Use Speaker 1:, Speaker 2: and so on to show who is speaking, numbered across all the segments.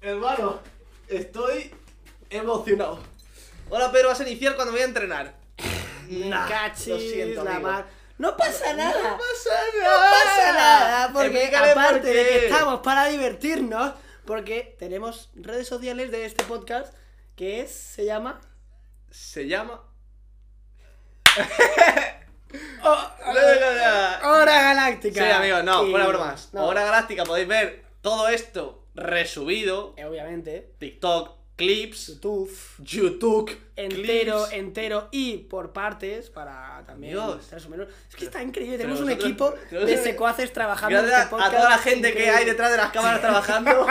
Speaker 1: Hermano, estoy emocionado.
Speaker 2: Hola Pedro, vas a iniciar cuando voy a entrenar. Nah,
Speaker 3: Cachis,
Speaker 2: lo siento,
Speaker 3: la
Speaker 2: amigo.
Speaker 3: mar- No pasa nada.
Speaker 2: No pasa
Speaker 3: No
Speaker 2: nada.
Speaker 3: pasa nada, porque
Speaker 2: Explícame
Speaker 3: aparte
Speaker 2: por qué.
Speaker 3: de que estamos para divertirnos, porque tenemos redes sociales de este podcast que es- se llama
Speaker 2: Se llama. No, no, no, no.
Speaker 3: Oh, Hora Galáctica.
Speaker 2: Sí, amigos, no,
Speaker 3: Y-
Speaker 2: fuera bromas.
Speaker 3: no,
Speaker 2: Hora Galáctica, podéis ver todo esto resubido:
Speaker 3: eh, Obviamente,
Speaker 2: TikTok, clips,
Speaker 3: YouTube
Speaker 2: YouTube,
Speaker 3: entero,
Speaker 2: clips.
Speaker 3: entero y por partes para también
Speaker 2: Amigos.
Speaker 3: tres o menos. Es que está increíble,
Speaker 2: pero
Speaker 3: tenemos un
Speaker 2: vosotros-
Speaker 3: equipo
Speaker 2: pero
Speaker 3: de
Speaker 2: vosotros-
Speaker 3: secuaces trabajando en
Speaker 2: Gracias
Speaker 3: este
Speaker 2: a
Speaker 3: podcast.
Speaker 2: toda la gente que
Speaker 3: Increíble.
Speaker 2: hay detrás de las cámaras trabajando.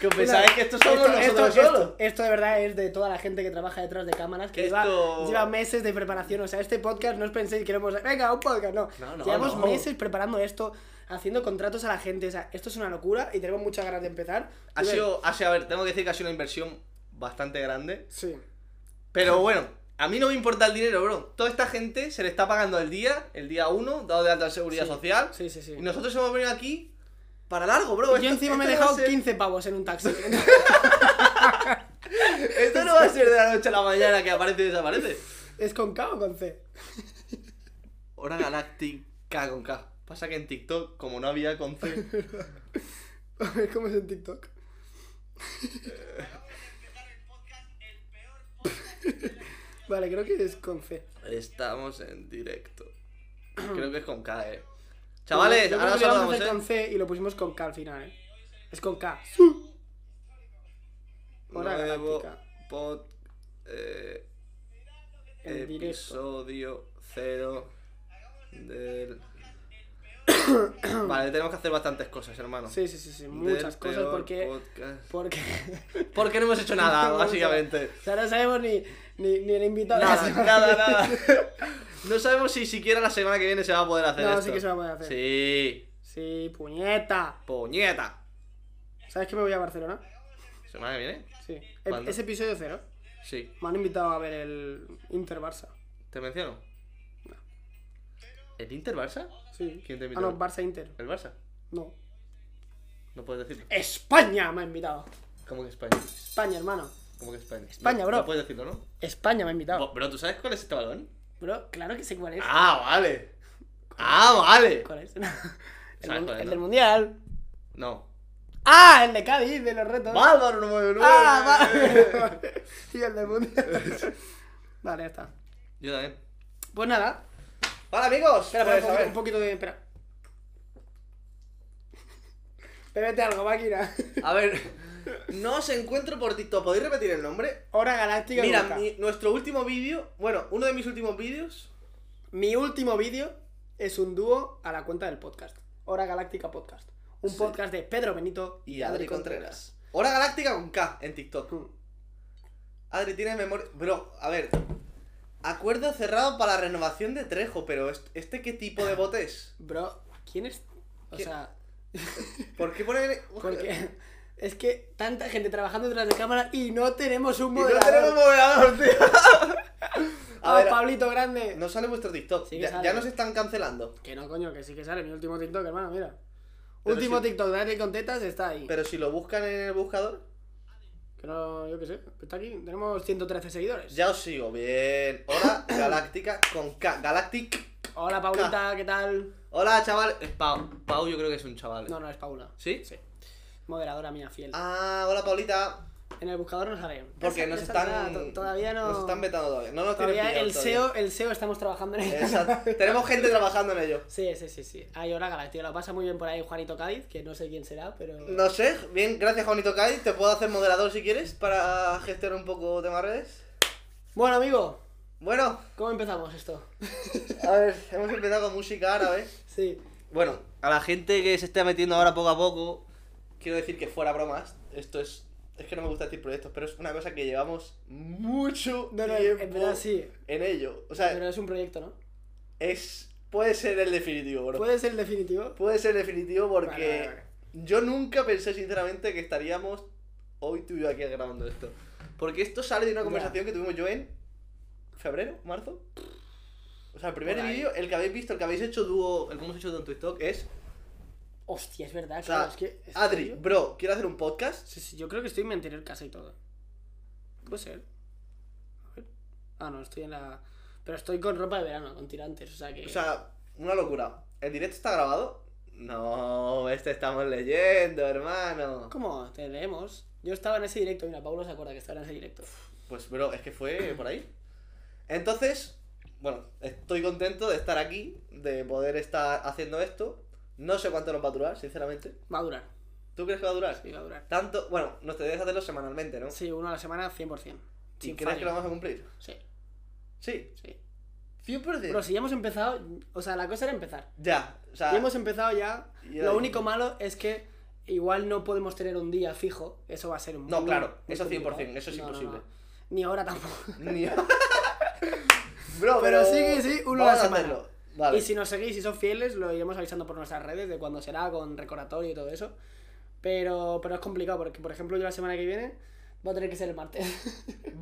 Speaker 2: que os pensáis pues, que estos somos
Speaker 3: esto, esto-
Speaker 2: nosotros
Speaker 3: esto-
Speaker 2: solos.
Speaker 3: esto de verdad es de toda la gente que trabaja detrás de cámaras, que
Speaker 2: Que
Speaker 3: lleva,
Speaker 2: esto-
Speaker 3: lleva meses de preparación. O sea, este podcast no os penséis que lo hemos. Venga, un podcast, no.
Speaker 2: No, no,
Speaker 3: Llevamos
Speaker 2: no.
Speaker 3: meses preparando esto, haciendo contratos a la gente. O sea, esto es una locura y tenemos muchas ganas de empezar.
Speaker 2: Ha
Speaker 3: Yo-
Speaker 2: sido, ha sido- a ver, tengo que decir que ha sido una inversión bastante grande.
Speaker 3: Sí.
Speaker 2: Pero bueno, a mí no me importa el dinero, bro. Toda esta gente se le está pagando el día, el día 1, dado de alta en seguridad
Speaker 3: Sí,
Speaker 2: social.
Speaker 3: sí, sí, sí.
Speaker 2: Y nosotros hemos venido aquí para largo, bro.
Speaker 3: Yo
Speaker 2: Esto-
Speaker 3: encima me he
Speaker 2: esto no va a
Speaker 3: dejado
Speaker 2: ser-
Speaker 3: 15 pavos en un taxi.
Speaker 2: Esto no va a ser de la noche a la mañana que aparece y desaparece.
Speaker 3: ¿Es con K o con C?
Speaker 2: Hora galáctica con K. Pasa que en TikTok, como no había con C,
Speaker 3: ¿Cómo es en TikTok? Vale, creo que es con C.
Speaker 2: Estamos en directo. Creo que es con K, eh. Chavales,
Speaker 3: Yo creo
Speaker 2: ahora
Speaker 3: que
Speaker 2: os
Speaker 3: lo
Speaker 2: saludamos,
Speaker 3: íbamos a hacer con
Speaker 2: eh.
Speaker 3: C y lo pusimos con K al final, ¿eh? Es con K. Hora
Speaker 2: eh. Nuevo
Speaker 3: Galáctica.
Speaker 2: pod. eh,
Speaker 3: En directo.
Speaker 2: episodio 0 del. vale, tenemos que hacer bastantes cosas, hermano.
Speaker 3: Sí, sí, sí, sí.
Speaker 2: Del
Speaker 3: Muchas cosas
Speaker 2: peor
Speaker 3: porque.
Speaker 2: podcast.
Speaker 3: Porque.
Speaker 2: Porque no hemos hecho nada,
Speaker 3: No,
Speaker 2: básicamente.
Speaker 3: O sea, no sabemos ni, ni, ni el invitado. de la
Speaker 2: Nada,
Speaker 3: semana.
Speaker 2: nada, nada. No sabemos si siquiera la semana que viene se va a poder hacer
Speaker 3: No,
Speaker 2: esto.
Speaker 3: sí que se va a poder hacer.
Speaker 2: Sí,
Speaker 3: Sí, puñeta.
Speaker 2: puñeta.
Speaker 3: ¿Sabes que me voy a Barcelona?
Speaker 2: ¿Semana que viene?
Speaker 3: Sí. E-
Speaker 2: ¿Cuándo?
Speaker 3: Es episodio cero.
Speaker 2: Sí.
Speaker 3: Me han invitado a ver el Inter Barça.
Speaker 2: ¿Te menciono? ¿El Inter Barça?
Speaker 3: Sí.
Speaker 2: ¿Quién te
Speaker 3: Ah, no,
Speaker 2: invitó?
Speaker 3: Barça Inter.
Speaker 2: ¿El Barça?
Speaker 3: No.
Speaker 2: No puedes decirlo.
Speaker 3: España me ha invitado.
Speaker 2: ¿Cómo que España?
Speaker 3: España, hermano.
Speaker 2: ¿Cómo que España?
Speaker 3: España,
Speaker 2: No-
Speaker 3: bro.
Speaker 2: No puedes decirlo, ¿no?
Speaker 3: España me ha invitado.
Speaker 2: Bo- Bro, ¿tú sabes cuál es este balón?
Speaker 3: Bro, claro que sé cuál es.
Speaker 2: Ah, vale. Ah, vale.
Speaker 3: ¿Cuál es? el, mun-
Speaker 2: cuál es,
Speaker 3: el
Speaker 2: no?
Speaker 3: del mundial.
Speaker 2: No.
Speaker 3: Ah, el de Cádiz, de los retos.
Speaker 2: Bárbaro 99.
Speaker 3: Ah, va. y el del mundial. vale, ya está.
Speaker 2: Yo también.
Speaker 3: Pues nada.
Speaker 2: Vale, amigos.
Speaker 3: Espera,
Speaker 2: pues,
Speaker 3: espera,
Speaker 2: a
Speaker 3: un, poquito,
Speaker 2: ver.
Speaker 3: un poquito de. Espera. Bébete algo, máquina.
Speaker 2: A ver. No os encuentro por TikTok. ¿Podéis repetir el nombre?
Speaker 3: Hora galáctica.
Speaker 2: Mira,
Speaker 3: loca.
Speaker 2: mi- nuestro último vídeo. Bueno, uno de mis últimos vídeos.
Speaker 3: Mi último vídeo es un dúo a la cuenta del podcast. Hora Galáctica Podcast. Un
Speaker 2: Sí.
Speaker 3: podcast de Pedro Benito
Speaker 2: Y Adri Contreras. Mm. Hora Galáctica con K en TikTok.
Speaker 3: Contreras.
Speaker 2: Adri, tienes memoria. Bro, a ver. Acuerdo cerrado para la renovación de Trejo, pero est- ¿este qué tipo de bote es?
Speaker 3: Mm. Bro, ¿quién es? O
Speaker 2: ¿Qué-
Speaker 3: sea,
Speaker 2: ¿Por qué poner.?
Speaker 3: porque es que tanta gente trabajando detrás de cámara y no tenemos un
Speaker 2: Y no
Speaker 3: moderador.
Speaker 2: tenemos moderador, Ah, tío. A
Speaker 3: Oh,
Speaker 2: ver,
Speaker 3: Pablito Grande.
Speaker 2: no sale vuestro TikTok.
Speaker 3: Sí que
Speaker 2: ya,
Speaker 3: sale.
Speaker 2: ya nos están cancelando.
Speaker 3: Que no, coño, que sí que sale mi último TikTok, hermano, mira.
Speaker 2: Pero
Speaker 3: último
Speaker 2: sí.
Speaker 3: TikTok de Adri con tetas está ahí.
Speaker 2: Pero si lo buscan en el buscador,
Speaker 3: Que no, yo qué sé, está aquí. Tenemos 113 seguidores.
Speaker 2: ya os sigo. Bien. Hola, Galáctica con K. Galactic.
Speaker 3: Hola, Paulita, ¿qué tal?
Speaker 2: Hola, chaval. Es Pau. Pau, yo creo que es un chaval.
Speaker 3: No, no, es Paula.
Speaker 2: ¿Sí?
Speaker 3: Sí. Moderadora mía fiel.
Speaker 2: Ah, hola, Paulita.
Speaker 3: En el buscador no sale.
Speaker 2: Porque
Speaker 3: Ya
Speaker 2: nos
Speaker 3: sa- ya
Speaker 2: están.
Speaker 3: saldrá, to- Todavía no.
Speaker 2: Nos están vetando todavía. No nos tienen
Speaker 3: Todavía
Speaker 2: pillado
Speaker 3: el
Speaker 2: todavía.
Speaker 3: SEO, el SEO estamos trabajando en ello.
Speaker 2: Exacto. Tenemos gente trabajando en ello.
Speaker 3: Sí, sí, sí, sí. Hay hora galáctica. Lo pasa muy bien por ahí Juanito Cádiz, que no sé quién será, pero.
Speaker 2: No sé, bien, gracias Juanito Cádiz. Te puedo hacer moderador si quieres para gestionar un poco temas redes.
Speaker 3: Bueno, amigo,
Speaker 2: Bueno,
Speaker 3: ¿cómo empezamos esto?
Speaker 2: a ver, hemos empezado con música árabe.
Speaker 3: Sí.
Speaker 2: Bueno, a la gente que se está metiendo ahora poco a poco, quiero decir que fuera bromas, esto es. Es que no me gusta decir proyectos, pero es una cosa que llevamos mucho
Speaker 3: No, no,
Speaker 2: tiempo
Speaker 3: en verdad sí.
Speaker 2: en ello. O sea,
Speaker 3: Pero es un proyecto, ¿no?
Speaker 2: es. Puede ser el definitivo, bro.
Speaker 3: ¿Puede ser el definitivo?
Speaker 2: Puede ser definitivo porque
Speaker 3: Vale, vale,
Speaker 2: yo nunca pensé sinceramente que estaríamos hoy tú y yo aquí grabando esto. Porque esto sale de una
Speaker 3: Ya.
Speaker 2: conversación que tuvimos yo en febrero, marzo. O sea, el primer
Speaker 3: Por ahí.
Speaker 2: vídeo, el que habéis visto, el que habéis hecho dúo, el que hemos hecho dúo en TikTok es
Speaker 3: Hostia, es verdad.
Speaker 2: O sea,
Speaker 3: claro, es que, es
Speaker 2: Adri,
Speaker 3: serio.
Speaker 2: bro, quiero hacer un podcast.
Speaker 3: Sí, sí, yo creo que estoy en mi anterior casa y todo. Puede ser. A ver. Ah, no, estoy en la. Pero estoy con ropa de verano, con tirantes, o sea que.
Speaker 2: O sea, una locura. ¿El directo está grabado? No, este estamos leyendo, hermano.
Speaker 3: ¿Cómo? Te leemos. Yo estaba en ese directo, mira, Pablo se acuerda que estaba en ese directo.
Speaker 2: Pues, bro, es que fue por ahí. Entonces, bueno, estoy contento de estar aquí, de poder estar haciendo esto. No sé cuánto nos va a durar, sinceramente.
Speaker 3: Va a durar,
Speaker 2: ¿Tú crees que va a durar?
Speaker 3: sí, va a durar.
Speaker 2: Tanto, bueno, nos tendrías que hacerlo semanalmente, ¿no?
Speaker 3: Sí, uno a la semana, 100%.
Speaker 2: ¿Y
Speaker 3: sin
Speaker 2: crees que lo
Speaker 3: fallo.
Speaker 2: vamos a cumplir?
Speaker 3: Sí,
Speaker 2: Sí,
Speaker 3: sí.
Speaker 2: 100%.
Speaker 3: Pero si ya hemos empezado, o sea, la cosa era empezar.
Speaker 2: Ya, o sea,
Speaker 3: Ya hemos empezado ya.
Speaker 2: Ya.
Speaker 3: Lo único malo es que igual no podemos tener un día fijo. Eso va a ser un
Speaker 2: No, claro, eso 100%, eso es imposible.
Speaker 3: Ni ahora tampoco.
Speaker 2: ni- Bro,
Speaker 3: Pero sí que sí, uno a la
Speaker 2: vamos
Speaker 3: semana.
Speaker 2: hacerlo. Vale.
Speaker 3: Y si nos seguís y son fieles, lo iremos avisando por nuestras redes de cuándo será, con recordatorio y todo eso. Pero, pero es complicado porque, por ejemplo, yo la semana que viene va a tener que ser el martes.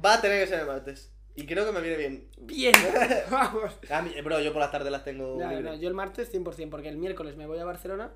Speaker 2: Va a tener que ser el martes. Y creo que me viene bien.
Speaker 3: Bien, vamos.
Speaker 2: A mí- bro, yo por las tardes las tengo.
Speaker 3: Ya,
Speaker 2: libre.
Speaker 3: no, yo el martes 100%, porque el miércoles me voy a Barcelona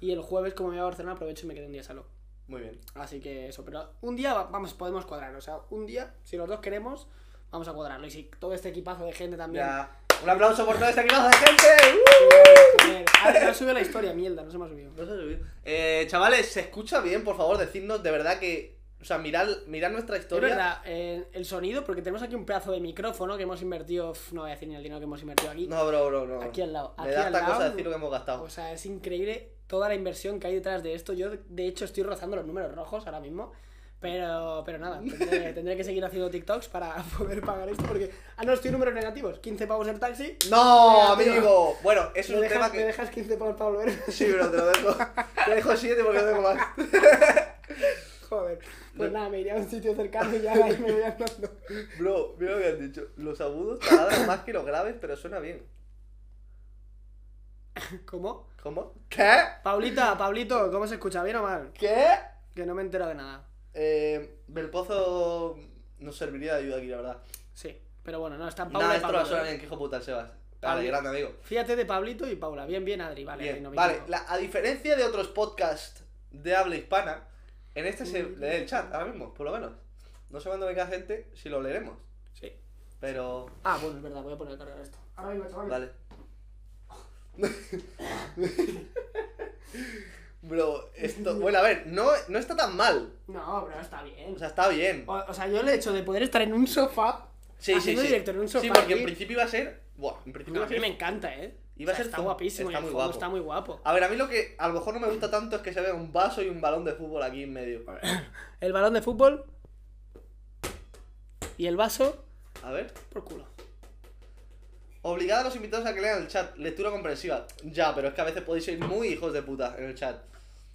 Speaker 3: y el jueves, como me voy a Barcelona, aprovecho y me quedo un día solo.
Speaker 2: Muy bien.
Speaker 3: Así que eso, pero un día, va- vamos, podemos cuadrar. O sea, un día, si los dos queremos, vamos a cuadrarlo. Y si todo este equipazo de gente también.
Speaker 2: Ya. Un aplauso por todo este equipazo de gente. Uh.
Speaker 3: Joder, ah, no sube la historia, mierda, no se me ha subido.
Speaker 2: No se ha subido. Eh, chavales, se escucha bien, por favor, decidnos de verdad que. O sea, mirad, mirad nuestra
Speaker 3: Es
Speaker 2: historia.
Speaker 3: verdad, eh, el sonido, porque tenemos aquí un pedazo de micrófono que hemos invertido. uf, no voy a decir ni el dinero que hemos invertido aquí.
Speaker 2: No, bro, bro, no.
Speaker 3: Aquí al lado,
Speaker 2: Me
Speaker 3: aquí
Speaker 2: da
Speaker 3: al
Speaker 2: esta cosa
Speaker 3: lado. Pues,
Speaker 2: decir lo que hemos gastado.
Speaker 3: O sea, es increíble toda la inversión que hay detrás de esto. Yo, de hecho, estoy rozando los números rojos ahora mismo. Pero, pero nada, tendré, tendré que seguir haciendo TikToks para poder pagar esto. Porque. Ah, no, estoy en números negativos. 15 pavos el taxi.
Speaker 2: ¡No,
Speaker 3: Mira, tío.
Speaker 2: amigo! Bueno, eso es
Speaker 3: me
Speaker 2: un
Speaker 3: dejas,
Speaker 2: tema
Speaker 3: me
Speaker 2: que.
Speaker 3: dejas 15 pavos para volver.
Speaker 2: Sí, bro, te lo dejo. te dejo 7 porque no tengo más.
Speaker 3: Joder. Pues nada, me iré a un sitio cercano y ya ahí me voy andando.
Speaker 2: Bro, mira lo que han dicho. Los agudos taladran más que los graves, pero suena bien.
Speaker 3: ¿Cómo?
Speaker 2: ¿Cómo? ¿Qué?
Speaker 3: Paulita, Pablito, ¿cómo se escucha? ¿Bien o mal?
Speaker 2: ¿Qué?
Speaker 3: Que no me entero de nada.
Speaker 2: Eh, Belpozo nos serviría de ayuda aquí, la verdad.
Speaker 3: Sí. Pero bueno, no, están Paula
Speaker 2: Nada,
Speaker 3: y
Speaker 2: esto lo va a
Speaker 3: Pablito.
Speaker 2: sonar bien, que hijo puta el Sebas. Vale,
Speaker 3: Pablo.
Speaker 2: grande, amigo.
Speaker 3: Fíjate de Pablito y Paula. Bien, bien, Adri. Vale,
Speaker 2: Bien,
Speaker 3: ahí no me
Speaker 2: vale,
Speaker 3: equivoco.
Speaker 2: la- a diferencia de otros podcasts de habla hispana, en este se
Speaker 3: Mm.
Speaker 2: lee el chat ahora mismo, por lo menos. No sé cuándo venga gente si lo leeremos,
Speaker 3: Sí.
Speaker 2: pero
Speaker 3: Ah, bueno, es verdad, voy a poner a cargar esto. Ahora mismo, chaval.
Speaker 2: vale. Bro, esto. Bueno, a ver, no, no está tan mal.
Speaker 3: No, pero está bien.
Speaker 2: O sea, está bien.
Speaker 3: O, o sea, yo el hecho de poder estar en un sofá.
Speaker 2: Sí, sí,
Speaker 3: haciendo
Speaker 2: sí.
Speaker 3: directo en un sofá
Speaker 2: Sí, porque
Speaker 3: aquí.
Speaker 2: en principio iba a ser. Buah, en principio iba
Speaker 3: No, a
Speaker 2: a
Speaker 3: mí
Speaker 2: ser.
Speaker 3: me encanta, ¿eh?
Speaker 2: Iba a
Speaker 3: O sea,
Speaker 2: ser
Speaker 3: está
Speaker 2: zoom.
Speaker 3: guapísimo.
Speaker 2: Está
Speaker 3: y el
Speaker 2: muy
Speaker 3: fondo
Speaker 2: guapo.
Speaker 3: está muy guapo.
Speaker 2: A ver, a mí lo que a lo mejor no me gusta tanto es que se vea un vaso y un balón de fútbol aquí en medio.
Speaker 3: El balón de fútbol. Y el vaso.
Speaker 2: A ver.
Speaker 3: Por culo.
Speaker 2: Obligad a los invitados a que lean el chat. Lectura comprensiva. Ya, pero es que a veces podéis ser muy hijos de puta en el chat.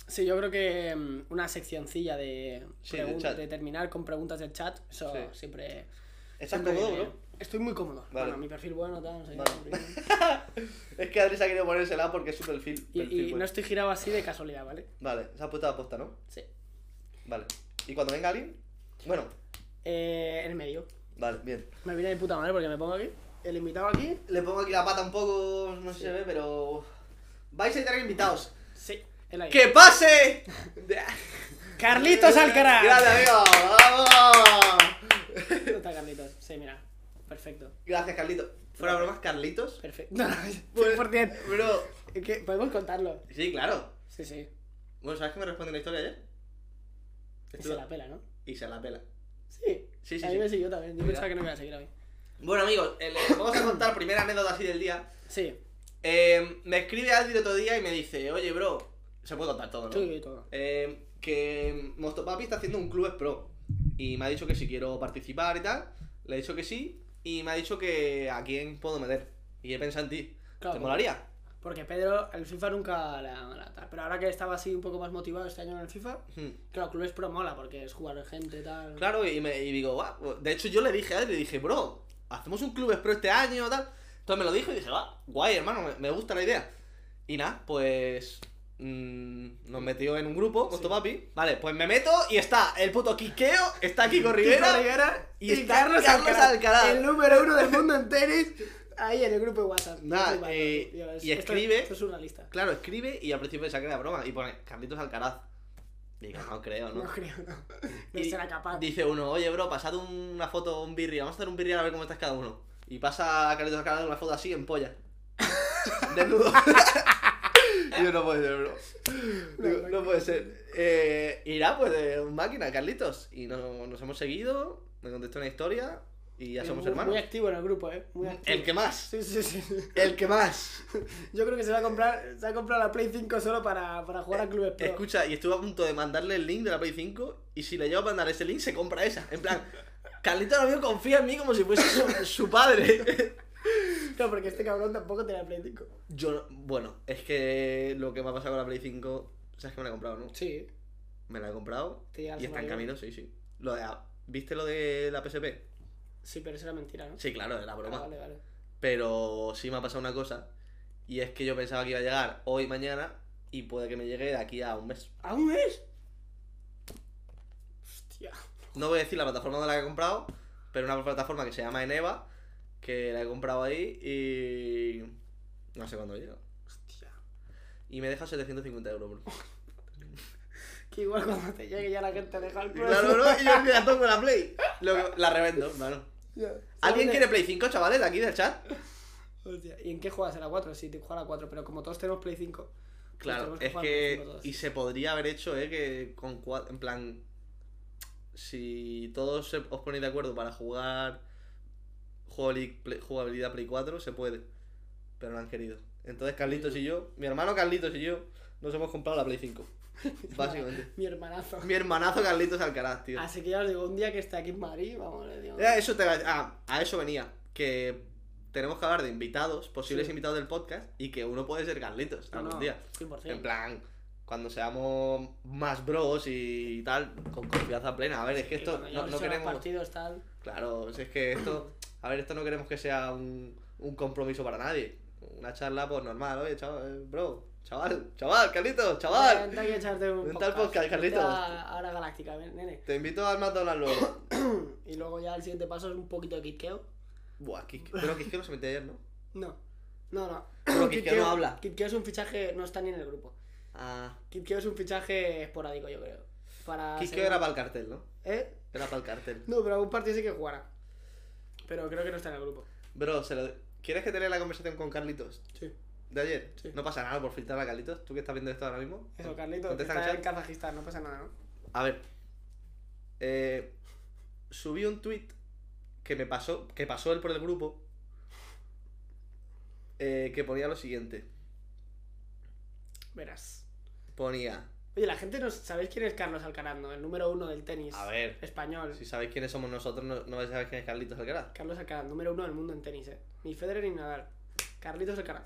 Speaker 3: Sí, yo creo que mm, una seccioncilla de,
Speaker 2: Sí, del
Speaker 3: pregun-
Speaker 2: chat.
Speaker 3: de terminar con preguntas del chat, eso
Speaker 2: Sí.
Speaker 3: siempre...
Speaker 2: ¿Estás
Speaker 3: siempre
Speaker 2: cómodo,
Speaker 3: viene ¿eh?
Speaker 2: bro?
Speaker 3: bien. Estoy muy cómodo.
Speaker 2: Vale.
Speaker 3: Bueno, mi perfil bueno, tal, no sé qué,
Speaker 2: Vale.
Speaker 3: siempre bien.
Speaker 2: Es que Adri se ha querido ponérsela porque es su perfil.
Speaker 3: Y,
Speaker 2: perfil
Speaker 3: y
Speaker 2: web.
Speaker 3: no estoy girado así de casualidad, ¿vale?
Speaker 2: Vale, se ha puesto a posta, ¿no?
Speaker 3: Sí.
Speaker 2: Vale. ¿Y cuando venga alguien? Bueno,
Speaker 3: Eh, en el medio.
Speaker 2: vale, bien.
Speaker 3: Me viene de puta madre porque me pongo aquí. El invitado aquí.
Speaker 2: Le pongo aquí la pata un poco, no sé si se ve, pero. Vais a tener invitados.
Speaker 3: Sí, el ahí.
Speaker 2: ¡Que pase!
Speaker 3: ¡Carlitos Alcaraz!
Speaker 2: Gracias, amigo. ¡Vamos!
Speaker 3: ¿Dónde está Carlitos? Sí, mira. Perfecto.
Speaker 2: Gracias, Carlitos. Fuera bromas, Carlitos.
Speaker 3: Perfecto. No, no, 100%.
Speaker 2: Bro.
Speaker 3: Es que podemos contarlo.
Speaker 2: Sí, claro.
Speaker 3: Sí, sí.
Speaker 2: Bueno, ¿sabes que me responde la historia ayer?
Speaker 3: Y
Speaker 2: Estuve-
Speaker 3: se la pela, ¿no?
Speaker 2: Y se la pela.
Speaker 3: Sí.
Speaker 2: Sí, sí,
Speaker 3: a mí
Speaker 2: sí.
Speaker 3: me siguió también. Yo
Speaker 2: Mira.
Speaker 3: pensaba que no me iba a seguir a mí.
Speaker 2: Bueno, amigos, eh, les vamos a contar primera anécdota así del día.
Speaker 3: Sí.
Speaker 2: Eh, me escribe Adri el otro día y me dice, oye, bro, se puede contar todo, ¿no?
Speaker 3: Yo y todo.
Speaker 2: Eh, que Mostopapi está haciendo un clubes pro. Y me ha dicho que si quiero participar y tal. Le he dicho que sí. Y me ha dicho que a quién puedo meter. Y he pensado en ti.
Speaker 3: Claro.
Speaker 2: ¿Te molaría?
Speaker 3: Porque Pedro, el FIFA nunca la, la tal. Pero ahora que estaba así un poco más motivado este año en el FIFA,
Speaker 2: Hmm.
Speaker 3: claro, clubes pro mola porque es jugar gente tal.
Speaker 2: Claro, y, me, y digo, va. De hecho, yo le dije a él, le dije, bro, hacemos un clubes pro este año, tal. Entonces me lo dijo y dije, va, guay, hermano, me, me gusta la idea. Y nada, pues. mm, nos metió en un grupo, con tu papi. Vale, pues me meto y está el puto Quiqueo, está Kiko Rivera.
Speaker 3: Rivera
Speaker 2: y está Carlos Alcaraz.
Speaker 3: El número uno del mundo en tenis. ahí en el grupo de WhatsApp.
Speaker 2: Nada,
Speaker 3: Estoy flipando,
Speaker 2: eh,
Speaker 3: tío, es-
Speaker 2: y
Speaker 3: esto-
Speaker 2: escribe-
Speaker 3: Esto es surrealista.
Speaker 2: Claro, escribe y al principio saca la broma y pone Carlitos Alcaraz. Digo, no creo,
Speaker 3: No
Speaker 2: ¿no?
Speaker 3: creo, no. No
Speaker 2: Y
Speaker 3: será capaz.
Speaker 2: Dice uno, oye, bro, pasad un- una foto, un birria, vamos a hacer un birria a ver cómo estás cada uno. Y pasa a Carlitos Alcaraz una foto así en polla. Desnudo. Y yo no puede ser, bro. Digo, no puede ser. Eh, irá, pues, de máquina, Carlitos. Y no- nos hemos seguido, me contestó una historia y ya
Speaker 3: Eh,
Speaker 2: somos
Speaker 3: muy-
Speaker 2: hermanos.
Speaker 3: Muy activo en el grupo, eh. Muy activo.
Speaker 2: El que más.
Speaker 3: Sí, sí, sí.
Speaker 2: El que más.
Speaker 3: Yo creo que se va a comprar, se ha comprado la Play 5 solo para, para jugar a clubes pro.
Speaker 2: Eh, Escucha, y estuve a punto de mandarle el link de la Play 5 y si le llevo a mandar ese link se compra esa. En plan, Carlitos ahora mismo confía en mí como si fuese su, su padre.
Speaker 3: No, porque este cabrón tampoco tenía Play 5.
Speaker 2: Yo, no- bueno, es que lo que me ha pasado con la Play 5, sabes que me la he comprado, ¿no?
Speaker 3: Sí.
Speaker 2: Me la he comprado
Speaker 3: Te llega la
Speaker 2: y está en
Speaker 3: semana que
Speaker 2: camino, sí, sí. Lo de, la- ¿Viste lo de la PSP?
Speaker 3: viene. Sí, pero eso era mentira, ¿no?
Speaker 2: Sí, claro, era
Speaker 3: Ah,
Speaker 2: broma.
Speaker 3: vale, vale.
Speaker 2: Pero sí me ha pasado una cosa y es que yo pensaba que iba a llegar hoy, mañana y puede que me llegue de aquí a un mes.
Speaker 3: ¿Aún es? Hostia.
Speaker 2: No voy a decir la plataforma de la que he comprado, pero una plataforma que se llama Eneva, que la he comprado ahí y. No sé cuándo llega.
Speaker 3: Hostia.
Speaker 2: Y me deja 750 euros, bro.
Speaker 3: Que igual cuando te llegue ya la gente deja el
Speaker 2: Y
Speaker 3: culo.
Speaker 2: Claro, bro, y yo me la toco la Play. Lo que- la revendo, hermano.
Speaker 3: Ya.
Speaker 2: ¿Alguien
Speaker 3: ¿Sabes?
Speaker 2: quiere Play 5, chavales, de aquí del chat?
Speaker 3: Hostia, ¿Y en qué juegas? ¿En la 4? Sí, te juega la 4, pero como todos tenemos Play 5. pues
Speaker 2: Claro,
Speaker 3: tenemos
Speaker 2: es
Speaker 3: jugar Play 5
Speaker 2: que.
Speaker 3: todos.
Speaker 2: Y se podría haber hecho, eh, que con cuatro. En plan. Si todos se- os ponéis de acuerdo para jugar. jugabili- play- jugabilidad Play 4, se puede. Pero no han querido. Entonces, Carlitos y yo. Mi hermano Carlitos y yo. Nos hemos comprado la Play 5. básicamente.
Speaker 3: Mi hermanazo.
Speaker 2: Mi hermanazo Carlitos Alcaraz, tío.
Speaker 3: Así que ya os digo, un día que esté aquí en Madrid, vamos, le digo.
Speaker 2: Eh, Eso te va- ah, a eso venía. Que tenemos que hablar de invitados, posibles
Speaker 3: Sí.
Speaker 2: invitados del podcast. Y que uno puede ser Carlitos
Speaker 3: No,
Speaker 2: algún
Speaker 3: no,
Speaker 2: día.
Speaker 3: 100%.
Speaker 2: En plan, cuando seamos más bros y tal, con confianza plena. A ver, es que
Speaker 3: Sí,
Speaker 2: esto
Speaker 3: cuando ya
Speaker 2: no, no
Speaker 3: se van
Speaker 2: queremos.
Speaker 3: partidos, tal.
Speaker 2: Claro, si es que esto. A ver, esto no queremos que sea un, un compromiso para nadie. Una charla, pues normal, oye, chaval, bro, chaval, chaval, Carlitos, chaval.
Speaker 3: Vente aquí a echarte un
Speaker 2: Vente al podcast, Carlitos.
Speaker 3: Vente a- Ahora Galáctica, ven, nene.
Speaker 2: Te invito al McDonald's luego.
Speaker 3: Y luego ya el siguiente paso es un poquito de kitkeo.
Speaker 2: Buah, Kike- pero que es que no se metió ayer, ¿no?
Speaker 3: No, no, no.
Speaker 2: Pero
Speaker 3: Kid
Speaker 2: Kike no
Speaker 3: Keo-
Speaker 2: habla.
Speaker 3: Kid Keo es un fichaje, no está ni en el grupo.
Speaker 2: Ah,
Speaker 3: Kitkeo es un fichaje esporádico, yo creo. Para
Speaker 2: Kike
Speaker 3: ser-
Speaker 2: era para el cartel, ¿no?
Speaker 3: ¿Eh?
Speaker 2: Era para el cartel.
Speaker 3: No, pero algún partido sí que jugará. Pero creo que no está en el grupo.
Speaker 2: Bro, se lo- ¿quieres que te lea la conversación con Carlitos?
Speaker 3: Sí.
Speaker 2: de ayer.
Speaker 3: Sí.
Speaker 2: No pasa nada por filtrar a Carlitos. ¿Tú que estás viendo esto ahora mismo?
Speaker 3: Eso, Carlitos, que
Speaker 2: Mm. Contesta en
Speaker 3: está en
Speaker 2: el chat.
Speaker 3: Kazajistán, no pasa nada, ¿no?
Speaker 2: A ver. Eh, subí un tweet que me pasó, que pasó él por el grupo, eh, que ponía lo siguiente.
Speaker 3: Verás.
Speaker 2: Ponía,
Speaker 3: Oye, la gente no... ¿Sabéis quién es Carlos Alcaraz, no? El número uno del tenis.
Speaker 2: a ver,
Speaker 3: Español.
Speaker 2: si sabéis quiénes somos nosotros, no, no vais a saber quién es Carlitos Alcaraz.
Speaker 3: Carlos Alcaraz, número uno del mundo en tenis, eh. Ni Federer ni Nadal. Carlitos Alcaraz.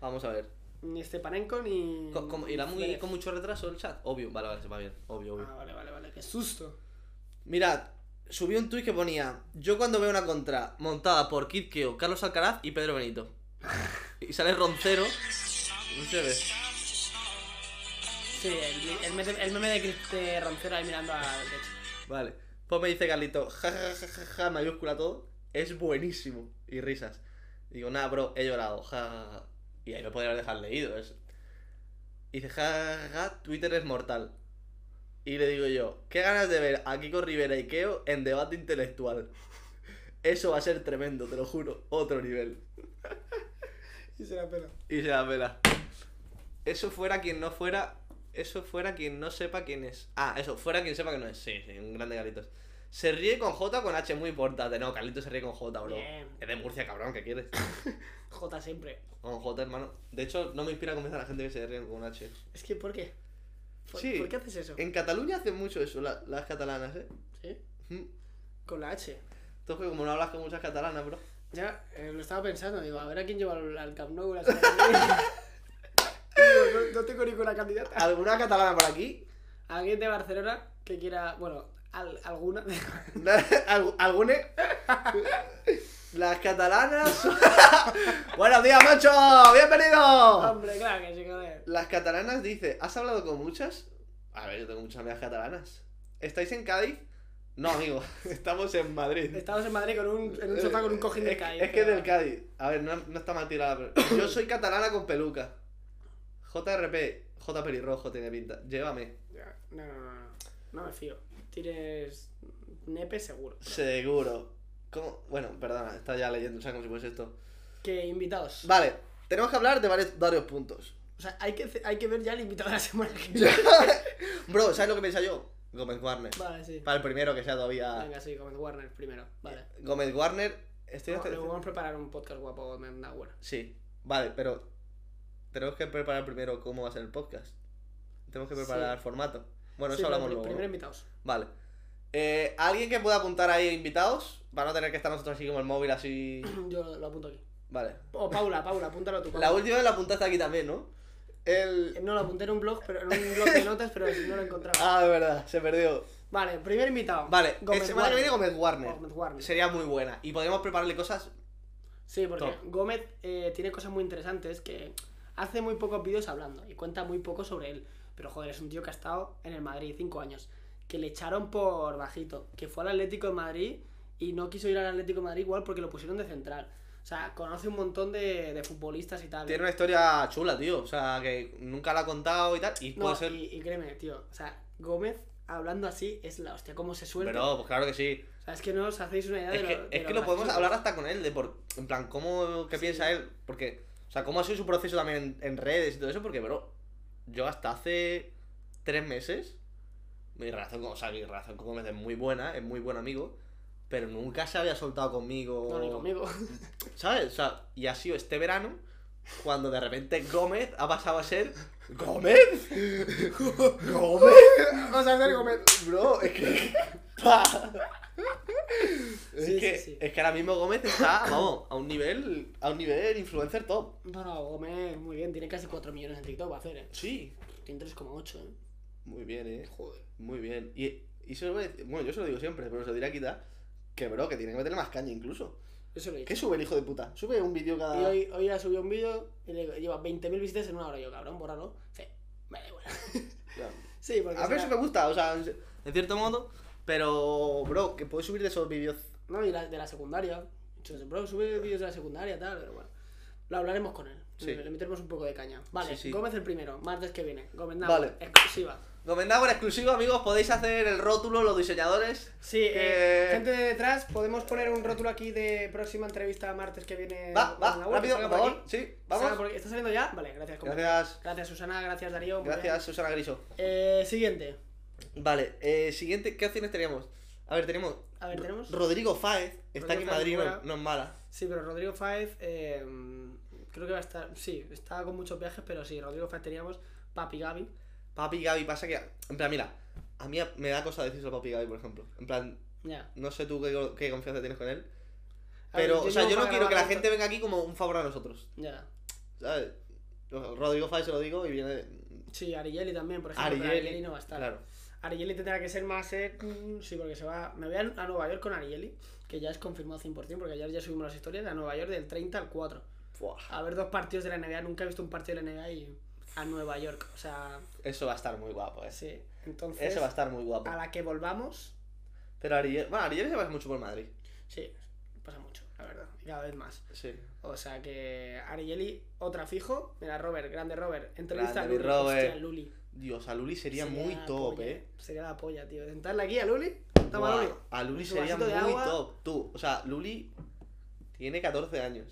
Speaker 2: Vamos a ver.
Speaker 3: Ni Stepanenko ni.
Speaker 2: Co- como-
Speaker 3: ni
Speaker 2: ¿Irá muy,
Speaker 3: Federer.
Speaker 2: con mucho retraso el chat? Obvio, vale, vale, se va bien. Obvio, obvio.
Speaker 3: Ah, vale, vale, vale. Qué susto.
Speaker 2: Mirad, subí un tuit que ponía: Yo cuando veo una contra montada por Kid Keo, Carlos Alcaraz y Pedro Benito. Y sale Roncero. No se ve.
Speaker 3: Sí, el, el meme, el meme de, Crist- de Roncero ahí mirando al techo.
Speaker 2: Vale. Pues me dice Carlito, ja, ja, ja, ja, ja, mayúscula todo. Es buenísimo. Y risas. Digo, nada, bro, he llorado. Ja, ja, ja". Y ahí lo podría dejar leído. Es... Y dice, ja, ja, ja, ja, Twitter es mortal. Y le digo yo, qué ganas de ver a Kiko Rivera y Keo en debate intelectual. Eso va a ser tremendo, te lo juro. Otro nivel.
Speaker 3: Y se la pela.
Speaker 2: Y se la pela. Eso fuera quien no fuera. Eso fuera quien no sepa quién es. Ah, eso, fuera quien sepa que no es. Sí, sí, un grande Carlitos. Se ríe con J o con H, muy importante. No, Carlitos se ríe con J, bro.
Speaker 3: Bien.
Speaker 2: Es de Murcia, cabrón, ¿qué quieres?
Speaker 3: J siempre.
Speaker 2: Con J, hermano. De hecho, no me inspira confianza la gente que se ríe con H.
Speaker 3: Es que, ¿por qué? ¿Por,
Speaker 2: Sí.
Speaker 3: ¿por qué haces eso?
Speaker 2: En Cataluña hacen mucho eso, la- las catalanas, ¿eh?
Speaker 3: Sí.
Speaker 2: Mm.
Speaker 3: Con la H.
Speaker 2: Tú que como no hablas con muchas catalanas, bro.
Speaker 3: Ya, eh, lo estaba pensando, digo, a ver a quién lleva al, al Camp Nou la semana que viene. Digo, no, no tengo ninguna candidata.
Speaker 2: ¿Alguna catalana por aquí?
Speaker 3: ¿Alguien de Barcelona que quiera, bueno, al- alguna?
Speaker 2: ¿Alg- ¿Alguna? Las catalanas. son- Buenos días, macho. Bienvenido.
Speaker 3: Hombre, claro que sí, joder.
Speaker 2: Las catalanas dice, ¿has hablado con muchas? A ver, yo tengo muchas amigas catalanas. ¿Estáis en Cádiz? No, amigo, estamos en Madrid.
Speaker 3: Estamos en Madrid con un, en un sofá con un cojín de
Speaker 2: Es que-
Speaker 3: Cádiz.
Speaker 2: Es que es
Speaker 3: pero-
Speaker 2: del Cádiz. A ver, no, no está mal tirada. Pero... Yo soy catalana con peluca. JRP, J pelirrojo tiene pinta. Llévame.
Speaker 3: Ya, No, no, no, no. No me fío. Tires nepe seguro.
Speaker 2: Seguro. ¿Cómo? Bueno, perdona, está ya leyendo, ¿sabes cómo si fuese esto?
Speaker 3: Que invitados.
Speaker 2: Vale, tenemos que hablar de varios, varios puntos.
Speaker 3: O sea, hay que, hay que ver ya el invitado de la semana que viene.
Speaker 2: Bro, ¿sabes lo que piensa yo? Gómez Warner.
Speaker 3: Vale, sí.
Speaker 2: Para el primero que sea todavía.
Speaker 3: Venga, sí, Comment Warner primero. Vale.
Speaker 2: Gómez Warner. Estoy
Speaker 3: Vamos,
Speaker 2: hasta-
Speaker 3: luego vamos a preparar un podcast guapo a Comment Warner.
Speaker 2: Sí, vale, pero tenemos que preparar primero cómo va a ser el podcast. Tenemos que preparar el formato. Bueno,
Speaker 3: Sí,
Speaker 2: eso
Speaker 3: pero
Speaker 2: hablamos
Speaker 3: pri-
Speaker 2: luego.
Speaker 3: Primero
Speaker 2: ¿no?
Speaker 3: invitados.
Speaker 2: Vale. Eh, ¿Alguien que pueda apuntar ahí invitados? Para no tener que estar nosotros así como el móvil así.
Speaker 3: Yo lo, lo apunto aquí.
Speaker 2: Vale.
Speaker 3: O Paula, Paula, apúntalo tú. Paula. Eh,
Speaker 2: La última vez la apuntaste aquí también, ¿no? El.
Speaker 3: No lo apunté en un blog, pero en un blog de notas, pero no lo encontraba.
Speaker 2: Ah, de verdad, se perdió.
Speaker 3: Vale, primer invitado.
Speaker 2: Vale,
Speaker 3: Gómez
Speaker 2: la semana que viene Gómez Warner.
Speaker 3: Gómez Warner.
Speaker 2: Sería muy buena. Y podríamos prepararle cosas.
Speaker 3: Sí, porque
Speaker 2: Top.
Speaker 3: Gómez eh, tiene cosas muy interesantes que hace muy pocos vídeos hablando y cuenta muy poco sobre él. Pero joder, es un tío que ha estado en el Madrid cinco años, que le echaron por bajito, que fue al Atlético de Madrid y no quiso ir al Atlético de Madrid igual porque lo pusieron de central. O sea, conoce un montón de, de futbolistas y tal.
Speaker 2: Tiene una historia chula, tío. O sea, que nunca la ha contado y tal. Y
Speaker 3: No,
Speaker 2: puede ser.
Speaker 3: y, y créeme, tío. O sea, Gómez hablando así es la hostia, cómo se suelta.
Speaker 2: Pero, pues claro que sí.
Speaker 3: O sea, es que no os hacéis una idea
Speaker 2: Es
Speaker 3: de
Speaker 2: que,
Speaker 3: lo de
Speaker 2: es que
Speaker 3: lo
Speaker 2: lo podemos
Speaker 3: gracioso.
Speaker 2: hablar hasta con él, de por, en plan, cómo, qué
Speaker 3: Sí.
Speaker 2: piensa él, porque, o sea, cómo ha sido su proceso también en, en redes y todo eso, porque, bro, yo hasta hace tres meses, mi relación con, o sea, mi relación con Gómez es muy buena, es muy buen amigo, pero nunca se había soltado conmigo,
Speaker 3: No, ni conmigo.
Speaker 2: ¿sabes? O sea, y ha sido este verano cuando de repente Gómez ha pasado a ser Gómez, Gómez,
Speaker 3: Vamos a hacer Gómez.
Speaker 2: Bro, es que. Pa.
Speaker 3: Sí,
Speaker 2: es, que
Speaker 3: sí, sí.
Speaker 2: es que ahora mismo Gómez está, vamos, a un nivel. A un nivel influencer top.
Speaker 3: No, no, Gómez, muy bien, tiene casi 4 millones en TikTok va a hacer, eh.
Speaker 2: Sí.
Speaker 3: Tiene 3,8, eh.
Speaker 2: Muy bien, eh. Joder. Muy bien. Y, y se lo voy a decir- Bueno, yo se lo digo siempre, pero se lo diré a quitar. Que bro, que tiene que meterle más caña incluso.
Speaker 3: Eso lo he
Speaker 2: ¿Qué
Speaker 3: dicho.
Speaker 2: sube el hijo de puta? Sube un vídeo
Speaker 3: Y
Speaker 2: cada.
Speaker 3: hoy, hoy ha subido un vídeo y le digo, lleva 20.000 visitas en una hora. Yo, cabrón, bórralo. Sí, me da igual. Sí, porque.
Speaker 2: A ver si
Speaker 3: será-
Speaker 2: me gusta, o sea, en en cierto modo. Pero, bro, que puedes subir de esos vídeos.
Speaker 3: No, y la, de la secundaria. Entonces, bro, sube vídeos de la secundaria, tal, pero bueno. Lo hablaremos con él.
Speaker 2: Sí.
Speaker 3: Le, le meteremos un poco de caña. Vale,
Speaker 2: Sí, sí.
Speaker 3: Gómez el primero, martes que viene. Gómez nada,
Speaker 2: Vale.
Speaker 3: exclusiva.
Speaker 2: Comentado por exclusivo, amigos, podéis hacer el rótulo, los diseñadores.
Speaker 3: Sí, eh,
Speaker 2: Que-
Speaker 3: gente de detrás, podemos poner un rótulo aquí de próxima entrevista martes que viene.
Speaker 2: Va,
Speaker 3: en
Speaker 2: va,
Speaker 3: Eh, la web,
Speaker 2: rápido,
Speaker 3: salga
Speaker 2: por
Speaker 3: por
Speaker 2: favor.
Speaker 3: aquí.
Speaker 2: Sí,
Speaker 3: Salga
Speaker 2: vamos.
Speaker 3: por aquí. ¿Está saliendo ya? Vale, gracias. compañero.
Speaker 2: Gracias,
Speaker 3: Gracias, Susana. Gracias, Darío. muy
Speaker 2: gracias Susana Griso.
Speaker 3: bien. Eh, siguiente.
Speaker 2: Vale, eh, siguiente, ¿qué opciones teníamos? A ver, tenemos.
Speaker 3: A ver, tenemos.
Speaker 2: Rodrigo Fáez, está aquí en
Speaker 3: Rodrigo Fáez
Speaker 2: Madrid,
Speaker 3: fuera.
Speaker 2: no, no es mala.
Speaker 3: Sí, pero Rodrigo Fáez, eh, creo que va a estar. Sí, está con muchos viajes, pero sí, Rodrigo Fáez teníamos Papi Gaby.
Speaker 2: Papi Gaby, pasa que. En plan, mira, a mí me da cosa decirlo a Papi Gaby, por ejemplo. En plan,
Speaker 3: Ya.
Speaker 2: no sé tú qué, qué confianza tienes con él.
Speaker 3: A ver,
Speaker 2: Pero, o sea, yo no
Speaker 3: para
Speaker 2: quiero que la
Speaker 3: grabar
Speaker 2: gente
Speaker 3: esto-
Speaker 2: venga aquí como un favor a nosotros,
Speaker 3: Ya.
Speaker 2: ¿sabes? Rodrigo Fáez se lo digo y viene.
Speaker 3: Sí, Arigeli también, por ejemplo. pero
Speaker 2: Ariel.
Speaker 3: Arigeli no va a estar.
Speaker 2: Claro.
Speaker 3: Arieli tendrá que ser más. eh, mm, sí, porque se va. Me voy a, a Nueva York con Arieli, que ya es confirmado 100%, porque ayer ya subimos las historias. A Nueva York del 30 al 4.
Speaker 2: Buah,
Speaker 3: A ver dos partidos de la NBA. Nunca he visto un partido de la NBA y a Nueva York. O sea,
Speaker 2: eso va a estar muy guapo, eh.
Speaker 3: sí. Entonces,
Speaker 2: Eso va a estar muy guapo.
Speaker 3: a la que volvamos,
Speaker 2: Pero Ariel. Bueno, Ariel se va mucho por Madrid.
Speaker 3: sí, pasa mucho, la verdad. Y cada vez más.
Speaker 2: Sí.
Speaker 3: O sea que Arieli, otra fijo. Mira, Robert, grande Robert. Entrevista
Speaker 2: Grande mi
Speaker 3: a Luli. Hostia,
Speaker 2: Robert.
Speaker 3: Luli.
Speaker 2: Dios, a Luli sería,
Speaker 3: Sería
Speaker 2: muy
Speaker 3: la
Speaker 2: top,
Speaker 3: polla,
Speaker 2: eh.
Speaker 3: Sería la polla, tío. Sentarla aquí a Luli. Toma,
Speaker 2: Buah,
Speaker 3: Luli.
Speaker 2: A Luli
Speaker 3: Su
Speaker 2: sería
Speaker 3: vasito
Speaker 2: muy
Speaker 3: de agua.
Speaker 2: top. Tú, o sea, Luli tiene 14 años.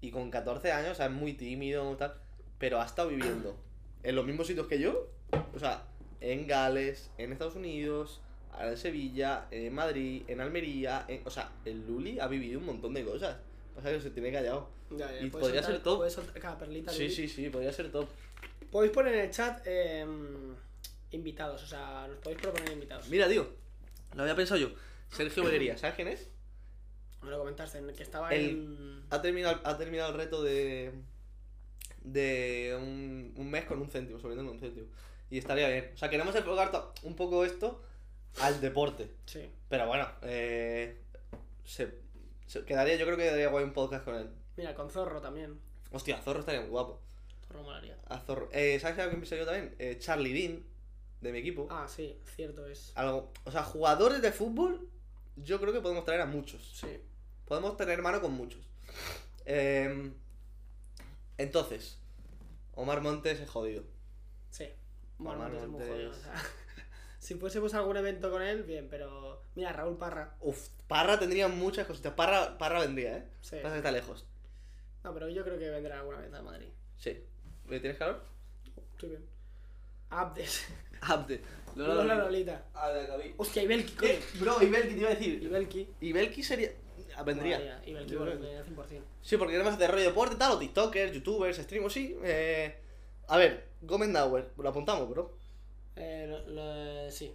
Speaker 2: Y con 14 años, o sea, es muy tímido, tal. Pero ha estado viviendo en los mismos sitios que yo. O sea, en Gales, en Estados Unidos, ahora en Sevilla, en Madrid, en Almería. en- O sea, el Luli ha vivido un montón de cosas. Pasa que se tiene callado.
Speaker 3: Ya, ya,
Speaker 2: Y
Speaker 3: puedes
Speaker 2: podría
Speaker 3: soltar-
Speaker 2: ser top.
Speaker 3: puedes soltar cada perlita,
Speaker 2: Sí,
Speaker 3: Luli.
Speaker 2: sí, sí, podría ser top.
Speaker 3: Podéis poner en el chat eh, invitados, o sea, nos podéis proponer invitados.
Speaker 2: Mira, tío, lo había pensado yo. Sergio Valería, ¿sabes quién es?
Speaker 3: Me lo comentaste, en el que estaba
Speaker 2: El-
Speaker 3: en...
Speaker 2: ha terminado, ha terminado el reto de. de un, un mes con un céntimo, subiendo un céntimo. Y estaría bien. O sea, queremos enfocar to- un poco esto al deporte.
Speaker 3: Sí.
Speaker 2: Pero bueno, eh, se, se- quedaría, yo creo que quedaría guay un podcast con él.
Speaker 3: Mira, con Zorro también.
Speaker 2: Hostia, Zorro estaría muy guapo.
Speaker 3: Zorro molaría.
Speaker 2: A Zorro. Eh, ¿Sabes a quién pensé yo también? Eh, Charlie Dean, de mi equipo.
Speaker 3: Ah, sí, cierto es.
Speaker 2: Algo- o sea, jugadores de fútbol, yo creo que podemos traer a muchos.
Speaker 3: Sí.
Speaker 2: Podemos tener mano con muchos. Eh, entonces, Omar Montes es jodido.
Speaker 3: Sí. Bueno,
Speaker 2: Omar
Speaker 3: Montes es muy
Speaker 2: Montes.
Speaker 3: jodido, o sea, si fuésemos a algún evento con él, bien, pero. Mira, Raúl Parra.
Speaker 2: Uf, Parra tendría muchas cositas. Parra, Parra vendría, ¿eh?
Speaker 3: Sí.
Speaker 2: Pasa que está lejos.
Speaker 3: No, pero yo creo que vendrá alguna vez a Madrid.
Speaker 2: Sí. ¿Me tienes calor?
Speaker 3: Estoy bien. Abdes.
Speaker 2: Abde. Lola,
Speaker 3: Lola
Speaker 2: Lola.
Speaker 3: Lolita.
Speaker 2: Abde, Gabi.
Speaker 3: Hostia, Ibelki, coño.
Speaker 2: Eh, Bro, Ibelki te iba a decir.
Speaker 3: Ibelki.
Speaker 2: Y Belki sería. ah, Vendría.
Speaker 3: Madre mía, Ibelki,
Speaker 2: Yo creo
Speaker 3: volvería 100%.
Speaker 2: Sí, porque además de rollo deporte, tal, o TikTokers, YouTubers, streamers, sí. eh, A ver, Gómez Nauer, lo apuntamos, bro.
Speaker 3: Eh, lo- lo- sí.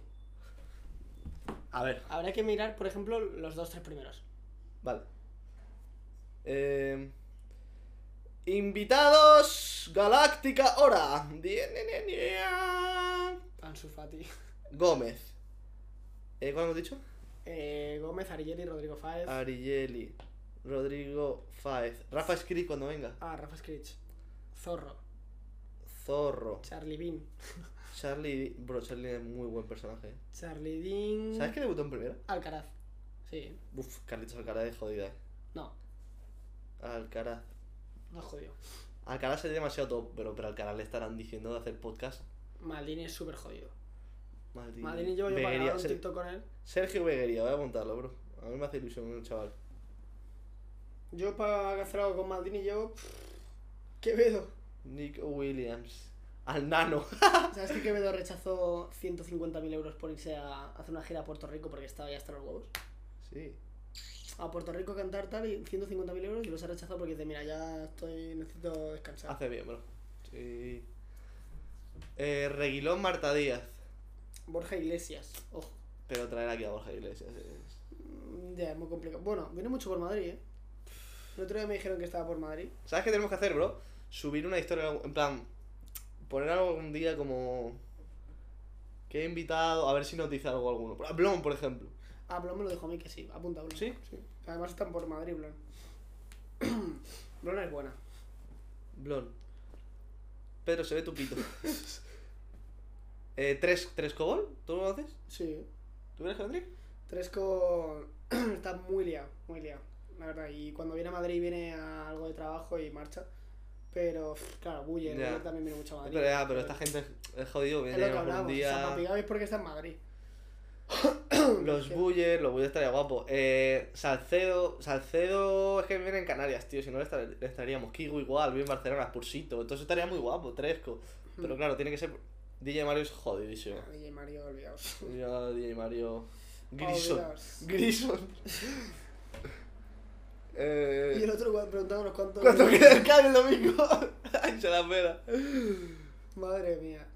Speaker 2: A ver,
Speaker 3: Habrá que mirar, por ejemplo, los dos, tres primeros.
Speaker 2: vale. Eh, Invitados Galáctica Hora.
Speaker 3: Ansu Fati.
Speaker 2: Gómez. Eh, ¿Cuál hemos dicho?
Speaker 3: Eh, Gómez, Ariel y Rodrigo Fáez.
Speaker 2: Arieli, Rodrigo Fáez, Rafa Escriz cuando venga,
Speaker 3: Ah, Rafa Scritch. Zorro.
Speaker 2: Zorro,
Speaker 3: Charlie Bean.
Speaker 2: Charlie, bro, Charlie es muy buen personaje.
Speaker 3: Charlie Dean.
Speaker 2: ¿Sabes que debutó en primera?
Speaker 3: Alcaraz. Sí.
Speaker 2: Uf, Carlitos Alcaraz es jodida. eh.
Speaker 3: No,
Speaker 2: Alcaraz.
Speaker 3: no jodido.
Speaker 2: Alcaraz es demasiado top, pero, pero Alcaraz le estarán diciendo de hacer podcast.
Speaker 3: Maldini es súper jodido.
Speaker 2: Maldini.
Speaker 3: Maldini llevo yo para
Speaker 2: Beguería,
Speaker 3: grabar un
Speaker 2: Ser-
Speaker 3: TikTok con él.
Speaker 2: Sergio Beguería, voy a apuntarlo, bro. A mí me hace ilusión un chaval.
Speaker 3: Yo para hacer algo con Maldini llevo. pff, Quevedo.
Speaker 2: Nick Williams. Al nano.
Speaker 3: ¿Sabes que Quevedo rechazó 150.000 euros por irse a hacer una gira a Puerto Rico porque estaba ya hasta los huevos?
Speaker 2: sí.
Speaker 3: A Puerto Rico a cantar tal y 150.000 euros y los ha rechazado porque dice, mira, ya estoy, necesito descansar.
Speaker 2: Hace bien, bro. Sí. Eh, Reguilón Marta Díaz.
Speaker 3: Borja Iglesias, ojo.
Speaker 2: Pero traer aquí a Borja Iglesias. es-
Speaker 3: Mm, Ya, es muy complicado. Bueno, viene mucho por Madrid, ¿eh? El otro día me dijeron que estaba por Madrid.
Speaker 2: ¿Sabes qué tenemos que hacer, bro? Subir una historia, en plan, poner algo un día como... Que he invitado, a ver si nos dice algo alguno. Blon, por ejemplo.
Speaker 3: Ah, Blon me lo dijo a mí que sí, apunta Blon.
Speaker 2: ¿Sí?
Speaker 3: Además están por Madrid, Blon. Blon es buena.
Speaker 2: Blon. Pedro, se ve tu pito. eh, ¿tres, ¿Tres Cobol? ¿Tú lo conoces?
Speaker 3: Sí.
Speaker 2: ¿Tú crees que vendría?
Speaker 3: Tresco está muy liado, muy liado, la verdad. Y cuando viene a Madrid viene a algo de trabajo y marcha. Pero, pff, claro, Buller
Speaker 2: Ya.
Speaker 3: Buller también viene mucho a Madrid.
Speaker 2: Pero, ya, pero esta gente es jodido.
Speaker 3: Es
Speaker 2: Viene
Speaker 3: lo que
Speaker 2: por
Speaker 3: hablamos.
Speaker 2: un
Speaker 3: O sea,
Speaker 2: día...
Speaker 3: Papi Gavi es porque está en Madrid.
Speaker 2: Los
Speaker 3: Sí.
Speaker 2: Buller, los Buller estaría guapo. Eh, Salcedo, Salcedo es que viene en Canarias, tío. Si no le, estar- le estaríamos. Kigo igual, bien Barcelona, Pursito. Entonces estaría muy guapo, Tresco. Pero claro, tiene que ser. DJ Mario es jodidísimo.
Speaker 3: Ah, Oh, DJ Mario, olvidaos.
Speaker 2: Yo, DJ Mario. Grison.
Speaker 3: Olvidaos.
Speaker 2: Grison. Eh,
Speaker 3: Y el otro cua- preguntándonos cuánto.
Speaker 2: ¿Cuánto queda el cable el domingo? Ay, se la pela.
Speaker 3: Madre mía.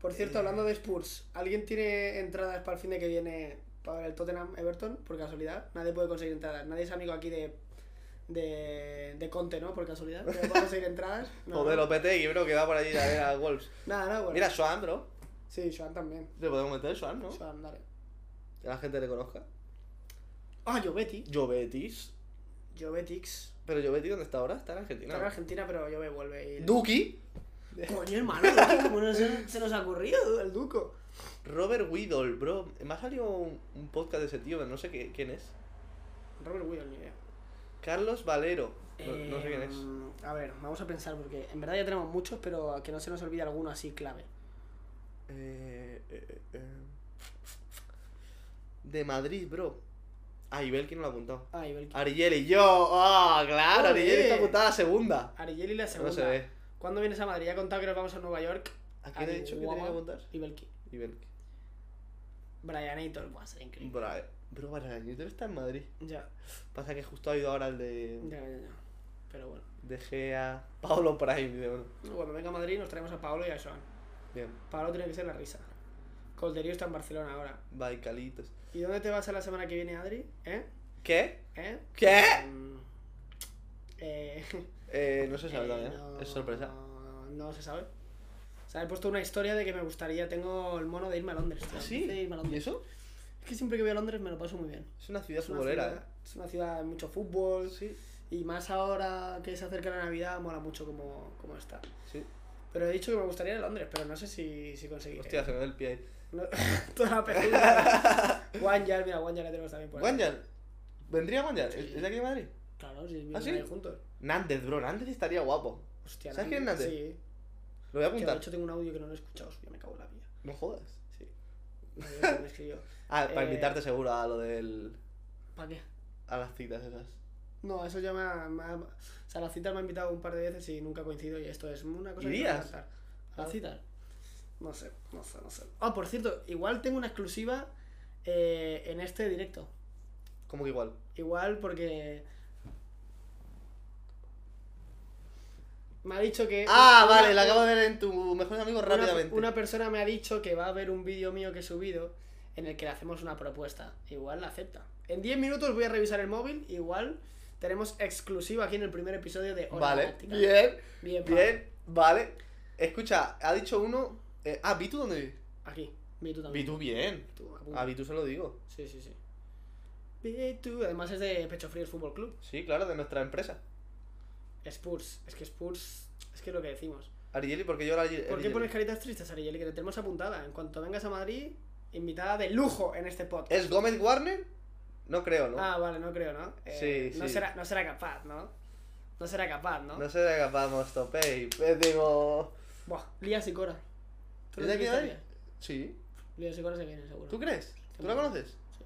Speaker 3: Por cierto, hablando
Speaker 2: Eh.
Speaker 3: de Spurs, ¿alguien tiene entradas para el fin de que viene para ver el Tottenham Everton? Por casualidad. Nadie puede conseguir entradas. Nadie es amigo aquí de. de. de Conte, ¿no? Por casualidad. ¿Nadie puede conseguir entradas? No.
Speaker 2: Joder, Lopetegui, bro, que va por allí a ver a Wolves.
Speaker 3: Nada, nada, bueno.
Speaker 2: Mira, Swan, bro.
Speaker 3: Sí, Joan también.
Speaker 2: Le podemos meter Swan, ¿no?
Speaker 3: Joan, dale.
Speaker 2: Que la gente le conozca.
Speaker 3: Ah, Joveti.
Speaker 2: Yo Betis.
Speaker 3: Jovetix.
Speaker 2: Pero yo Betis, ¿dónde está ahora? Está en Argentina.
Speaker 3: Está en Argentina, pero Jove vuelve. Y...
Speaker 2: Duki,
Speaker 3: Coño, hermano, Duki, ¿cómo no se, se nos ha ocurrido el Duco?
Speaker 2: Robert Weedle, bro. Me ha salido un, un podcast de ese tío, pero no sé qué- quién es.
Speaker 3: Robert Williams, ni idea.
Speaker 2: Carlos Valero. No, no sé quién es.
Speaker 3: es. Em, A ver, vamos a pensar porque en verdad ya tenemos muchos, pero que no se nos olvide alguno así clave.
Speaker 2: Eh, eh, eh. De Madrid, bro. Ah, Ibel, ¿quién no lo ha apuntado?
Speaker 3: Ah, y Belki.
Speaker 2: Arieli, yo. Ah, claro,
Speaker 3: Joder.
Speaker 2: Arieli está apuntada a la segunda.
Speaker 3: Arigeli la
Speaker 2: No
Speaker 3: segunda.
Speaker 2: se ve.
Speaker 3: ¿Cuándo vienes a Madrid? Ya he contado que nos vamos a Nueva York.
Speaker 2: ¿A quién he dicho que tenía que apuntar?
Speaker 3: Y Belki.
Speaker 2: Ibel.
Speaker 3: Brian Aitor, va a ser increíble.
Speaker 2: Bro, eh, bro, Barán, yo está en Madrid.
Speaker 3: Ya,
Speaker 2: Pasa que justo ha ido ahora el de,
Speaker 3: ya, ya, ya. Pero bueno.
Speaker 2: de Gea. Paolo Prime, de bueno.
Speaker 3: Cuando venga a Madrid nos traemos a Paolo y a Joan.
Speaker 2: Bien.
Speaker 3: Paolo tiene que ser la risa. Colderío está en Barcelona ahora.
Speaker 2: Bye, Calitos.
Speaker 3: ¿Y dónde te vas a la semana que viene, Adri? ¿Eh?
Speaker 2: ¿Qué?
Speaker 3: ¿Eh?
Speaker 2: ¿Qué?
Speaker 3: Mm, eh,
Speaker 2: Eh, no se sabe
Speaker 3: eh,
Speaker 2: todavía.
Speaker 3: no-
Speaker 2: Es sorpresa.
Speaker 3: No, se sabe. O sea, he puesto una historia de que me gustaría. Tengo el mono de irme a Londres. tío.
Speaker 2: ¿Ah, ¿Sí?
Speaker 3: De irme a
Speaker 2: ¿Y
Speaker 3: Londres.
Speaker 2: eso?
Speaker 3: Es que siempre que voy a Londres me lo paso muy bien.
Speaker 2: Es una ciudad
Speaker 3: una
Speaker 2: futbolera,
Speaker 3: ciudad- es una ciudad de mucho fútbol.
Speaker 2: ¿eh? Sí,
Speaker 3: Y más ahora que se acerca la Navidad, mola mucho como, como está.
Speaker 2: sí.
Speaker 3: Pero he dicho que me gustaría ir a Londres, pero no sé si, si conseguiré.
Speaker 2: Hostia, se me ve el pie ahí.
Speaker 3: No- toda la película. Guanyar, mira, Guanyar la tenemos también por ahí.
Speaker 2: Guanyar. ¿Vendría Guanyar? ¿Es
Speaker 3: Sí.
Speaker 2: es de aquí de Madrid?
Speaker 3: Claro, sí,
Speaker 2: ¿Ah, sí?
Speaker 3: viven ahí juntos.
Speaker 2: Nández, bro. Nández estaría guapo.
Speaker 3: Hostia,
Speaker 2: ¿Sabes
Speaker 3: Nandi,
Speaker 2: quién es Nandi?
Speaker 3: Sí.
Speaker 2: Lo voy a
Speaker 3: Hostia, de
Speaker 2: apuntar.
Speaker 3: hecho tengo un audio que no lo he escuchado, hostia, me cago en la vida.
Speaker 2: No jodas.
Speaker 3: Sí. Me escribió.
Speaker 2: Ah, para
Speaker 3: Eh,
Speaker 2: invitarte seguro a lo del...
Speaker 3: ¿Para qué?
Speaker 2: A las citas esas.
Speaker 3: No, eso ya me ha, me ha- O sea, la cita me ha invitado un par de veces y nunca coincido y esto es una cosa... que
Speaker 2: ¿Irías?
Speaker 3: tengo que cantar. ¿A la cita? No sé, no sé, no sé. Ah, por cierto, igual tengo una exclusiva eh, en este directo.
Speaker 2: Como que igual.
Speaker 3: Igual porque... Me ha dicho que...
Speaker 2: Ah,
Speaker 3: Eh, una-
Speaker 2: vale, la acabo de ver en tu mejor amigo
Speaker 3: Una-
Speaker 2: rápidamente.
Speaker 3: Una, persona me ha dicho que va a ver un vídeo mío que he subido en el que le hacemos una propuesta. Igual la acepta. En 10 minutos voy a revisar el móvil. Igual tenemos exclusiva aquí en el primer episodio de Hora
Speaker 2: Vale,
Speaker 3: Galáctica.
Speaker 2: bien,
Speaker 3: Bien, pa.
Speaker 2: bien, vale. Escucha, ha dicho uno. eh, ah, Vitu, ¿dónde vive?
Speaker 3: Aquí. Vi tú también.
Speaker 2: Vitu, bien.
Speaker 3: Tú, apunta.
Speaker 2: A Vitu se lo digo.
Speaker 3: Sí, sí, sí. Vi tú. Además es de Pecho Fríos Fútbol Club.
Speaker 2: Sí, claro, de nuestra empresa.
Speaker 3: Spurs. Es que Spurs... Es que es lo que decimos.
Speaker 2: Arieli, porque yo la. Arieli?
Speaker 3: ¿Por qué pones caritas tristes, Ariel? Que te tenemos apuntada. En cuanto vengas a Madrid, invitada de lujo en este podcast.
Speaker 2: ¿Es Gómez Warner? No creo, ¿no?
Speaker 3: Ah, vale, no creo, ¿no? Eh,
Speaker 2: Sí,
Speaker 3: no
Speaker 2: sí.
Speaker 3: Será, no será capaz, ¿no? No será capaz, ¿no?
Speaker 2: No será capaz, Mostopey. Pues digo.
Speaker 3: Buah, Lías y Cora. ¿Tú
Speaker 2: ¿Es
Speaker 3: lo
Speaker 2: de aquí de
Speaker 3: escucharías?
Speaker 2: Madrid? Sí.
Speaker 3: Lías y Cora se vienen, seguro.
Speaker 2: ¿Tú crees? ¿Tú la
Speaker 3: Seguro.
Speaker 2: conoces?
Speaker 3: Sí.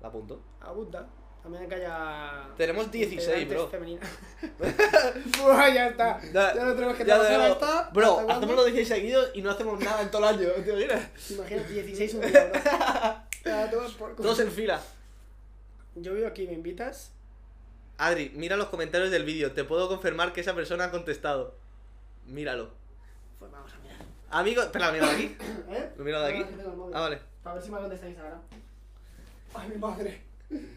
Speaker 2: La apunto.
Speaker 3: Apunta. También que haya...
Speaker 2: Tenemos 16,
Speaker 3: integrantes
Speaker 2: bro.
Speaker 3: femeninas. Buah, ya está. Ya, no tenemos que
Speaker 2: ya
Speaker 3: trabajar
Speaker 2: tenemos-
Speaker 3: hasta...
Speaker 2: Bro,
Speaker 3: ¿hasta
Speaker 2: hacemos
Speaker 3: cuándo?
Speaker 2: los 16 seguidos y no hacemos nada en todo el año. ¿Te imaginas?
Speaker 3: Imagina 16 un día, bro. Ya, toma por culo.
Speaker 2: Todos en fila.
Speaker 3: Yo vivo aquí, ¿me invitas?
Speaker 2: Adri, mira los comentarios del vídeo. Te puedo confirmar que esa persona ha contestado. Míralo.
Speaker 3: Pues vamos a mirar.
Speaker 2: Amigo, espera, míralo aquí.
Speaker 3: ¿Eh?
Speaker 2: Lo miro de aquí. Ah, vale.
Speaker 3: Para ver si me contestáis ahora. Ay, mi madre.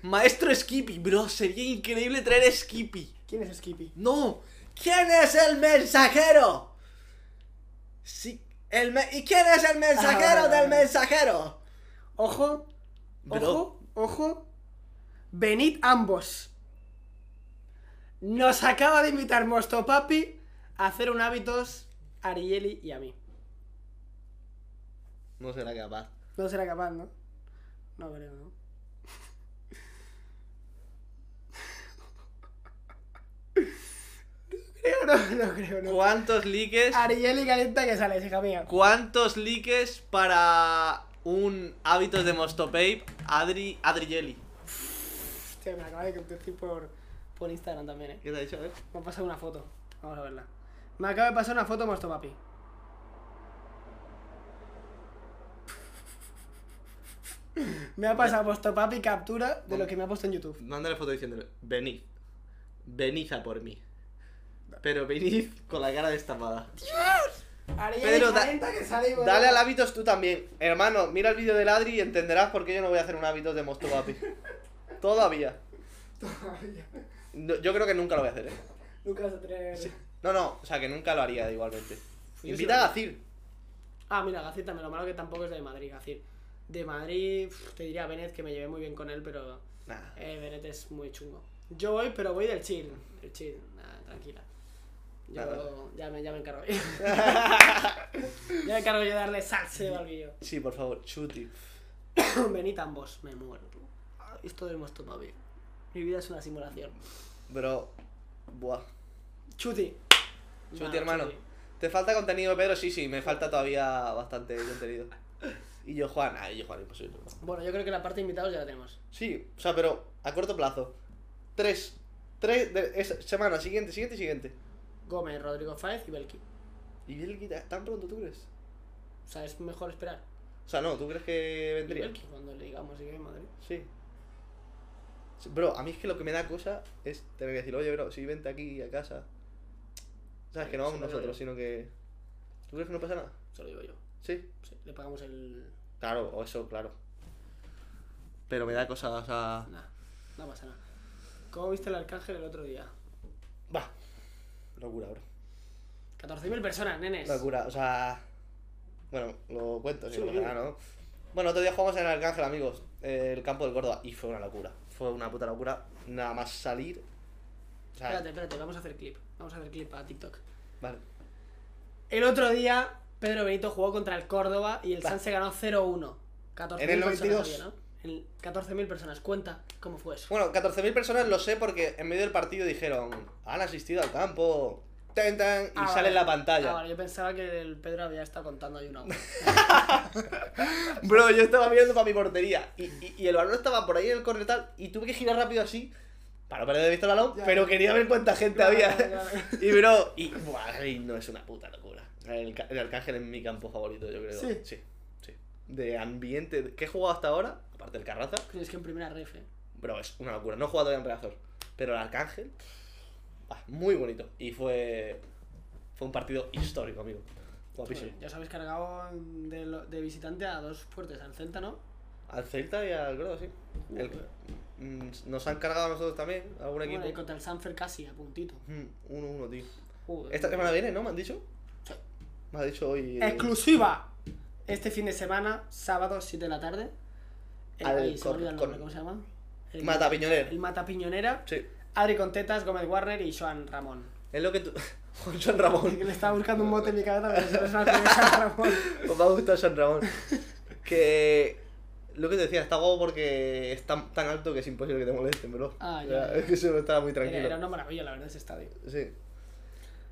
Speaker 2: Maestro Skippy, bro, sería increíble traer a Skippy.
Speaker 3: ¿Quién es Skippy?
Speaker 2: No. ¿Quién es el mensajero? Sí, el me- ¿Y quién es el mensajero
Speaker 3: Ah, vale,
Speaker 2: del
Speaker 3: vale.
Speaker 2: mensajero?
Speaker 3: Ojo,
Speaker 2: Bro.
Speaker 3: ojo, ojo. Venid ambos. Nos acaba de invitar Mosto Papi a hacer un hábitos a Arieli y a mí.
Speaker 2: No será capaz.
Speaker 3: No será capaz, ¿no? No creo, ¿no? No creo, no, no creo, no.
Speaker 2: ¿Cuántos likes?
Speaker 3: Arieli calienta que sales, hija mía.
Speaker 2: ¿Cuántos likes para un hábitos de Mostopape Adri Adrieli?
Speaker 3: Hostia, me acaba de contestar por, por Instagram también, eh.
Speaker 2: ¿Qué te ha dicho? A ver.
Speaker 3: Me ha pasado una foto. Vamos a verla. Me acaba de pasar una foto Mosto Papi. Me ha pasado Mosto Papi captura de lo que me ha puesto en YouTube.
Speaker 2: Mándale foto diciéndole, venid, venid a por mí. Pero venid con la cara destapada. Pedro, da- calienta
Speaker 3: que sale
Speaker 2: Dale al hábitos tú también. Hermano, mira el vídeo del Adri y entenderás por qué yo no voy a hacer un hábitos de Mosto Papi. Todavía. No, yo creo que nunca lo voy a hacer, ¿eh?
Speaker 3: Nunca vas a tener.
Speaker 2: No, no, o sea que nunca lo haría igualmente.
Speaker 3: sí
Speaker 2: Invita
Speaker 3: lo
Speaker 2: a
Speaker 3: haría.
Speaker 2: Gacir.
Speaker 3: Ah, mira, Gacir también. Lo malo que tampoco es de Madrid, Gacir. De Madrid, pf, te diría Benet que me llevé muy bien con él, pero
Speaker 2: Nah.
Speaker 3: eh, Benet es muy chungo. Yo voy, pero voy del chill. Del chill, nada, tranquila. Yo
Speaker 2: Nada.
Speaker 3: ya, me, ya me encargo. ya me encargo yo de darle salseo al vídeo.
Speaker 2: Sí, por favor, chuti.
Speaker 3: Venid ambos, me muero. Ah, Esto del mosto papi. Mi vida es una simulación.
Speaker 2: Bro. Buah.
Speaker 3: Chuti.
Speaker 2: Chuti,
Speaker 3: Nah,
Speaker 2: hermano. ¿Te falta contenido, Pedro? Sí, sí, me falta todavía bastante contenido. Y yo, Juan, ah, y yo, Juan, imposible.
Speaker 3: Bueno, yo creo que la parte de invitados ya la tenemos.
Speaker 2: Sí, o sea, pero a corto plazo. Tres. Tres de esa semana, siguiente, siguiente, siguiente.
Speaker 3: Gómez, Rodrigo Fáez y Belki.
Speaker 2: ¿Y Bielki ta- tan pronto tú crees?
Speaker 3: O sea, es mejor esperar.
Speaker 2: O sea, no, ¿tú crees que
Speaker 3: Y
Speaker 2: vendría?
Speaker 3: Belki, cuando le digamos, sigue en Madrid.
Speaker 2: Sí. Sí, Bro, a mí es que lo que me da cosa es tener que decir, oye, bro, si vente aquí a casa. O sea, es que no
Speaker 3: Sí,
Speaker 2: vamos
Speaker 3: lo digo
Speaker 2: nosotros,
Speaker 3: yo.
Speaker 2: sino que. ¿Tú crees que no pasa nada?
Speaker 3: Se lo digo yo.
Speaker 2: Sí.
Speaker 3: Sí, le pagamos el.
Speaker 2: Claro, o eso, claro. Pero me da cosa, o sea.
Speaker 3: Nada, no pasa nada. ¿Cómo viste el arcángel el otro día?
Speaker 2: Va. Locura, bro.
Speaker 3: 14.000 personas, nenes.
Speaker 2: Locura, o sea. Bueno, lo cuento, si
Speaker 3: Sí,
Speaker 2: no pasa
Speaker 3: sí.
Speaker 2: nada, ¿no? Bueno, otro día jugamos en el Arcángel, amigos, eh, el campo del Córdoba, y fue una locura. Fue una puta locura. Nada más salir. O sea,
Speaker 3: Espérate, espérate, vamos a hacer clip. Vamos a hacer clip a TikTok.
Speaker 2: Vale.
Speaker 3: El otro día, Pedro Benito jugó contra el Córdoba y el San se ganó 0-1. 14.000
Speaker 2: En el
Speaker 3: personas
Speaker 2: 92.
Speaker 3: había, ¿no? En 14.000 personas. Cuenta cómo fue eso.
Speaker 2: Bueno, 14.000 personas lo sé porque en medio del partido dijeron, han asistido al campo, tan, tan", y
Speaker 3: Ah,
Speaker 2: sale en
Speaker 3: vale.
Speaker 2: la pantalla.
Speaker 3: Ah, vale, yo pensaba que el Pedro había estado contando ahí una hora.
Speaker 2: Bro, yo estaba mirando para mi portería y, y- y el balón estaba por ahí en el corretal y tuve que girar rápido así para perder de vista el balón,
Speaker 3: Ya.
Speaker 2: pero quería ver cuánta gente
Speaker 3: Claro,
Speaker 2: había.
Speaker 3: claro.
Speaker 2: Y bro, y, buah, y no es una puta locura. El, ca- el Arcángel es mi campo favorito, yo creo.
Speaker 1: Sí.
Speaker 2: sí, sí. De ambiente que he jugado hasta ahora, aparte del Carraza,
Speaker 3: Coño, Es que en primera ref, eh.
Speaker 2: bro, es una locura. No he jugado todavía en Predazor, pero el Arcángel, buah, muy bonito. Y fue, fue un partido histórico, amigo. Guapísimo.
Speaker 3: Bueno, ya os habéis cargado de, lo- de visitante a dos fuertes, al Celta, ¿no?
Speaker 2: Al Celta y al Grodo, sí. El- mm, nos han cargado a nosotros también, algún
Speaker 3: Bueno, y
Speaker 2: equipo. Hmm,
Speaker 3: contra el Sanfer casi, a puntito.
Speaker 2: 1-1, tío.
Speaker 3: Joder.
Speaker 2: Esta semana viene, ¿no? ¿Me han dicho?
Speaker 3: Sí.
Speaker 2: Me ha dicho hoy. eh,
Speaker 3: Exclusiva. Este fin de semana, sábado, 7 de la tarde. El,
Speaker 2: Al
Speaker 3: ay, se me
Speaker 2: cor-
Speaker 3: olvida el
Speaker 2: cor-
Speaker 3: nombre, ¿Cómo se llama? El,
Speaker 2: Mata Piñonera.
Speaker 3: El Mata Piñonera.
Speaker 2: Sí.
Speaker 3: Adri Contetas, Gómez Warner y Joan Ramón.
Speaker 2: Es lo que tú. Con San Ramón.
Speaker 3: Porque le estaba buscando un mote en mi cabeza, pero se me suena que es Joan Ramón.
Speaker 2: Os va a gustar San Ramón. Que. Lo que te decía, está guapo porque es tan, tan alto que es imposible que te molesten, bro.
Speaker 3: Ah, ya,
Speaker 2: O sea,
Speaker 3: ya.
Speaker 2: Es que se me estaba muy
Speaker 3: Era,
Speaker 2: tranquilo.
Speaker 3: Eh, era una maravilla, la verdad, ese estadio.
Speaker 2: Sí.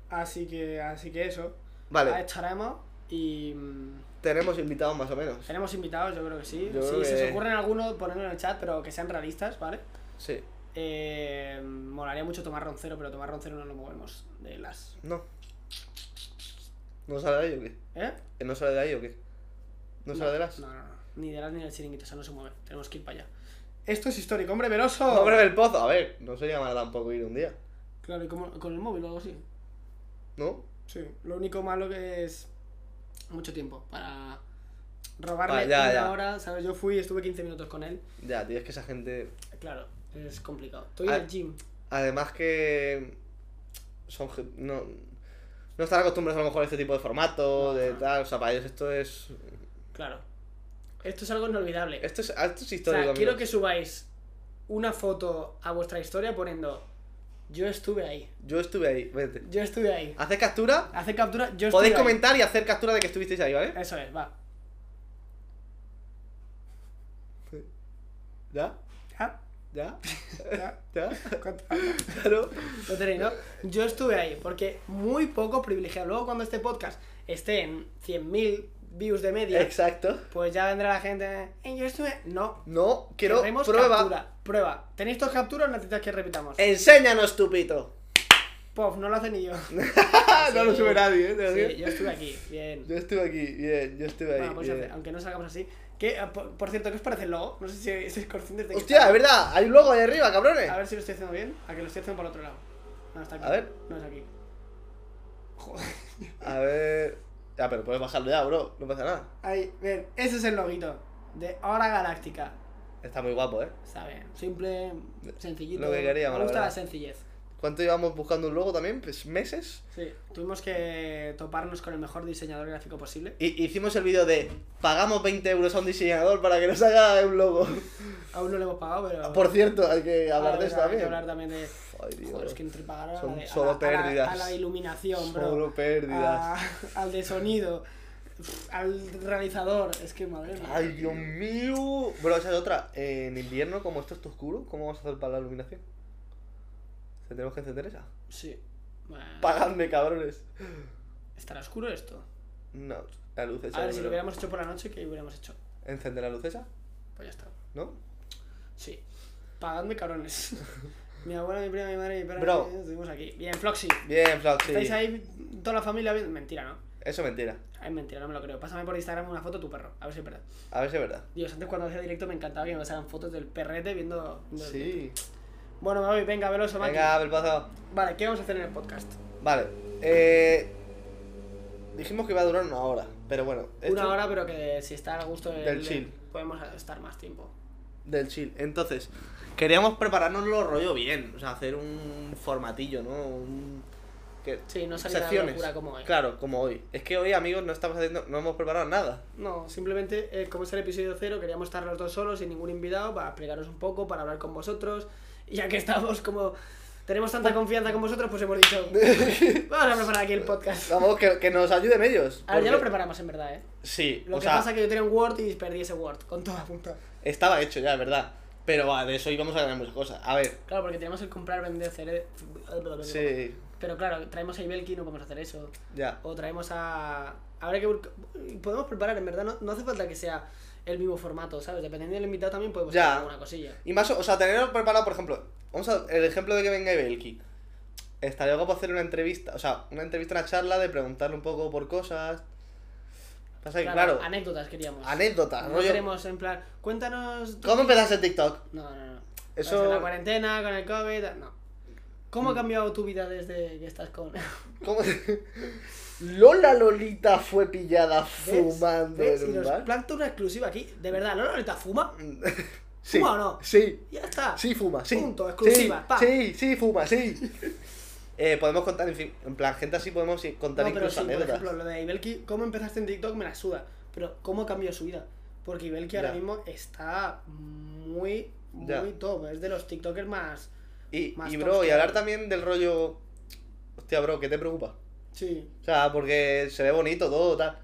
Speaker 3: Así que, así que eso. Ahí
Speaker 2: Vale,
Speaker 3: estaremos y. mm,
Speaker 2: tenemos invitados más o menos.
Speaker 3: Tenemos invitados, yo creo que sí.
Speaker 2: Yo
Speaker 3: si
Speaker 2: creo
Speaker 3: se
Speaker 2: que-
Speaker 3: os ocurren algunos, ponedlo en el chat, pero que sean realistas, ¿vale?
Speaker 2: Sí.
Speaker 3: Eh, molaría mucho tomar roncero, pero tomar roncero no lo movemos de las.
Speaker 2: No. ¿No sale de ahí o qué?
Speaker 3: ¿Eh?
Speaker 2: ¿Que ¿No sale de ahí o qué? ¿No sale de las?
Speaker 3: No, no, no. Ni de las ni del chiringuito, o sea, no se mueve. Tenemos que ir para allá. Esto es histórico, hombre veloso.
Speaker 2: Hombre del pozo, a ver, no sería mal tampoco ir un día,
Speaker 3: Claro, y como- con el móvil o algo así.
Speaker 2: ¿no?
Speaker 3: Sí, lo único malo que es mucho tiempo para robarle
Speaker 2: Vale, Ah, ya,
Speaker 3: una
Speaker 2: ya.
Speaker 3: hora, ¿sabes? Yo fui, estuve 15 minutos con él.
Speaker 2: Ya, tío, es que esa gente.
Speaker 3: Claro, es complicado. Estoy
Speaker 2: Ah.
Speaker 3: en el gym.
Speaker 2: Además que. Son. gen- No, no están acostumbrados a lo mejor a este tipo de formato,
Speaker 3: No,
Speaker 2: de
Speaker 3: no.
Speaker 2: tal. O sea, para ellos esto es.
Speaker 3: Claro. Esto es algo inolvidable.
Speaker 2: Esto es, esto es
Speaker 3: o sea,
Speaker 2: histórico.
Speaker 3: quiero
Speaker 2: amigos.
Speaker 3: que subáis una foto a vuestra historia poniendo yo estuve ahí.
Speaker 2: Yo estuve ahí, vete.
Speaker 3: Yo estuve ahí.
Speaker 2: Haced captura,
Speaker 3: Hace captura, yo estuve
Speaker 2: Ah. podéis
Speaker 3: ahí.
Speaker 2: comentar y hacer captura de que estuvisteis ahí, ¿vale?
Speaker 3: Eso es, va.
Speaker 2: ¿Ya?
Speaker 3: Ah,
Speaker 2: ¿Ya?
Speaker 3: ya.
Speaker 2: ¿Ya?
Speaker 3: ¿Cuánto?
Speaker 2: Claro.
Speaker 3: Lo tenéis, ¿no? Yo estuve ahí, porque muy poco privilegiado. Luego cuando este podcast esté en 100.000 views de media,
Speaker 2: Exacto.
Speaker 3: pues ya vendrá la gente. "Eh, yo estuve... No.
Speaker 2: No, quiero
Speaker 3: Queremos
Speaker 2: prueba. Eh.
Speaker 3: captura. Prueba. ¿Tenéis dos capturas o necesitas que repitamos?
Speaker 2: Enséñanos tu pito.
Speaker 3: Pof, no lo hace ni yo. Ah,
Speaker 2: no lo sube nadie, ¿eh? Te lo digo.
Speaker 3: Sí, yo estuve aquí. Bien.
Speaker 2: Yo estuve aquí, bien, yo estuve ahí.
Speaker 3: Bueno, pues ya
Speaker 2: bien.
Speaker 3: hace- aunque no salgamos así. Que, ah, por, por cierto, ¿qué os parece el logo? No sé si sois conscientes de que.
Speaker 2: Hostia,
Speaker 3: está-
Speaker 2: es verdad, hay un logo ahí arriba, cabrones.
Speaker 3: A ver si lo estoy haciendo bien. A que lo estoy haciendo por otro lado. No, está aquí.
Speaker 2: A ver.
Speaker 3: No es aquí. Joder.
Speaker 2: A ver. Ya, pero puedes bajarlo ya, bro, no pasa nada.
Speaker 3: Ahí, ven. Ese es el loguito de Hora Galáctica.
Speaker 2: Está muy guapo, ¿eh?
Speaker 3: Está bien. Simple, sencillito.
Speaker 2: Lo que queríamos,
Speaker 3: Me gusta
Speaker 2: la
Speaker 3: la,
Speaker 2: verdad.
Speaker 3: sencillez.
Speaker 2: ¿Cuánto llevamos buscando un logo también? Pues meses.
Speaker 3: Sí. Tuvimos que toparnos con el mejor diseñador gráfico posible.
Speaker 2: Y hicimos el vídeo de pagamos 20 euros a un diseñador para que nos haga un logo.
Speaker 3: Aún no le hemos pagado, pero.
Speaker 2: Por cierto, hay que Ah, pues, hablar
Speaker 3: Ah,
Speaker 2: de esto
Speaker 3: verdad, hay
Speaker 2: también.
Speaker 3: que hablar también de.
Speaker 2: Ay, Dios.
Speaker 3: Joder, es que entre pagar a la,
Speaker 2: Son
Speaker 3: de- a
Speaker 2: solo
Speaker 3: la- a la-
Speaker 2: pérdidas.
Speaker 3: A la, iluminación, bro. Ah.
Speaker 2: Solo pérdidas.
Speaker 3: a- al de sonido, al realizador. Es que madre mía.
Speaker 2: Ay, Dios mío. Bro, esa es otra. En invierno, como esto está oscuro, ¿cómo vamos a hacer para la iluminación? ¿Tendremos que encender esa?
Speaker 3: Sí. Bueno,
Speaker 2: Pagadme, cabrones.
Speaker 3: ¿Estará oscuro esto?
Speaker 2: No, la luz esa.
Speaker 3: A ver,
Speaker 2: yo
Speaker 3: si lo
Speaker 2: creo.
Speaker 3: hubiéramos hecho por la noche, ¿qué hubiéramos hecho?
Speaker 2: ¿Encender la luz esa?
Speaker 3: Pues ya está.
Speaker 2: ¿No?
Speaker 3: Sí. Pagadme, cabrones. mi abuela, mi prima, mi madre, mi padre,
Speaker 2: Bro.
Speaker 3: estuvimos aquí. Bien, Floxy.
Speaker 2: Bien, Floxy.
Speaker 3: ¿Estáis ahí toda la familia? viendo? Mentira, ¿no?
Speaker 2: Eso es mentira.
Speaker 3: Es mentira, no me lo creo. Pásame por Instagram una foto de tu perro. A ver si es verdad.
Speaker 2: A ver si es verdad.
Speaker 3: Dios, antes cuando hacía directo me encantaba que me pasaran fotos del perrete viendo... viendo el directo. Bueno, me voy. Venga, veloso, Maki.
Speaker 2: Venga, Belpazo.
Speaker 3: Vale, ¿qué vamos a hacer en el podcast?
Speaker 2: Vale. Eh, dijimos que iba a durar una hora, pero bueno.
Speaker 3: Una
Speaker 2: esto-
Speaker 3: hora, pero que si está al gusto del,
Speaker 2: Del chill.
Speaker 3: podemos estar más tiempo.
Speaker 2: Del chill. Entonces, queríamos preparárnoslo rollo bien. O sea, hacer un formatillo, ¿no? Un... Que...
Speaker 3: Sí, no salir a la
Speaker 2: Secciones.
Speaker 3: locura como hoy.
Speaker 2: Claro, como hoy. Es que hoy, amigos, no estamos haciendo, no hemos preparado nada.
Speaker 3: No, simplemente, eh, como es el episodio cero, queríamos estar los dos solos, sin ningún invitado, para explicaros un poco, para hablar con vosotros. Y ya que estamos como Tenemos tanta confianza con vosotros, pues hemos dicho. Vamos a preparar aquí el podcast.
Speaker 2: Vamos, que, que nos ayuden ellos.
Speaker 3: A ver, Ah, ya
Speaker 2: porque-
Speaker 3: lo preparamos en verdad, ¿eh?
Speaker 2: Sí,
Speaker 3: Lo
Speaker 2: o
Speaker 3: que
Speaker 2: sea,
Speaker 3: pasa es que yo tenía un Word y perdí ese Word con toda punta.
Speaker 2: estaba hecho ya, es verdad. Pero va, de eso íbamos a ganar muchas cosas. A ver,
Speaker 3: Claro, porque teníamos el comprar, vender, cere...
Speaker 2: sí,
Speaker 3: Pero claro, traemos a Ibelki y no podemos hacer eso.
Speaker 2: ya.
Speaker 3: O traemos a. Habrá que. busca- Podemos preparar, en verdad, no, no hace falta que sea el mismo formato, ¿sabes? Dependiendo del invitado también podemos
Speaker 2: Ya.
Speaker 3: hacer alguna cosilla.
Speaker 2: Y más, o sea, tenerlo preparado, por ejemplo, vamos a el ejemplo de que venga Ibelki. Estaría guapo hacer una entrevista, o sea, una entrevista, una charla de preguntarle un poco por cosas. Pasa que, claro,
Speaker 3: Anécdotas queríamos.
Speaker 2: anécdotas,
Speaker 3: No
Speaker 2: rollo.
Speaker 3: queremos, en plan, cuéntanos.
Speaker 2: ¿Cómo empezaste en TikTok?
Speaker 3: No, no, no.
Speaker 2: Eso- Mm.
Speaker 3: Eso. la cuarentena, con el COVID. No. ¿Cómo ha cambiado tu vida desde que estás con.?
Speaker 2: ¿Cómo... Lola Lolita fue pillada fumando
Speaker 3: ¿Ves?
Speaker 2: en
Speaker 3: Y
Speaker 2: un
Speaker 3: nos
Speaker 2: bar.
Speaker 3: planta una exclusiva aquí. De verdad, ¿no? ¿Ahorita fuma?
Speaker 2: Sí,
Speaker 3: ¿Fuma o no?
Speaker 2: Sí,
Speaker 3: Ya está.
Speaker 2: Sí, fuma, sí.
Speaker 3: Punto, exclusiva,
Speaker 2: Sí,
Speaker 3: pa.
Speaker 2: Sí, sí, fuma, sí. Eh, podemos contar, en fin, en plan, gente así podemos sí,
Speaker 3: No,
Speaker 2: contar
Speaker 3: pero
Speaker 2: incluso
Speaker 3: sí, por
Speaker 2: anécdotas.
Speaker 3: ejemplo, lo de Ibelki, cómo empezaste en TikTok me la suda. Pero cómo cambió su vida. Porque Ibelki ahora
Speaker 2: Ya.
Speaker 3: mismo está muy, muy
Speaker 2: Ya.
Speaker 3: top. Es de los TikTokers más.
Speaker 2: y,
Speaker 3: más
Speaker 2: y,
Speaker 3: top
Speaker 2: bro, y
Speaker 3: que-
Speaker 2: hablar también del rollo. Hostia, bro, ¿qué te preocupa?
Speaker 3: Sí.
Speaker 2: O sea, porque se ve bonito todo, tal.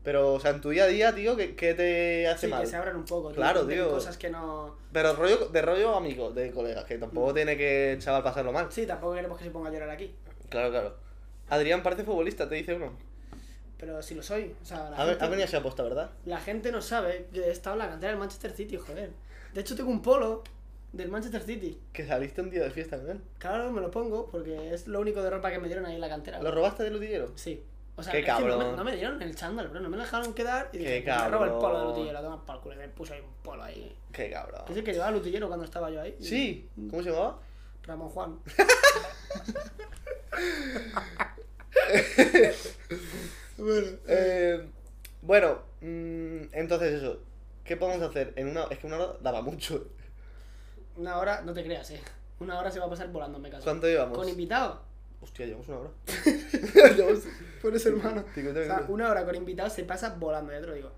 Speaker 2: Pero, o sea, en tu día a día, tío, ¿qué, qué te hace
Speaker 3: Sí,
Speaker 2: mal?
Speaker 3: que se abran un poco. tío,
Speaker 2: Claro,
Speaker 3: cuenten
Speaker 2: tío.
Speaker 3: Cosas que no.
Speaker 2: Pero rollo, de rollo amigo, de colegas, que
Speaker 3: Mm.
Speaker 2: tampoco tiene que el chaval pasarlo mal.
Speaker 3: Sí, tampoco queremos que se ponga a llorar aquí.
Speaker 2: Claro, claro. Adrián parece futbolista, te dice uno.
Speaker 3: Pero si lo soy. O sea, la,
Speaker 2: Ha,
Speaker 3: gente,
Speaker 2: ha venido a ser aposta, ¿verdad?
Speaker 3: la gente no sabe que he estado en la cantera del Manchester City, joder. De hecho, tengo un polo del Manchester City.
Speaker 2: Que saliste un día de fiesta con él.
Speaker 3: Claro, me lo pongo porque es lo único de ropa que me dieron ahí en la cantera.
Speaker 2: ¿Lo robaste del utillero?
Speaker 3: Sí. O sea,
Speaker 2: Qué
Speaker 3: es que no, me,
Speaker 2: cabrón.
Speaker 3: no me dieron el chándal, bro. No me lo dejaron quedar y
Speaker 2: Qué
Speaker 3: dije, me robo el polo del
Speaker 2: cabrón.
Speaker 3: utillero, toma por culo. Y me puse ahí un polo ahí.
Speaker 2: Qué cabrón.
Speaker 3: Que es el que llevaba el utillero cuando estaba yo ahí. Y-
Speaker 2: Sí,
Speaker 3: Mm.
Speaker 2: ¿cómo se llamaba?
Speaker 3: Ramón Juan. bueno.
Speaker 2: Eh, bueno, mm, entonces eso. ¿Qué podemos hacer? En una, es que una hora daba mucho.
Speaker 3: Una hora, no te creas, eh. Una hora se va a pasar volando, me caso.
Speaker 2: ¿Cuánto llevamos?
Speaker 3: Con invitado.
Speaker 2: Hostia, llevamos una hora.
Speaker 3: Por eso, hermano.
Speaker 2: Cincuenta
Speaker 3: O sea,
Speaker 2: minutos.
Speaker 3: una hora con invitado se pasa volando, ya te lo digo.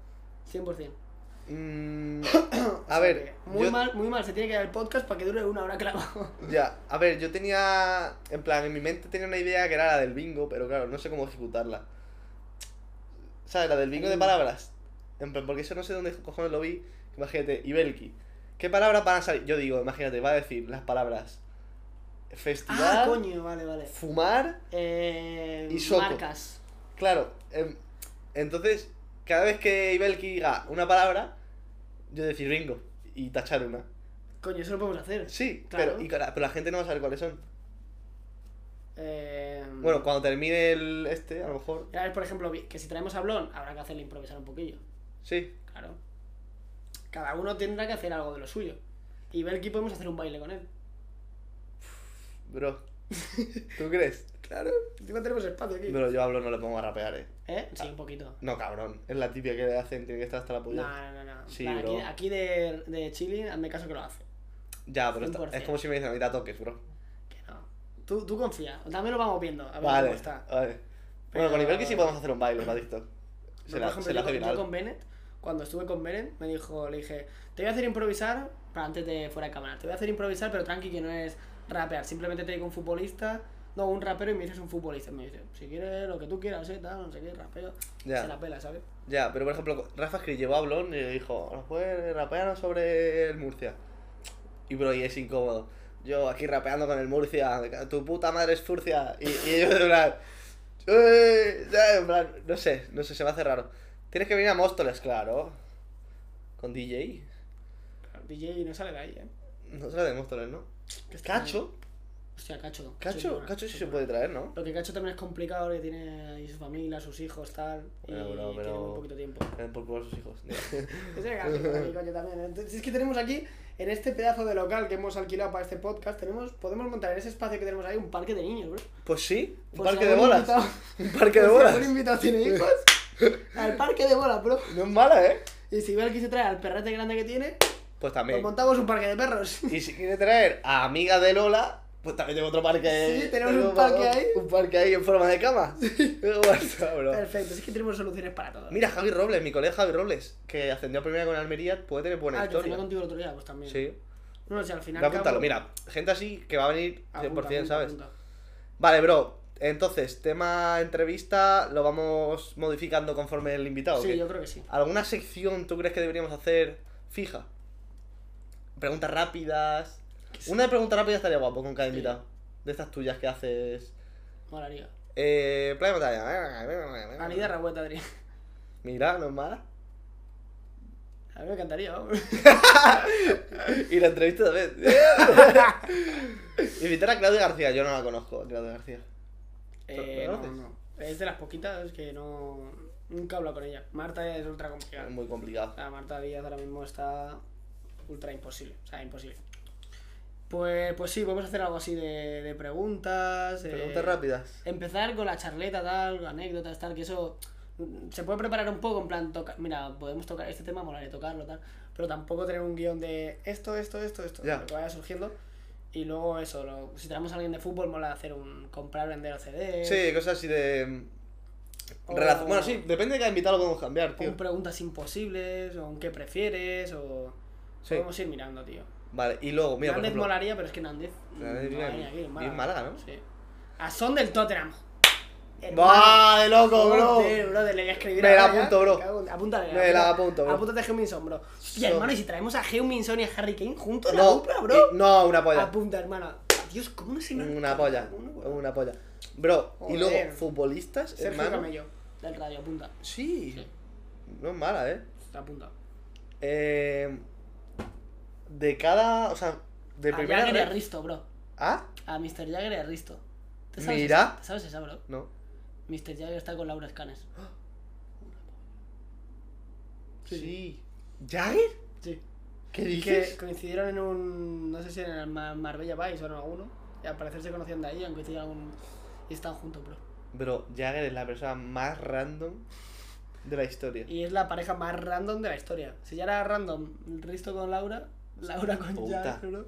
Speaker 3: 100%.
Speaker 2: Mm,
Speaker 3: O
Speaker 2: a
Speaker 3: sea
Speaker 2: ver,
Speaker 3: que Muy
Speaker 2: yo-
Speaker 3: mal, muy mal. Se tiene que dar el podcast para que dure una hora clavado.
Speaker 2: Ya, a ver, yo tenía. En plan, en mi mente tenía una idea que era la del bingo, pero claro, no sé cómo ejecutarla. ¿Sabes? La del bingo
Speaker 3: Mm.
Speaker 2: de palabras. En plan, porque eso no sé dónde cojones lo vi. Imagínate, Ibelki. ¿Qué palabras van a salir? Yo digo, imagínate, va a decir las palabras. Festival,
Speaker 3: Ah, coño, vale, vale.
Speaker 2: fumar.
Speaker 3: Eh,
Speaker 2: Y Soco.
Speaker 3: Marcas.
Speaker 2: Claro, em, entonces, cada vez que Ibelki diga una palabra, yo decir bingo y tachar una.
Speaker 3: Coño, eso lo podemos hacer.
Speaker 2: Sí,
Speaker 3: Claro.
Speaker 2: pero, y cara- pero la gente no va a saber cuáles son.
Speaker 3: Eh,
Speaker 2: Bueno, cuando termine el este, a lo mejor.
Speaker 3: mira, a ver, por ejemplo, vi- que si traemos a Blon, habrá que hacerle improvisar un poquillo.
Speaker 2: Sí,
Speaker 3: Claro. Cada uno tendrá que hacer algo de lo suyo. Y Belki podemos hacer un baile con él.
Speaker 2: Bro. ¿Tú crees?
Speaker 3: Claro, encima tenemos espacio aquí.
Speaker 2: Pero yo hablo, no le pongo a rapear, eh.
Speaker 3: ¿Eh? Sí, un poquito.
Speaker 2: No, cabrón. Es la tibia que le hacen, tiene que estar hasta la
Speaker 3: No,
Speaker 2: polla.
Speaker 3: no, no. no. En
Speaker 2: Sí,
Speaker 3: plan, aquí
Speaker 2: bro.
Speaker 3: aquí de, de Chile, hazme caso que lo hace.
Speaker 2: ya, pero está-
Speaker 3: 100%.
Speaker 2: es como si me dicen ahorita toques, bro.
Speaker 3: Que no. Tú, tú confía. También lo vamos viendo. A ver
Speaker 2: Vale,
Speaker 3: cómo está.
Speaker 2: vale.
Speaker 3: Pero-
Speaker 2: Bueno, con Ibelki sí podemos hacer un baile para TikTok. Se
Speaker 3: Pero,
Speaker 2: la,
Speaker 3: por ejemplo,
Speaker 2: se la
Speaker 3: yo,
Speaker 2: hace
Speaker 3: con- yo
Speaker 2: viral.
Speaker 3: con Bennett, cuando estuve con Bennett, me dijo, le dije, te voy a hacer improvisar, para antes de fuera de cámara, te voy a hacer improvisar, pero tranqui que no es rapear, simplemente te digo un futbolista, no, un rapero y me dices un futbolista, me dice, si quieres lo que tú quieras, eh, tal, no sé qué, rapeo,
Speaker 2: Ya.
Speaker 3: se la pela, ¿sabes?
Speaker 2: Ya, pero por ejemplo, Rafa Scri llevó a Blon y le dijo, ¿nos puedes rapear sobre el Murcia? Y bro, y es incómodo. Yo aquí rapeando con el Murcia, tu puta madre es Furcia. Y, y yo en plan, "Eh", ya, en plan, no sé, no sé, se me hace raro. Tienes que venir a Móstoles, claro. Con DJ.
Speaker 3: El DJ no sale de ahí, eh.
Speaker 2: No será de Móstoles, ¿no?
Speaker 3: Que está-
Speaker 2: Cacho,
Speaker 3: Hostia, Cacho. sí,
Speaker 2: Cacho,
Speaker 3: bueno,
Speaker 2: Cacho sí
Speaker 3: sí,
Speaker 2: se
Speaker 3: bueno.
Speaker 2: puede traer, ¿no?
Speaker 3: Lo que Cacho también es complicado, que tiene ahí su familia, sus hijos, tal,
Speaker 2: Bueno,
Speaker 3: y
Speaker 2: bro,
Speaker 3: tiene
Speaker 2: pero-
Speaker 3: muy poquito tiempo.
Speaker 2: Le den Eh, por culo a sus hijos.
Speaker 3: Que sea gratis para mí, coño, también. Entonces, es que tenemos aquí, en este pedazo de local que hemos alquilado para este podcast, tenemos, podemos montar en ese espacio que tenemos ahí un parque de niños, bro.
Speaker 2: Pues sí, un
Speaker 3: Por si
Speaker 2: parque de
Speaker 3: algún
Speaker 2: bolas.
Speaker 3: invitado-
Speaker 2: Un parque de
Speaker 3: por si
Speaker 2: bolas.
Speaker 3: algún invitado tiene hijos, al parque de bolas, bro.
Speaker 2: No es mala, ¿eh?
Speaker 3: Y si Belki se trae al perrete grande que tiene,
Speaker 2: Pues
Speaker 3: pues
Speaker 2: también.
Speaker 3: montamos un parque de perros.
Speaker 2: Y si quiere traer a amiga de Lola, pues también tengo otro parque.
Speaker 3: Sí, tenemos un parque ahí.
Speaker 2: Un parque ahí en forma de cama. Guau, está, bro.
Speaker 3: Perfecto, es que tenemos soluciones para todo.
Speaker 2: Mira, Javi Robles, mi colega Javi Robles, que ascendió a primera con Almería, puede tener buena
Speaker 3: ah, que
Speaker 2: historia.
Speaker 3: cené contigo el otro día, pues también.
Speaker 2: Sí.
Speaker 3: No, no sé, al final.
Speaker 2: Voy a apuntarlo,
Speaker 3: cabo-
Speaker 2: mira, gente así que va a venir 100%,
Speaker 3: Apunta, apunta,
Speaker 2: ¿sabes?
Speaker 3: apunta.
Speaker 2: Vale, bro, entonces, tema entrevista lo vamos modificando conforme el invitado. ¿o
Speaker 3: Sí,
Speaker 2: qué?
Speaker 3: yo creo que sí.
Speaker 2: ¿Alguna sección tú crees que deberíamos hacer fija? Preguntas rápidas. Una de preguntas rápidas estaría guapo con cada
Speaker 3: Sí.
Speaker 2: invitado. De estas tuyas que haces.
Speaker 3: Molaría.
Speaker 2: Eh. Playa de batalla.
Speaker 3: Anida Rabueta, Adri.
Speaker 2: Mira, no es mala.
Speaker 3: A mí me encantaría, vamos.
Speaker 2: Y la entrevista también. Invitar a Claudia García, yo no la conozco, a Claudia García.
Speaker 3: Eh,
Speaker 2: ¿Lo
Speaker 3: no,
Speaker 2: conoces?
Speaker 3: no. Es de las poquitas que no. Nunca hablo con ella. Marta es ultra complicada.
Speaker 2: Es muy complicado.
Speaker 3: La Marta Díaz ahora mismo está ultra imposible. O sea, imposible. Pues, pues sí, podemos hacer algo así de, de preguntas. eh,
Speaker 2: Preguntas rápidas.
Speaker 3: Empezar con la charleta, tal, anécdotas, tal, que eso mm, se puede preparar un poco, en plan, toca, mira, podemos tocar este tema, molaría tocarlo, tal, pero tampoco tener un guión de esto, esto, esto, esto,
Speaker 2: Ya.
Speaker 3: lo que vaya surgiendo. Y luego eso, lo- si tenemos a alguien de fútbol, mola hacer un comprar, vender o CD.
Speaker 2: Sí, cosas así de.
Speaker 3: Eh, o-
Speaker 2: relación- Bueno, sí, depende de cada invitado lo podemos cambiar,
Speaker 3: O
Speaker 2: tío.
Speaker 3: un preguntas imposibles, o un qué prefieres, o...
Speaker 2: Sí.
Speaker 3: Podemos ir mirando, tío.
Speaker 2: Vale, y luego, mira, por
Speaker 3: Nández
Speaker 2: ejemplo.
Speaker 3: molaría, pero es que Nández... mm,
Speaker 2: Nández
Speaker 3: no
Speaker 2: vive
Speaker 3: va a venir
Speaker 2: en-
Speaker 3: aquí,
Speaker 2: vive en Málaga, ¿no?
Speaker 3: Sí. A son del Tottenham.
Speaker 2: ¡Va, de loco, bro!
Speaker 3: Joder, bro, le voy a escribir
Speaker 2: Me la
Speaker 3: ahora ya.
Speaker 2: apunto, bro.
Speaker 3: Me cago en- Apúntale.
Speaker 2: Me la
Speaker 3: apúntate.
Speaker 2: apunto, bro.
Speaker 3: Apúntate a Heung-Min-Son, bro. Hostia,
Speaker 2: Son-
Speaker 3: hermano, y si traemos a Heung-Min-Son y a Harry Kane juntos, la
Speaker 2: No,
Speaker 3: dupla,
Speaker 2: eh,
Speaker 3: bro.
Speaker 2: no, una polla.
Speaker 3: Apunta, hermano. Dios, ¿cómo no se me...
Speaker 2: Una polla.
Speaker 3: Uno, bro.
Speaker 2: Una polla. Bro, y
Speaker 3: Joder.
Speaker 2: luego, futbolistas,
Speaker 3: Sergio
Speaker 2: hermano.
Speaker 3: Camello, del radio, apunta.
Speaker 2: Sí.
Speaker 3: Sí.
Speaker 2: No es mala, eh.
Speaker 3: Apunta.
Speaker 2: Eh, De cada. O sea, de
Speaker 3: a
Speaker 2: primera.
Speaker 3: Ah, Jagger y a
Speaker 2: red-
Speaker 3: Risto, bro.
Speaker 2: ¿Ah,
Speaker 3: A Mr. Jagger y a Risto. ¿Te
Speaker 2: Mira.
Speaker 3: esa? ¿Te sabes esa, bro?
Speaker 2: no.
Speaker 3: Mr. Jagger está con Laura Escanes.
Speaker 2: Sí.
Speaker 3: Sí.
Speaker 2: ¿Jagger?
Speaker 3: Sí.
Speaker 2: ¿Qué
Speaker 3: Y que
Speaker 2: dices?
Speaker 3: coincidieron en un. No sé si en el Mar- Marbella Vice o en alguno. Y al parecer se conocían de ahí, han coincidido en algún. Y están juntos, bro.
Speaker 2: Bro, Jagger es la persona más random de la historia.
Speaker 3: Y es la pareja más random de la historia. Si ya era random, Risto con Laura, Laura con
Speaker 2: Puta.
Speaker 3: Jack, bro.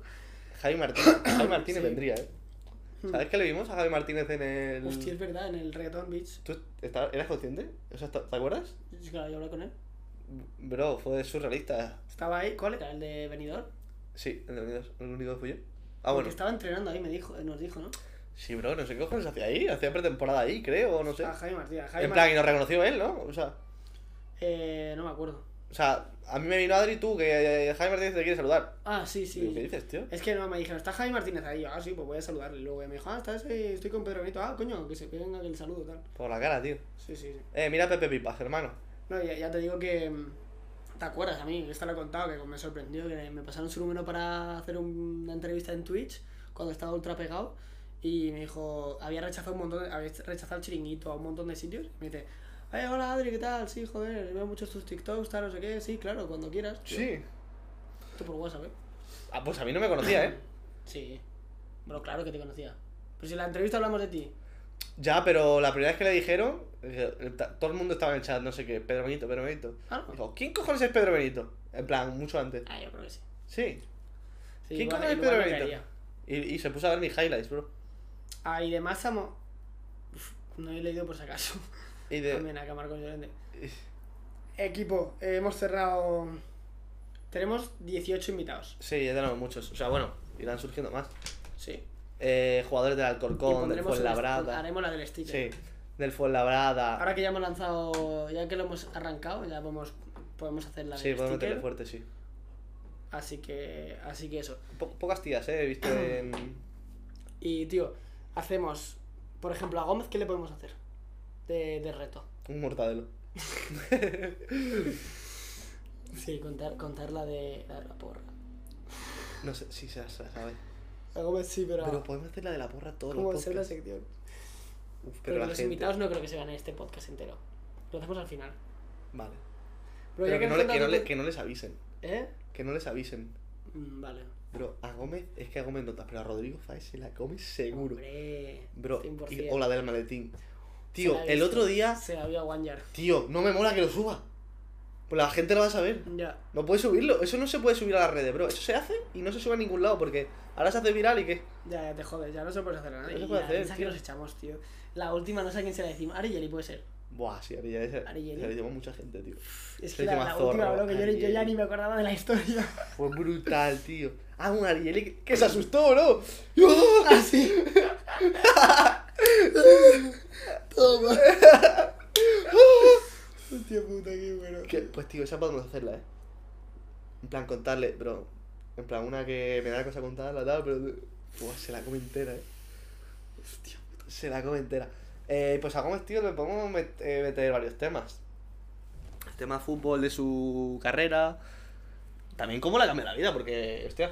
Speaker 2: Javi Martínez, Javi Martínez
Speaker 3: Sí.
Speaker 2: vendría, eh. ¿Sabes que le vimos a Javi Martínez en el.
Speaker 3: Hostia, es verdad, en el reggaeton Beach.
Speaker 2: ¿Tú estabas- eras consciente? O sea, ¿te te acuerdas?
Speaker 3: Sí, Claro, yo hablé con él.
Speaker 2: Bro, fue surrealista.
Speaker 3: Estaba ahí, ¿cuál era? El de Benidorm.
Speaker 2: Sí, el único, el único que fui yo. Ah,
Speaker 3: Porque
Speaker 2: bueno.
Speaker 3: Estaba entrenando ahí, me dijo, nos dijo, ¿no?
Speaker 2: Sí, bro, no sé qué cojones hacía ahí. Hacía pretemporada ahí, creo, o no sé.
Speaker 3: Ah, Jaime Martínez. Jaime
Speaker 2: En plan, y
Speaker 3: Martínez.
Speaker 2: nos reconoció él, ¿no? O sea,
Speaker 3: Eh, no me acuerdo.
Speaker 2: o sea a mí me vino Adri, tú, que eh, Javi Martínez te quiere saludar.
Speaker 3: Ah, sí, sí.
Speaker 2: Digo, ¿Qué dices, tío?
Speaker 3: Es que no, me dijeron, está Javi Martínez ahí. Yo, Ah, sí, pues voy a saludarle. Luego me dijo, ah, estás, eh, estoy con Pedro Benito. Ah, coño, que se que venga que el saludo, tal.
Speaker 2: Por la cara, tío.
Speaker 3: Sí, sí, sí.
Speaker 2: Eh, mira a Pepe Pipas, hermano.
Speaker 3: No, ya, ya te digo que. mm, ¿Te acuerdas a mí? Esto lo he contado, que me sorprendió, que me pasaron su número para hacer un- una entrevista en Twitch cuando estaba ultra pegado. Y me dijo, había rechazado un montón, de- había rechazado el chiringuito a un montón de sitios. Me dice, ay, hola Adri, ¿qué tal? Sí, joder, veo muchos tus TikToks, tal, no sé qué. Sí, claro, cuando quieras. Esto por WhatsApp, ¿eh?
Speaker 2: Ah, pues a mí no me conocía, ¿eh?
Speaker 3: Sí. Bueno, claro que te conocía. Pero si en la entrevista hablamos de ti.
Speaker 2: Ya, pero la primera vez que le dijeron, eh, ta- todo el mundo estaba en el chat, no sé qué, Pedro Benito, Pedro Benito.
Speaker 3: Ah, no.
Speaker 2: Dijo, ¿quién cojones es Pedro Benito? En plan, mucho antes.
Speaker 3: Ah, yo creo que sí.
Speaker 2: Sí.
Speaker 3: Sí,
Speaker 2: ¿Quién
Speaker 3: igual-
Speaker 2: conoce a
Speaker 3: igual
Speaker 2: Pedro
Speaker 3: no
Speaker 2: Benito?
Speaker 3: caería.
Speaker 2: Y, y se puso a ver mis highlights, bro.
Speaker 3: Ah, y de Máxamo. Uf, No he leído por si acaso.
Speaker 2: Y de.
Speaker 3: También a Camargo Llorente. Equipo, eh, hemos cerrado. Tenemos 18 invitados.
Speaker 2: Sí, ya tenemos muchos. O sea, bueno, irán surgiendo más.
Speaker 3: Sí.
Speaker 2: Eh, jugadores del
Speaker 3: Y
Speaker 2: Alcorcón, del
Speaker 3: pondremos el-
Speaker 2: Fuenlabrada.
Speaker 3: Haremos la del sticker.
Speaker 2: Sí, del Fuenlabrada.
Speaker 3: Ahora que ya hemos lanzado. Ya que lo hemos arrancado, ya podemos, podemos hacer la
Speaker 2: sí,
Speaker 3: del
Speaker 2: podemos meterle
Speaker 3: sticker.
Speaker 2: fuerte, sí.
Speaker 3: Así que. Así que eso.
Speaker 2: Po- pocas tías, eh, he visto en.
Speaker 3: Y tío, hacemos. Por ejemplo, a Gómez, ¿qué le podemos hacer? De, de reto.
Speaker 2: Un mortadelo.
Speaker 3: Sí, contar, contar la de la, de la porra.
Speaker 2: No sé si se se la sabe.
Speaker 3: A Gómez sí, pero.
Speaker 2: Pero podemos hacer la de la porra todos los
Speaker 3: como ser la
Speaker 2: podcasts.
Speaker 3: sección.
Speaker 2: Uf, pero
Speaker 3: Pero,
Speaker 2: la
Speaker 3: los
Speaker 2: gente.
Speaker 3: invitados no creo que se ganen este podcast entero. Lo hacemos al final.
Speaker 2: Vale.
Speaker 3: Pero,
Speaker 2: Pero,
Speaker 3: ya
Speaker 2: que, no
Speaker 3: nos
Speaker 2: le- que no
Speaker 3: falta
Speaker 2: le-
Speaker 3: tanto-
Speaker 2: que no les avisen.
Speaker 3: ¿Eh?
Speaker 2: Que no les avisen.
Speaker 3: Mm, Vale.
Speaker 2: Bro, a Gómez, es que a Gómez notas, pero a Rodrigo Fáez se la come seguro.
Speaker 3: Hombre,
Speaker 2: Bro,
Speaker 3: 100%.
Speaker 2: y- o la del maletín. Tío,
Speaker 3: Se la he
Speaker 2: el
Speaker 3: visto.
Speaker 2: otro día.
Speaker 3: Se la vio a One Yard.
Speaker 2: Tío, no me mola que lo suba. Pues la gente lo va a saber.
Speaker 3: Ya.
Speaker 2: No puedes subirlo. Eso no se puede subir a las redes, bro. Eso se hace y no se sube a ningún lado porque ahora se hace viral y qué.
Speaker 3: Ya, ya te jodes, ya no se puede hacer a nadie.
Speaker 2: No se puede
Speaker 3: Y la
Speaker 2: hacer,
Speaker 3: risa que
Speaker 2: tío.
Speaker 3: nos echamos, tío. La última no sé a quién se la decimos. Ari Yeri puede ser.
Speaker 2: Buah, sí, Arilla ese.
Speaker 3: Arilla.
Speaker 2: Se le llevó mucha gente, tío.
Speaker 3: Es
Speaker 2: El
Speaker 3: que la,
Speaker 2: tema
Speaker 3: la
Speaker 2: zorro,
Speaker 3: última bro, que yo, ni- yo ya
Speaker 2: Ariel.
Speaker 3: ni me acordaba de la historia.
Speaker 2: Fue brutal, tío. Ah, un Arieli que, que se asustó, bro. Y, ¡oh!
Speaker 3: Ah.
Speaker 2: Así.
Speaker 3: Toma. Hostia puta, qué bueno.
Speaker 2: Que- pues, tío, esa podemos hacerla, ¿eh? En plan, contarle, bro. En plan, una que me da cosa contarla, tal, pero. Buah, se la come entera, ¿eh? Hostia puta, se la come entera. Eh, pues a Gómez, tío, le podemos met- eh, meter varios temas. El tema fútbol de su carrera. También cómo la cambia la vida, porque, hostia.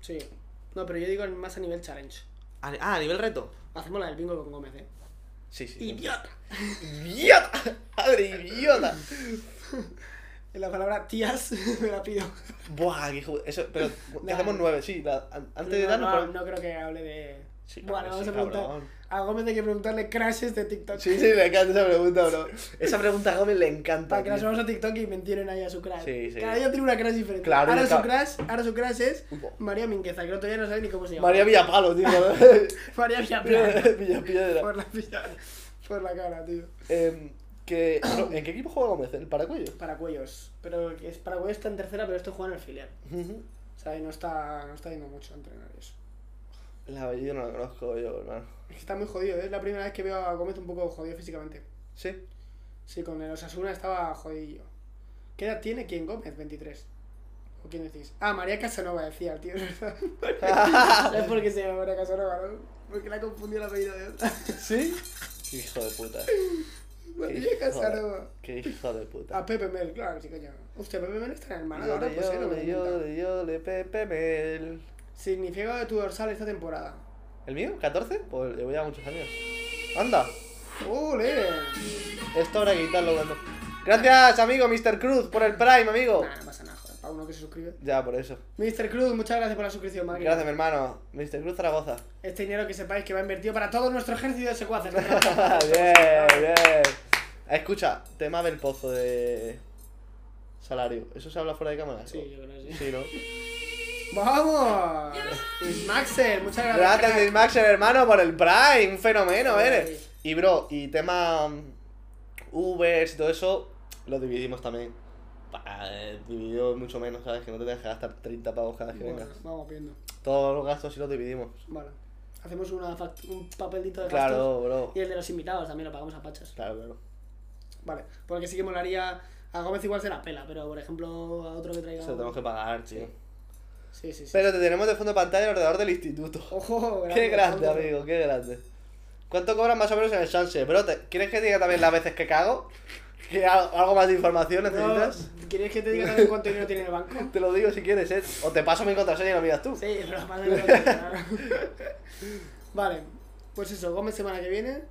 Speaker 3: Sí. No, pero yo digo más a nivel challenge.
Speaker 2: A- Ah, a nivel reto.
Speaker 3: Hacemos la del bingo con Gómez, eh.
Speaker 2: Sí, sí.
Speaker 3: ¡Idiota!
Speaker 2: ¡Idiota! ¡Madre idiota!
Speaker 3: La palabra tías me la pido.
Speaker 2: Buah, qué ju- Eso, pero
Speaker 3: Nah.
Speaker 2: hacemos nueve, sí. la- an- antes de
Speaker 3: no,
Speaker 2: darnos.
Speaker 3: no,
Speaker 2: pero-
Speaker 3: no creo que hable de.
Speaker 2: Sí,
Speaker 3: bueno,
Speaker 2: cabrón,
Speaker 3: vamos
Speaker 2: sí,
Speaker 3: a preguntar.
Speaker 2: cabrón.
Speaker 3: A Gómez hay que preguntarle crashes de TikTok.
Speaker 2: Sí, sí, me encanta esa pregunta, bro. Esa pregunta a Gómez le encanta.
Speaker 3: Para que la
Speaker 2: tío.
Speaker 3: subamos a TikTok y mentiren ahí a su crash.
Speaker 2: Sí, sí.
Speaker 3: Cada día tiene una crash diferente.
Speaker 2: Claro,
Speaker 3: ahora,
Speaker 2: yo
Speaker 3: su
Speaker 2: ca-
Speaker 3: crash, ahora su crash es
Speaker 2: Uy, buah.
Speaker 3: María Mingueza, que el otro día no sabe ni cómo se llama.
Speaker 2: María Villapalo, tío.
Speaker 3: María Villaplan.
Speaker 2: Villa Piedra.
Speaker 3: por, la, por la cara, tío.
Speaker 2: Em, que- bro, ¿En qué equipo juega Gómez? ¿El Paracuello?
Speaker 3: Paracuellos. Pero que es, Paracuellos está en tercera, pero esto juega en el filial.
Speaker 2: Ujú.
Speaker 3: O sea, y no está, no está yendo mucho a entrenar y eso.
Speaker 2: La yo no la conozco yo, hermano.
Speaker 3: Es que está muy jodido, ¿eh? es la primera vez que veo a Gómez un poco jodido físicamente.
Speaker 2: Sí.
Speaker 3: Sí, con el Osasuna estaba jodidillo. ¿Qué edad tiene quién Gómez? 23. ¿O quién decís? Ah, María Casanova decía el tío, es ¿verdad? ¿Sabes por qué se llama María Casanova, no? Porque la confundió el apellido de otra.
Speaker 2: ¿Sí? Qué hijo de puta.
Speaker 3: María Casanova.
Speaker 2: Qué hijo de puta.
Speaker 3: A Pepe Mel, claro, sí, coño. Hostia, Pepe Mel está en el Málaga ahora,
Speaker 2: Yole,
Speaker 3: pues eh, Ah, no me
Speaker 2: yole,
Speaker 3: lo he apuntado.
Speaker 2: yole, yole, Pepe Mel.
Speaker 3: Significado de tu dorsal esta temporada.
Speaker 2: ¿El mío? ¿14? Pues llevo ya muchos años. ¡Anda!
Speaker 3: ¡Ole!
Speaker 2: Esto habrá que quitarlo cuando. Gracias, amigo Mr. Cruz, por el Prime, amigo.
Speaker 3: Nah, no pasa nada, joder, para uno que se suscribe.
Speaker 2: Ya, por eso.
Speaker 3: Mr. Cruz, muchas gracias por la suscripción, máquina.
Speaker 2: Gracias, mi hermano. Mr. Cruz Zaragoza.
Speaker 3: Este dinero que sepáis que va invertido para todo nuestro ejército de secuaces.
Speaker 2: bien, bien. Escucha, tema del pozo de. Salario. ¿Eso se habla fuera de cámara?
Speaker 3: Sí, yo creo que sí.
Speaker 2: Sí, ¿no?
Speaker 3: ¡Vamos! Ismaxer, muchas gracias.
Speaker 2: Gracias, Miss Max, hermano, por el Prime. Un fenómeno
Speaker 3: Sí.
Speaker 2: eres. Y, bro, y tema mm, Ubers y todo eso, lo dividimos también. Pa- eh, Dividido mucho menos, ¿sabes? Que no te tengas que gastar 30 pavos cada vez que
Speaker 3: Bueno,
Speaker 2: vengas.
Speaker 3: vamos viendo.
Speaker 2: Todos los gastos sí los dividimos.
Speaker 3: Vale. Hacemos una fact- un papelito de gastos.
Speaker 2: Claro, bro.
Speaker 3: Y el de los invitados también lo pagamos a pachas.
Speaker 2: Claro, claro.
Speaker 3: Vale. Porque sí que molaría. A Gómez igual se la pela, pero por ejemplo a otro que traiga.
Speaker 2: Eso lo tenemos que pagar, tío.
Speaker 3: Sí, sí, sí.
Speaker 2: Pero te tenemos de fondo de pantalla el ordenador del instituto.
Speaker 3: Ojo,
Speaker 2: Qué grande,
Speaker 3: Gómez.
Speaker 2: amigo, qué grande. ¿Cuánto cobran más o menos en el Sunset, bro? ¿Te- ¿Quieres que te diga también las veces que cago? ¿Que al- algo más de información necesitas?
Speaker 3: No, ¿Quieres que te diga también cuánto dinero tiene en el banco?
Speaker 2: Te lo digo si quieres, ¿eh? O te paso mi contraseña y lo miras tú.
Speaker 3: Sí, pero más de lo que- claro. Vale, pues eso, Gómez semana que viene.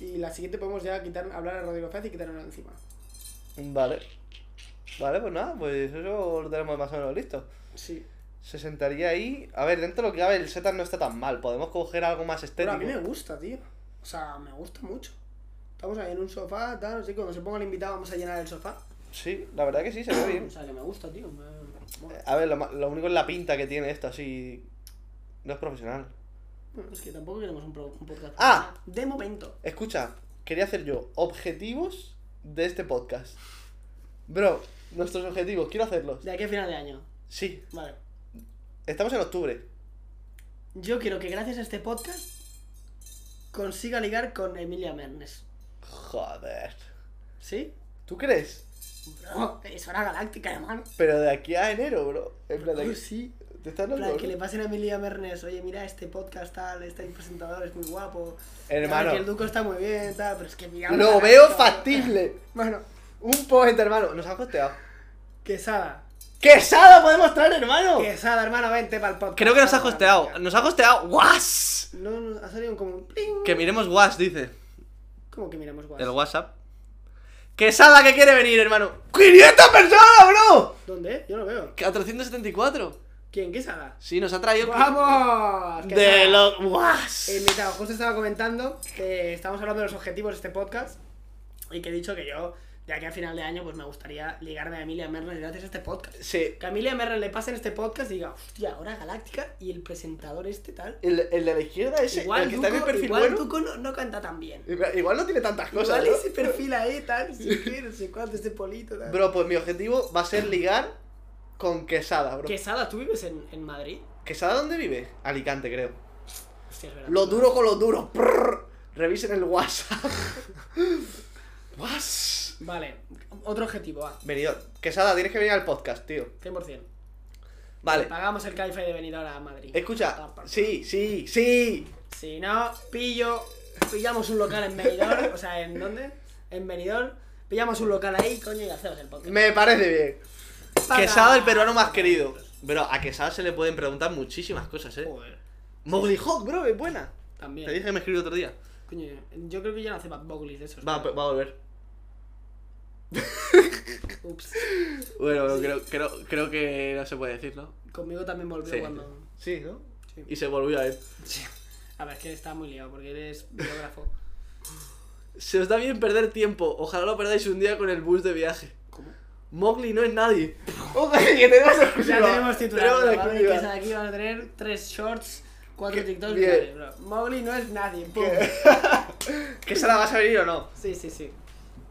Speaker 3: Y la siguiente podemos ya quitar, hablar a Rodrigo Faz y quitarnos encima.
Speaker 2: Vale. Vale, pues nada, pues eso lo tenemos más o menos listo.
Speaker 3: Sí.
Speaker 2: Se sentaría ahí. A ver, dentro de lo que cabe, el setup no está tan mal. Podemos coger algo más
Speaker 3: Pero
Speaker 2: estético.
Speaker 3: a mí me gusta, tío. O sea, me gusta mucho. Estamos ahí en un sofá, tal, así cuando se ponga el invitado vamos a llenar el sofá.
Speaker 2: Sí, la verdad que sí, se ve bien.
Speaker 3: O sea, que me gusta, tío. me- mola.
Speaker 2: A ver, lo, ma- lo único es la pinta que tiene esto, así. No es profesional.
Speaker 3: Bueno, es que tampoco queremos un, pro- un podcast.
Speaker 2: Ah.
Speaker 3: De momento.
Speaker 2: Escucha, quería hacer yo objetivos de este podcast. Bro, nuestros objetivos, quiero hacerlos.
Speaker 3: De aquí a final de año.
Speaker 2: Sí,
Speaker 3: Vale.
Speaker 2: estamos en octubre.
Speaker 3: Yo quiero que gracias a este podcast consiga ligar con Emilia Mernes.
Speaker 2: Joder.
Speaker 3: ¿Sí?
Speaker 2: ¿Tú crees?
Speaker 3: Bro, es hora galáctica, hermano.
Speaker 2: Pero de aquí a enero, bro. En plan, de
Speaker 3: Oh,
Speaker 2: aquí-
Speaker 3: sí.
Speaker 2: ¿Te estás
Speaker 3: En
Speaker 2: loco?
Speaker 3: plan, que le
Speaker 2: bro?
Speaker 3: pasen a Emilia Mernes, oye, mira, este podcast tal, este presentador es muy guapo.
Speaker 2: Hermano.
Speaker 3: Ya, Que el Duco está muy bien, tal, pero es que mira.
Speaker 2: Lo
Speaker 3: la
Speaker 2: veo
Speaker 3: cara,
Speaker 2: factible.
Speaker 3: Bueno,
Speaker 2: Un poeta, hermano. Nos han costeado.
Speaker 3: Quesada.
Speaker 2: ¡Quesada podemos traer, hermano!
Speaker 3: Quesada, hermano, vente para el podcast.
Speaker 2: Creo que nos ha costeado. Nos ha costeado. ¡Was!
Speaker 3: No, no, ha salido como un pling.
Speaker 2: Que miremos Was, dice.
Speaker 3: ¿Cómo que miramos guay?
Speaker 2: El WhatsApp. ¡Quesada que quiere venir, hermano! ¡500 personas, bro!
Speaker 3: ¿Dónde? Yo no veo.
Speaker 2: 474.
Speaker 3: ¿Quién? Quesada.
Speaker 2: Sí, nos ha traído.
Speaker 3: ¡Vamos!
Speaker 2: De
Speaker 3: Quesada.
Speaker 2: los. ¡Guas!
Speaker 3: Eh, mira, justo estaba comentando que estamos hablando de los objetivos de este podcast y que he dicho que yo Ya que a final de año, pues me gustaría ligarme a Emilia Merner gracias a este podcast.
Speaker 2: Sí,
Speaker 3: Que a Emilia Merner le pasen este podcast y diga, hostia, ahora Galáctica y el presentador este tal.
Speaker 2: el, el de la izquierda ese, el que está en el
Speaker 3: Duco-
Speaker 2: perfil
Speaker 3: igual
Speaker 2: bueno.
Speaker 3: Duco no, no canta tan bien.
Speaker 2: Igual- Igual no tiene tantas cosas.
Speaker 3: Igual
Speaker 2: ¿no?
Speaker 3: ese perfil ahí tal, no sé qué, no sé cuánto, este polito tal.
Speaker 2: Bro, pues mi objetivo va a ser ligar con Quesada, bro.
Speaker 3: Quesada, ¿tú vives en, en Madrid?
Speaker 2: ¿Quesada dónde vive? Alicante, creo.
Speaker 3: Hostia, es verdad.
Speaker 2: Lo duro con lo duro. prrr. Revisen el WhatsApp. Was.
Speaker 3: Vale, otro objetivo, va,
Speaker 2: Venido. Quesada, tienes que venir al podcast, tío.
Speaker 3: 100%.
Speaker 2: Vale.
Speaker 3: Pagamos el caifa de venir ahora a Madrid.
Speaker 2: Escucha. Sí, sí, sí.
Speaker 3: Si no, pillo. Pillamos un local en Benidorm. o sea, ¿en dónde? En Benidorm. Pillamos un local ahí, coño, y hacemos el podcast.
Speaker 2: Me parece bien.
Speaker 3: Para-
Speaker 2: Quesada, el peruano más querido. Pero a Quesada se le pueden preguntar muchísimas cosas, eh.
Speaker 3: Joder.
Speaker 2: Mowgli Hawk, bro, es buena. Te
Speaker 3: También.
Speaker 2: dije que me escribió otro día.
Speaker 3: Coño, yo creo que ya no hace Bad Boglis de esos.
Speaker 2: Va,
Speaker 3: pero-
Speaker 2: va a volver. pues.
Speaker 3: Ups.
Speaker 2: Bueno, bueno, creo, creo, creo que no se puede decir, ¿no?
Speaker 3: Conmigo también volvió
Speaker 2: Sí.
Speaker 3: cuando.
Speaker 2: Sí, ¿no?
Speaker 3: Sí.
Speaker 2: Y se volvió a él.
Speaker 3: A ver, es que está muy liado porque eres biógrafo.
Speaker 2: Se os da bien perder tiempo. Ojalá lo perdáis un día con el bus de viaje.
Speaker 3: ¿Cómo?
Speaker 2: Mowgli no es nadie. Ojo, que tenemos
Speaker 3: Ya
Speaker 2: exclusiva.
Speaker 3: tenemos titular.
Speaker 2: Tenemos
Speaker 3: ¿vale?
Speaker 2: exclusiva.
Speaker 3: Que aquí van a tener tres shorts, cuatro
Speaker 2: Qué
Speaker 3: TikToks.
Speaker 2: bien.
Speaker 3: Vale, bro. Mowgli no es nadie. Pum.
Speaker 2: ¿Que se la vas a venir o no?
Speaker 3: Sí, sí, sí.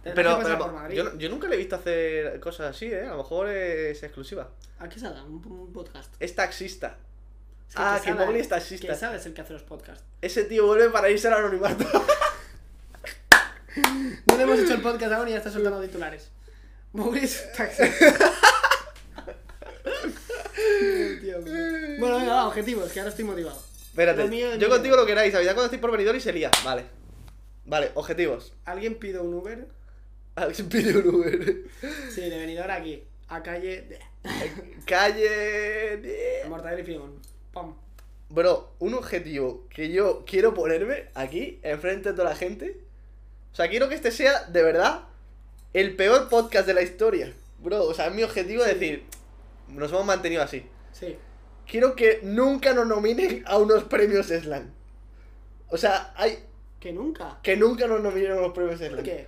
Speaker 3: Tendrás
Speaker 2: Pero,
Speaker 3: que pasar
Speaker 2: pero
Speaker 3: por Madrid.
Speaker 2: yo, yo nunca le he visto hacer cosas así, ¿eh? A lo mejor es exclusiva.
Speaker 3: ¿A qué se ha dado? Un, un podcast.
Speaker 2: Es taxista.
Speaker 3: Es
Speaker 2: Ah, que
Speaker 3: Quesada-
Speaker 2: Mowgli es taxista.
Speaker 3: Quesada es el que hace los podcasts.
Speaker 2: Ese tío vuelve para irse al anonimato.
Speaker 3: No le hemos hecho el podcast aún y ya está soltando titulares. Mowgli es un taxi. Tío, tío. bueno, venga, va, objetivos, que ahora estoy motivado.
Speaker 2: Espérate,
Speaker 3: Lo mío es
Speaker 2: yo
Speaker 3: mío.
Speaker 2: contigo lo queráis, avisad cuando estoy por venidor y se lía. Vale. Vale, objetivos.
Speaker 3: ¿Alguien pide un Uber?
Speaker 2: Alguien pide un Uber.
Speaker 3: Sí, de venidor aquí, a calle de
Speaker 2: Calle. de-
Speaker 3: Mortadelo y Filemón. Pam.
Speaker 2: Bro, un objetivo que yo quiero ponerme aquí, enfrente de toda la gente. O sea, quiero que este sea, de verdad, el peor podcast de la historia. Bro, o sea, mi objetivo es decir, nos hemos mantenido así.
Speaker 3: Sí.
Speaker 2: Quiero que nunca nos nominen a unos premios Slam. O sea, hay
Speaker 3: Que nunca.
Speaker 2: que nunca nos nominen a unos premios Slam.
Speaker 3: ¿Por qué?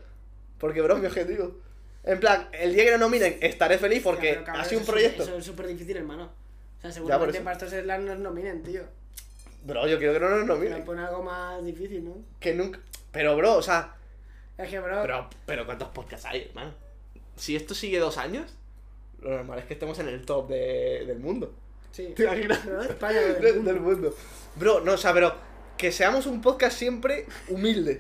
Speaker 2: Porque, bro, es mi objetivo. En plan, el día que nos nominen estaré feliz porque
Speaker 3: Ya, pero, cabrón,
Speaker 2: ha sido un
Speaker 3: eso es-
Speaker 2: proyecto.
Speaker 3: Eso es súper difícil, hermano. O sea, seguramente
Speaker 2: eso.
Speaker 3: para estos Slack nos nominen, tío.
Speaker 2: Bro, yo quiero que no nos nominen.
Speaker 3: Pero pone algo más difícil, ¿no?
Speaker 2: Que nunca. Pero, bro, o sea.
Speaker 3: Es que, bro.
Speaker 2: Pero, pero ¿cuántos podcasts hay, hermano? Si esto sigue dos años, lo normal es que estemos en el top de- del mundo.
Speaker 3: Sí.
Speaker 2: ¿Te imaginas?
Speaker 3: Pero no de España, pero Ah, del
Speaker 2: De-
Speaker 3: mundo.
Speaker 2: del mundo. Bro, no, o sea, pero que seamos un podcast siempre humilde.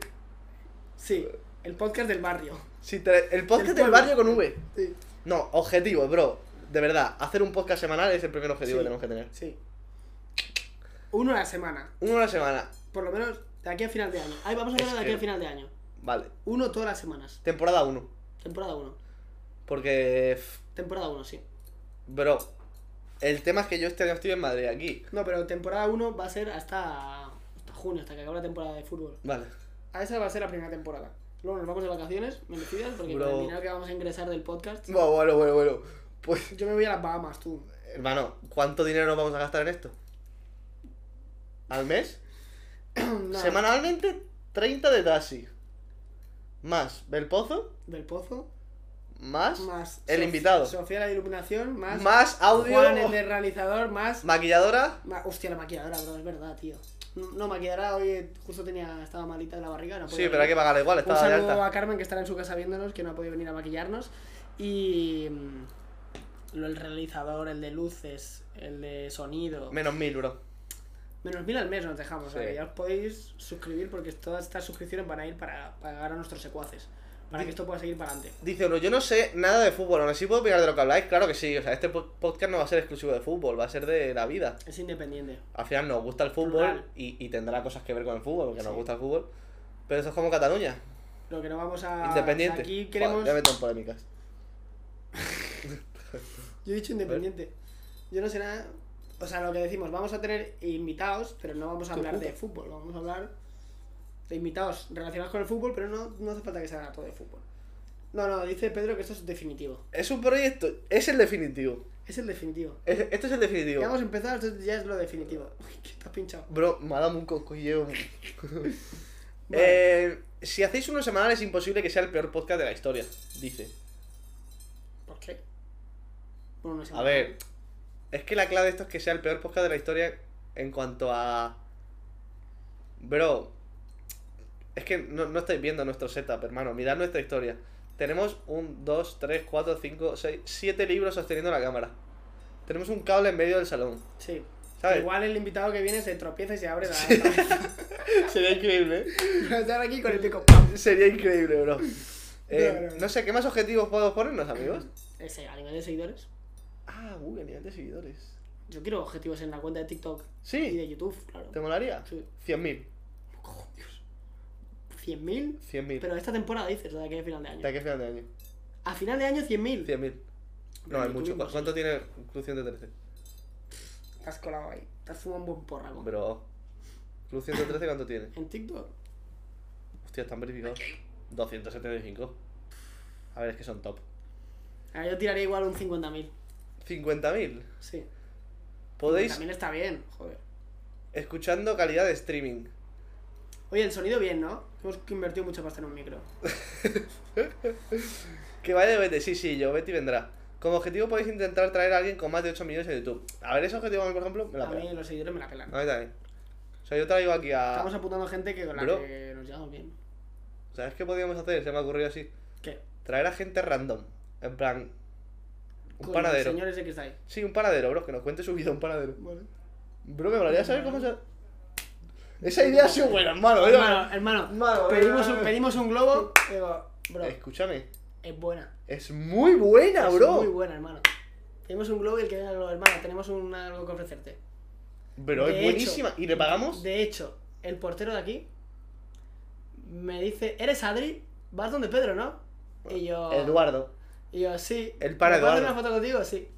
Speaker 3: Sí. El podcast del barrio.
Speaker 2: Si te- el podcast
Speaker 3: Del
Speaker 2: del
Speaker 3: pueblo.
Speaker 2: barrio con V.
Speaker 3: Sí.
Speaker 2: No, objetivo, bro. De verdad, hacer un podcast semanal es el primer objetivo
Speaker 3: Sí.
Speaker 2: que tenemos que tener.
Speaker 3: Sí. Uno a la semana.
Speaker 2: Uno a la semana.
Speaker 3: Por lo menos de aquí a final de año. Ay, vamos a
Speaker 2: Es
Speaker 3: hablar de aquí
Speaker 2: que-
Speaker 3: a final de año.
Speaker 2: Vale.
Speaker 3: Uno todas las semanas.
Speaker 2: Temporada 1.
Speaker 3: Temporada 1.
Speaker 2: Porque. pff,
Speaker 3: Temporada 1, sí.
Speaker 2: Bro. El tema es que yo este año estoy en Madrid, aquí.
Speaker 3: No, pero temporada 1 va a ser hasta, hasta junio, hasta que acabe la temporada de fútbol.
Speaker 2: Vale.
Speaker 3: A esa va a ser la primera temporada. Luego nos vamos de vacaciones, merecidas, porque
Speaker 2: Bro.
Speaker 3: con el dinero que vamos a ingresar del podcast,
Speaker 2: Bueno, bueno, bueno, bueno. Pues.
Speaker 3: yo me voy a las Bahamas, tú.
Speaker 2: Hermano, ¿cuánto dinero nos vamos a gastar en esto? ¿Al mes?
Speaker 3: Nada,
Speaker 2: Semanalmente, 30 de taxi. Más Belpozo,
Speaker 3: Del pozo,
Speaker 2: más,
Speaker 3: más.
Speaker 2: el
Speaker 3: Sof-
Speaker 2: invitado.
Speaker 3: Sofía la de iluminación, más.
Speaker 2: más, audio,
Speaker 3: Juan el de realizador, más.
Speaker 2: maquilladora.
Speaker 3: Ma- Hostia, la maquilladora, bro, es verdad, tío. No, no, maquilladora hoy justo tenía, estaba malita de la barriga. No podía
Speaker 2: Sí, pero hay que
Speaker 3: venir.
Speaker 2: pagarla igual,
Speaker 3: Un
Speaker 2: está de
Speaker 3: saludo
Speaker 2: alta.
Speaker 3: a Carmen que estará en su casa viéndonos, que no ha podido venir a maquillarnos. Y. mm, lo- El realizador, el de luces, el de sonido.
Speaker 2: Menos mil, bro.
Speaker 3: Menos mil al mes nos dejamos, o sea,
Speaker 2: Sí.
Speaker 3: que ya os podéis suscribir porque todas estas suscripciones van a ir para pagar a nuestros secuaces. Para
Speaker 2: Di-
Speaker 3: que esto pueda seguir para adelante.
Speaker 2: Dice, bro, yo no sé nada de fútbol, aún así puedo opinar de lo que habláis. Claro que sí, o sea, este po- podcast no va a ser exclusivo de fútbol, va a ser de la vida.
Speaker 3: Es independiente.
Speaker 2: Al final nos gusta el fútbol
Speaker 3: Plural.
Speaker 2: y, y tendrá cosas que ver con el fútbol, porque nos
Speaker 3: Sí.
Speaker 2: gusta el fútbol. Pero eso es como Cataluña,
Speaker 3: Lo que no vamos
Speaker 2: Ah,
Speaker 3: a.
Speaker 2: independiente.
Speaker 3: Aquí
Speaker 2: Joder,
Speaker 3: queremos.
Speaker 2: ya meto en polémicas.
Speaker 3: Yo he dicho independiente. Yo no sé nada. O sea, lo que decimos, vamos a tener invitados, pero no vamos a
Speaker 2: Tú
Speaker 3: hablar
Speaker 2: puta.
Speaker 3: de fútbol. Vamos a hablar de invitados relacionados con el fútbol, pero no, no hace falta que sea todo de fútbol. No, no, dice Pedro que esto es definitivo.
Speaker 2: Es un proyecto, es el definitivo.
Speaker 3: Es el definitivo.
Speaker 2: Es- esto es el definitivo.
Speaker 3: Ya hemos empezado, esto ya es lo definitivo. Uy, que te has pinchado.
Speaker 2: Bro, me ha dado un cosquilleo.
Speaker 3: Vale.
Speaker 2: Eh, Si hacéis uno semanal es imposible que sea el peor podcast de la historia, dice.
Speaker 3: ¿Por qué? Por una
Speaker 2: A
Speaker 3: semana.
Speaker 2: ver, es que la clave de esto es que sea el peor podcast de la historia en cuanto a... Bro, es que no, no estáis viendo nuestro setup, hermano. Mirad nuestra historia. Tenemos un, dos, tres, cuatro, cinco, seis, siete libros sosteniendo la cámara. Tenemos un cable en medio del salón.
Speaker 3: Sí.
Speaker 2: ¿Sabes?
Speaker 3: Igual el invitado que viene se tropieza y se abre la.
Speaker 2: Sería increíble, ¿eh?
Speaker 3: Estar aquí con el pico. ¡pam!
Speaker 2: Sería increíble, bro. Eh,
Speaker 3: No, no, no.
Speaker 2: no sé, ¿qué más objetivos podemos ponernos, amigos?
Speaker 3: Ese, a nivel de seguidores.
Speaker 2: Ah, uy, a nivel de seguidores.
Speaker 3: Yo quiero objetivos en la cuenta de TikTok y de
Speaker 2: Sí,
Speaker 3: YouTube, claro.
Speaker 2: ¿te molaría?
Speaker 3: Sí.
Speaker 2: 100.000.
Speaker 3: 100.000.
Speaker 2: 100.000.
Speaker 3: Pero esta temporada dices, o sea, que a final de
Speaker 2: De
Speaker 3: año.
Speaker 2: aquí a final de año.
Speaker 3: A final de año 100.000.
Speaker 2: 100.000.
Speaker 3: Hombre,
Speaker 2: No, hay
Speaker 3: YouTube
Speaker 2: mucho. ¿Cu-
Speaker 3: imposible.
Speaker 2: ¿Cuánto tiene Club 113?
Speaker 3: Te has colado ahí. Te has fumado un buen porraco.
Speaker 2: Bro. Club 113, ¿cuánto tiene?
Speaker 3: En TikTok.
Speaker 2: Hostia, están verificados. 275. A ver, es que son top.
Speaker 3: A ver, ah, yo tiraría igual un 50.000.
Speaker 2: 50.000.
Speaker 3: Sí.
Speaker 2: Podéis,
Speaker 3: También está bien, joder.
Speaker 2: escuchando calidad de streaming.
Speaker 3: Oye, el sonido bien, ¿no? Hemos invertido mucho pasta en un micro.
Speaker 2: Que vaya de Betty, sí, sí, yo, Betty vendrá. Como objetivo podéis intentar traer a alguien con más de 8 millones en YouTube. A ver, ese objetivo, a mí, por ejemplo, me
Speaker 3: A
Speaker 2: la Ah. pega.
Speaker 3: mí los seguidores me la pelan.
Speaker 2: A mí también. O sea, yo traigo aquí a...
Speaker 3: Estamos apuntando gente que con la
Speaker 2: Bro.
Speaker 3: que nos llevamos bien.
Speaker 2: ¿Sabes qué podríamos hacer? Se me ha ocurrido así.
Speaker 3: ¿Qué?
Speaker 2: Traer a gente random. En plan...
Speaker 3: Con
Speaker 2: Un panadero.
Speaker 3: El señor ese que está ahí.
Speaker 2: Sí, un panadero, bro. Que nos cuente su vida, un panadero. Bro, me molaría saber cómo se... Esa idea ha sido buena, hermano. ¿eh?
Speaker 3: Hermano, hermano,
Speaker 1: Malo,
Speaker 3: pedimos,
Speaker 1: eh.
Speaker 3: un, pedimos un globo. Digo, bro,
Speaker 2: eh. Escúchame.
Speaker 3: es buena.
Speaker 2: Es muy buena, Ah, bro.
Speaker 3: Es muy buena, hermano. Pedimos un globo y el que venga el globo, hermano, tenemos un, algo que ofrecerte.
Speaker 2: Bro, es
Speaker 3: De
Speaker 2: buenísima.
Speaker 3: hecho,
Speaker 2: ¿Y le pagamos?
Speaker 3: De hecho, el portero de aquí me dice, ¿eres Adri? ¿Vas donde Pedro, no? Y yo...
Speaker 2: Eduardo.
Speaker 3: Y yo, sí.
Speaker 2: El pana
Speaker 3: ¿Me puedo hacer
Speaker 2: Eduardo.
Speaker 3: una foto contigo? Sí.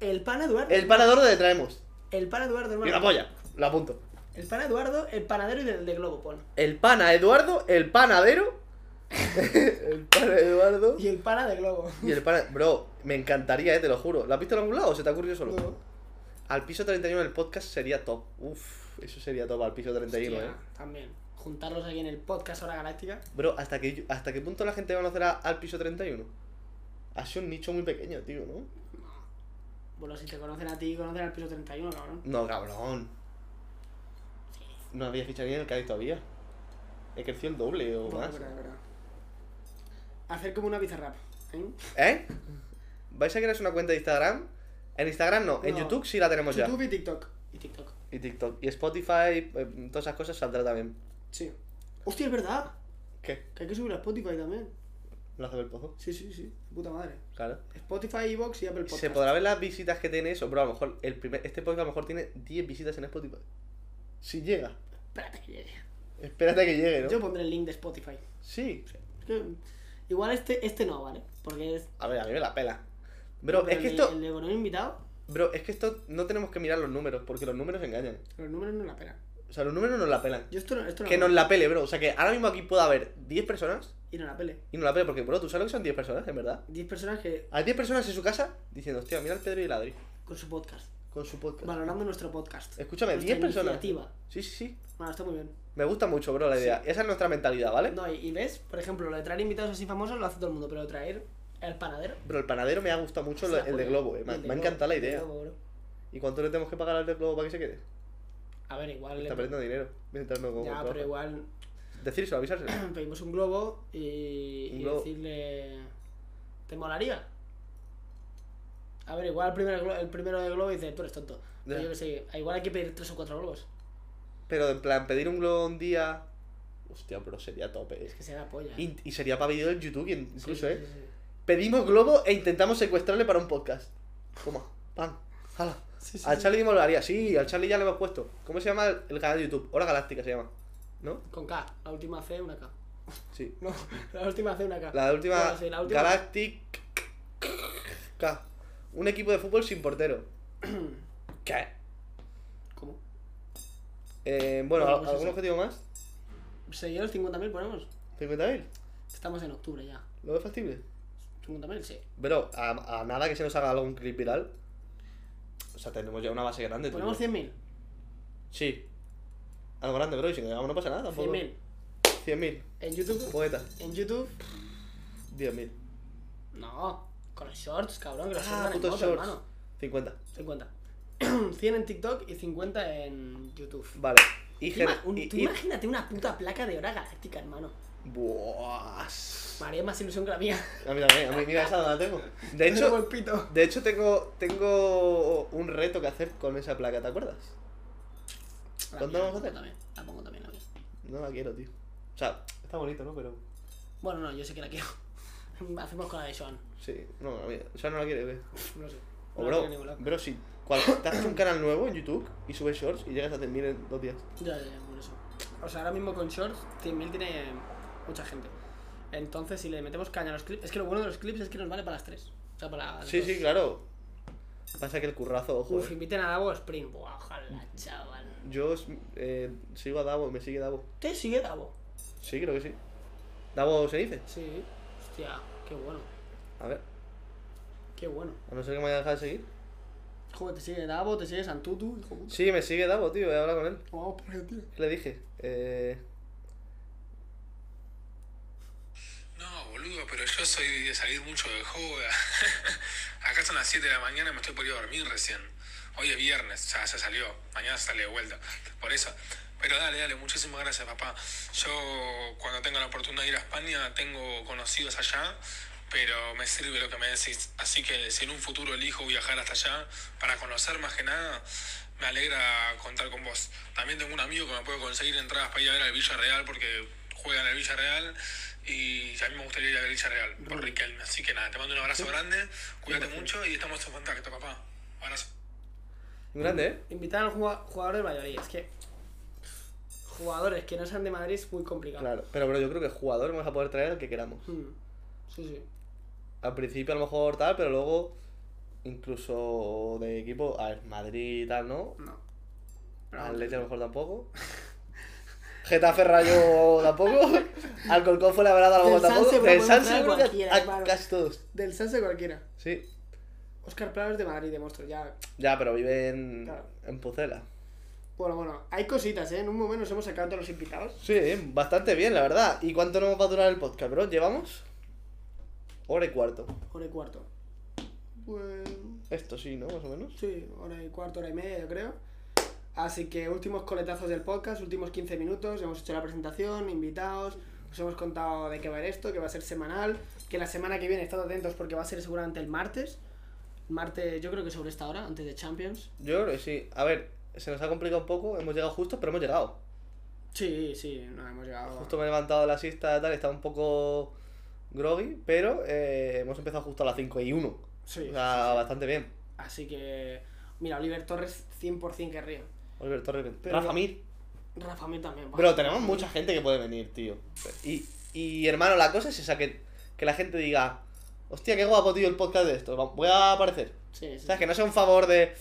Speaker 3: El pana Eduardo.
Speaker 2: El panadero le traemos.
Speaker 3: El pana Eduardo,
Speaker 2: Y
Speaker 3: hermano.
Speaker 2: la polla. Lo apunto.
Speaker 3: El pana Eduardo, el panadero y del de globo, pon.
Speaker 2: El pana Eduardo, el panadero. el pana Eduardo.
Speaker 3: Y el pana de globo.
Speaker 2: Y el pana. Bro, me encantaría, eh, te lo juro. ¿La has visto en algún lado o se te ha ocurrido solo?
Speaker 3: No.
Speaker 2: Al piso 31 del podcast sería top. Uf, eso sería top al piso 31,
Speaker 3: Hostia,
Speaker 2: eh.
Speaker 3: También. Juntarlos aquí en el podcast Hora Galáctica.
Speaker 2: Bro, ¿hasta qué, ¿hasta qué punto la gente va a conocer a- al piso 31? Ha sido un nicho muy pequeño, tío, ¿no?
Speaker 3: Bueno, si te conocen a ti, conocen al piso 31, cabrón.
Speaker 2: No, cabrón. No había ficha ni en el Cádiz todavía. He crecido el doble o
Speaker 3: Bueno,
Speaker 2: más.
Speaker 3: verdad, verdad. Hacer como una bizarrap. ¿eh?
Speaker 2: ¿Eh? ¿Vais a crear una cuenta de Instagram? En Instagram no, en
Speaker 3: No.
Speaker 2: YouTube sí la tenemos Pues ya.
Speaker 3: YouTube y TikTok. Y TikTok.
Speaker 2: Y TikTok. Y Spotify, eh, todas esas cosas saldrá también.
Speaker 3: Sí. Hostia, es verdad.
Speaker 2: ¿Qué?
Speaker 3: Que hay que subir a Spotify también.
Speaker 2: ¿Lo hace el pozo?
Speaker 3: Sí, sí, sí. Puta madre.
Speaker 2: Claro.
Speaker 3: Spotify, Evox y Apple Podcast.
Speaker 2: ¿Se podrá ver las visitas que tiene eso? Pero a lo mejor el primer, este podcast a lo mejor tiene 10 visitas en Spotify. Si llega.
Speaker 3: Espérate que llegue.
Speaker 2: Espérate a que llegue, ¿no?
Speaker 3: Yo pondré el link de Spotify.
Speaker 2: Sí.
Speaker 3: Es que igual este, este no, ¿vale? Porque es.
Speaker 2: A ver, a mí me la pela. Bro, es
Speaker 3: pero
Speaker 2: que
Speaker 3: el-
Speaker 2: esto.
Speaker 3: El de Economía invitado,
Speaker 2: Bro, es que esto no tenemos que mirar los números, porque los números engañan.
Speaker 3: los números no la pena.
Speaker 2: O sea, los números nos la pelan.
Speaker 3: Yo esto no. Esto no
Speaker 2: Que
Speaker 3: lo-
Speaker 2: nos la pele, bro. O sea, que ahora mismo aquí pueda haber 10 personas
Speaker 3: Y no la pele.
Speaker 2: y nos la pele, porque, bro, tú sabes lo que son 10 personas, en verdad.
Speaker 3: 10 personas que.
Speaker 2: Hay 10 personas en su casa diciendo, hostia, mira el Pedro y el Adri
Speaker 3: con su podcast.
Speaker 2: con su podcast.
Speaker 3: Valorando nuestro podcast.
Speaker 2: Escúchame,
Speaker 3: Nuestra
Speaker 2: 10 personas.
Speaker 3: iniciativa.
Speaker 2: Sí, sí, sí.
Speaker 3: Bueno, está muy bien.
Speaker 2: Me gusta mucho, bro, la idea. Esa es nuestra mentalidad, ¿vale?
Speaker 3: No, y, y ves, por ejemplo, lo de traer invitados así famosos lo hace todo el mundo, pero traer el panadero.
Speaker 2: Bro, el panadero me ha gustado mucho
Speaker 3: hostia,
Speaker 2: el, el de
Speaker 3: joder.
Speaker 2: Globo, eh.
Speaker 3: El
Speaker 2: Me,
Speaker 3: de
Speaker 2: me ha
Speaker 3: Globo,
Speaker 2: encantado la
Speaker 3: el de
Speaker 2: idea.
Speaker 3: Globo, bro.
Speaker 2: ¿Y cuánto le tenemos que pagar al de Globo para que se quede?
Speaker 3: A ver, igual.
Speaker 2: Está
Speaker 3: le-
Speaker 2: perdiendo dinero. Mientras no como
Speaker 3: Ya,
Speaker 2: trabaja.
Speaker 3: pero igual
Speaker 2: Decírselo, avisárselo.
Speaker 3: pedimos un globo y,
Speaker 2: Un
Speaker 3: y
Speaker 2: globo.
Speaker 3: decirle. ¿Te molaría? A ver, igual el, primer glo- el primero de globo dice, tú eres tonto. Pero
Speaker 2: Ya.
Speaker 3: yo qué sé, igual hay que pedir tres o cuatro globos.
Speaker 2: Pero en plan, pedir un globo un día. Hostia, bro, sería tope.
Speaker 3: Es que sea la polla.
Speaker 2: Y, y sería para vídeo en YouTube in-
Speaker 3: Sí,
Speaker 2: incluso,
Speaker 3: sí,
Speaker 2: ¿eh?
Speaker 3: sí, sí.
Speaker 2: Pedimos globo e intentamos secuestrarle para un podcast. Toma, pam, hala.
Speaker 3: Sí, sí,
Speaker 2: Al
Speaker 3: sí.
Speaker 2: Charlie me molaría, sí, al Charlie ya le hemos puesto. ¿Cómo se llama el, el canal de YouTube? Hora Galáctica se llama. ¿No?
Speaker 3: Con K, la última C, una K.
Speaker 2: Sí.
Speaker 3: No, la última C, una K.
Speaker 2: La última,
Speaker 3: No, sí, la última-
Speaker 2: Galactic K. Un equipo de fútbol sin portero. ¿Qué?
Speaker 3: ¿Cómo?
Speaker 2: Eh, bueno,
Speaker 3: Bueno,
Speaker 2: ¿al-
Speaker 3: pues
Speaker 2: ¿algún
Speaker 3: eso.
Speaker 2: objetivo más?
Speaker 3: Seguidores 50.000 ponemos.
Speaker 2: ¿50.000?
Speaker 3: Estamos en octubre ya.
Speaker 2: ¿Lo ves factible?
Speaker 3: 50.000, sí.
Speaker 2: Pero a, a nada que se nos haga algún clip viral. O sea, tenemos ya una base grande. tú,
Speaker 3: Ponemos
Speaker 2: bro.
Speaker 3: 100.000.
Speaker 2: Sí. Algo grande, bro, y si no llegamos no pasa nada tampoco.
Speaker 3: 100.000.
Speaker 2: 100.000.
Speaker 3: En YouTube.
Speaker 2: Poeta.
Speaker 3: En YouTube.
Speaker 2: 10.000.
Speaker 3: No. Con los shorts, cabrón. Que los shorts
Speaker 2: Ah,
Speaker 3: dan en
Speaker 2: putos
Speaker 3: moto,
Speaker 2: shorts.
Speaker 3: hermano.
Speaker 2: 50.
Speaker 3: 50. 100 en TikTok y 50 en YouTube.
Speaker 2: Vale. Y,
Speaker 3: Tú
Speaker 2: gener-
Speaker 3: ima- un-
Speaker 2: y-
Speaker 3: tú
Speaker 2: y-
Speaker 3: imagínate una puta placa de hora galáctica, hermano.
Speaker 2: Buah.
Speaker 3: Me haría más ilusión que la mía.
Speaker 2: A mí también, a mí mira esa no la tengo. De
Speaker 3: Tengo
Speaker 2: hecho,
Speaker 3: el pito.
Speaker 2: de hecho tengo, tengo un reto que hacer con esa placa, ¿te acuerdas?
Speaker 3: La
Speaker 2: ¿Cuándo
Speaker 3: mía,
Speaker 2: vamos a
Speaker 3: la
Speaker 2: hacer?
Speaker 3: pongo también, La pongo también, la mía.
Speaker 2: No la quiero, tío. O sea, está bonito, ¿no? Pero.
Speaker 3: Bueno, no, yo sé que la quiero. Hacemos con la de Sean.
Speaker 2: Sí, no, a mí, o sea, no la quiere, ¿ves?
Speaker 3: No sé.
Speaker 2: O
Speaker 3: No la
Speaker 2: Oh, bro,
Speaker 3: quiero ni volar.
Speaker 2: bro, si cual- te haces un canal nuevo en YouTube y subes shorts y llegas a 100.000 en dos días.
Speaker 3: Ya, ya, ya, por eso. O sea, ahora mismo con Shorts, 100.000 tiene mucha gente. Entonces, si le metemos caña a los clips. Es que lo bueno de los clips es que nos vale para las tres. O sea, para. las
Speaker 2: Sí,
Speaker 3: dos.
Speaker 2: sí, claro. Pasa que el currazo, ojo.
Speaker 3: Uf,
Speaker 2: eh.
Speaker 3: inviten a Davo Spring. Buah, ojalá, chaval.
Speaker 2: Yo eh, sigo a Davo, me sigue Davo.
Speaker 3: ¿Te sigue Davo?
Speaker 2: Sí, creo que sí. Davo se dice.
Speaker 3: Sí. Hostia, qué bueno.
Speaker 2: A ver,
Speaker 3: Qué bueno.
Speaker 2: a no ser que me haya dejado de seguir.
Speaker 3: Joder, te sigue Davo, te sigue Santutu, hijo puta.
Speaker 2: Sí, me sigue Davo, tío, he hablado con él.
Speaker 3: Vamos por ahí, tío.
Speaker 2: ¿Qué le dije? Eh,
Speaker 4: No, boludo, pero yo soy de salir mucho de joda. Acá son las 7 de la mañana y me estoy por ir a dormir recién. Hoy es viernes, ya se salió. Mañana sale de vuelta. Por eso. Pero dale, dale, muchísimas gracias, papá. Yo, cuando tenga la oportunidad de ir a España, tengo conocidos allá, pero me sirve lo que me decís. Así que si en un futuro elijo viajar hasta allá, para conocer más que nada, me alegra contar con vos. También tengo un amigo que me puede conseguir entradas para ir a ver al Villarreal porque juega en el Villarreal y a mí me gustaría ir a ver el Villarreal por Riquelme. Así que nada, te mando un abrazo grande, cuídate mucho y estamos en contacto, papá. Abrazo.
Speaker 2: un grande, ¿eh?
Speaker 3: Invitar al jugua- jugador del Valladolid. Es que. Jugadores que no sean de Madrid es muy complicado.
Speaker 2: Claro, pero bro, yo creo que jugador vamos a poder traer al que queramos.
Speaker 3: Hmm. Sí, sí.
Speaker 2: Al principio a lo mejor tal, pero luego incluso de equipo, al Madrid y tal, ¿no?
Speaker 3: No. Pero
Speaker 2: Al Leche a lo mejor tampoco. Getafe Rayo tampoco. Alcorcón fue la verdad
Speaker 3: Del
Speaker 2: algo tampoco.
Speaker 3: Sanse
Speaker 2: Del
Speaker 3: podemos
Speaker 2: Sanse
Speaker 3: traer
Speaker 2: creo que
Speaker 3: cualquiera,
Speaker 2: a-
Speaker 3: hermano.
Speaker 2: casi todos.
Speaker 3: Del Sanse cualquiera.
Speaker 2: Sí.
Speaker 3: Oscar Plavas de Madrid, de monstruo. Ya.
Speaker 2: Ya, pero vive en,
Speaker 3: Claro.
Speaker 2: en Pucela.
Speaker 3: Bueno, bueno. Hay cositas, ¿eh? En un momento nos hemos sacado todos los invitados.
Speaker 2: Sí, bastante bien, la verdad. ¿Y cuánto nos va a durar el podcast, bro? ¿Llevamos? Hora y cuarto.
Speaker 3: Hora y cuarto. Pues.
Speaker 2: Esto sí, ¿no? Más o menos.
Speaker 3: Sí, hora y cuarto, hora y media, yo creo. Así que últimos coletazos del podcast, últimos 15 minutos. Hemos hecho la presentación, invitados. Os hemos contado de qué va a ir esto, que va a ser semanal. Que la semana que viene, estad atentos porque va a ser seguramente el martes. Martes, yo creo que sobre esta hora, antes de Champions.
Speaker 2: Yo creo que sí. A ver, se nos ha complicado un poco, hemos llegado justo, pero hemos llegado.
Speaker 3: Sí, sí, no hemos llegado.
Speaker 2: Justo me he levantado de la siesta y tal, estaba un poco groggy, pero eh, hemos empezado justo a las 5 y 1.
Speaker 3: Sí,
Speaker 2: o sea,
Speaker 3: sí, sí.
Speaker 2: bastante bien.
Speaker 3: Así que, mira, Oliver Torres 100% que río.
Speaker 2: Oliver Torres,
Speaker 3: Pero-
Speaker 2: Rafa Mir.
Speaker 3: Rafa Mir también. va.
Speaker 2: Bro, tenemos mucha gente que puede venir, tío. Y, y, hermano, la cosa es esa, que, que la gente diga, hostia, qué guapo, tío, el podcast de esto, va- voy a aparecer.
Speaker 3: Sí,
Speaker 2: O
Speaker 3: sí.
Speaker 2: sea, que no sea un favor de,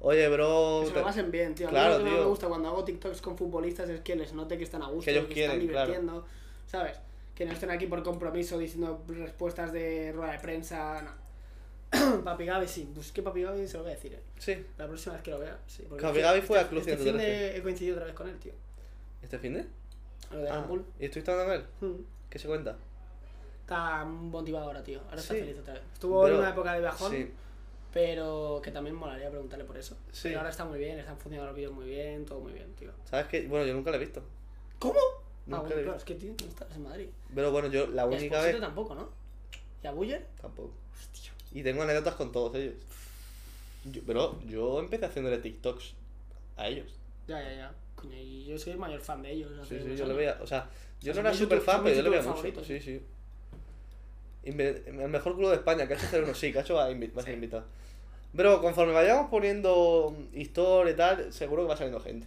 Speaker 2: oye, bro,
Speaker 3: Que se lo
Speaker 2: te-
Speaker 3: pasen bien, tío. A mí
Speaker 2: Claro,
Speaker 3: lo que más
Speaker 2: tío.
Speaker 3: me gusta cuando hago TikToks con futbolistas es que les note que están a gusto,
Speaker 2: Que ellos
Speaker 3: están
Speaker 2: quieren, claro.
Speaker 3: divirtiendo, ¿sabes? Que no estén aquí por compromiso diciendo respuestas de rueda de prensa, no. Papi Gaby, sí, pues que Papi Gaby se lo voy a decir, eh.
Speaker 2: sí.
Speaker 3: La próxima vez que lo vea, sí. porque
Speaker 2: Papi
Speaker 3: este-
Speaker 2: Gaby fue
Speaker 3: este-
Speaker 2: a Club
Speaker 3: Este fin
Speaker 2: 113.
Speaker 3: de he coincidido otra vez con él, tío.
Speaker 2: ¿Este fin de?
Speaker 3: Lo de
Speaker 2: Ah,
Speaker 3: Liverpool.
Speaker 2: ¿Y estuviste hablando con él?
Speaker 3: Mm.
Speaker 2: ¿Qué se cuenta?
Speaker 3: Está motivado ahora, tío. Ahora está
Speaker 2: Sí.
Speaker 3: feliz otra vez. Estuvo en
Speaker 2: Bro,
Speaker 3: una época de bajón.
Speaker 2: Sí.
Speaker 3: Pero que también molaría preguntarle por eso.
Speaker 2: Sí.
Speaker 3: Pero ahora está muy bien, están funcionando los vídeos muy bien, todo muy bien, tío.
Speaker 2: ¿Sabes qué? Bueno, yo nunca lo he visto.
Speaker 3: ¿Cómo?
Speaker 2: Nunca
Speaker 3: ah,
Speaker 2: le
Speaker 3: bueno,
Speaker 2: vi.
Speaker 3: claro, es que tío, no estás en Madrid.
Speaker 2: Pero bueno, yo la
Speaker 3: Y a
Speaker 2: única
Speaker 3: Esposito
Speaker 2: vez...
Speaker 3: tampoco, ¿no? ¿Y a Buller?
Speaker 2: Tampoco.
Speaker 3: Hostia.
Speaker 2: Y tengo anécdotas con todos ellos. Yo, pero yo empecé haciéndole TikToks a ellos.
Speaker 3: Ya, ya, ya. Coño, y yo soy el mayor fan de ellos. hace
Speaker 2: Sí, sí,
Speaker 3: unos
Speaker 2: yo le
Speaker 3: años.
Speaker 2: veía. O sea, yo
Speaker 3: O sea,
Speaker 2: no
Speaker 3: son
Speaker 2: era
Speaker 3: mis
Speaker 2: súper
Speaker 3: youtube-
Speaker 2: fan,
Speaker 3: son
Speaker 2: pero yo
Speaker 3: mis
Speaker 2: le veía
Speaker 3: youtube
Speaker 2: mucho.
Speaker 3: favoritos.
Speaker 2: Sí, sí. Inve- El mejor club de España, que ha hecho uno sí, Cacho va a, invi- va a ser invitado. Pero conforme vayamos poniendo mm, historia y tal, seguro que va saliendo gente.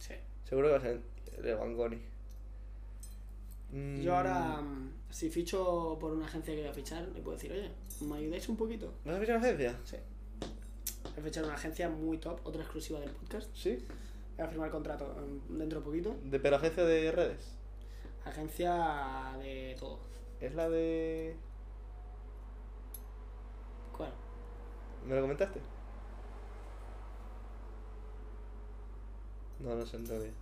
Speaker 3: Sí.
Speaker 2: Seguro que va saliendo. De Bangoni. Mm,
Speaker 3: Yo ahora, mm, si ficho por una agencia que voy a fichar, le puedo decir, oye, ¿me ayudáis un poquito?
Speaker 2: ¿Vas a fichar una agencia?
Speaker 3: Sí. Voy a fichar una agencia muy top, otra exclusiva del podcast.
Speaker 2: Sí.
Speaker 3: Voy a firmar contrato mm, dentro de poquito.
Speaker 2: De, pero agencia de redes.
Speaker 3: Agencia de todo.
Speaker 2: Es la de.
Speaker 3: ¿Cuál?
Speaker 2: ¿Me lo comentaste? No, no sé, no tengo ni idea.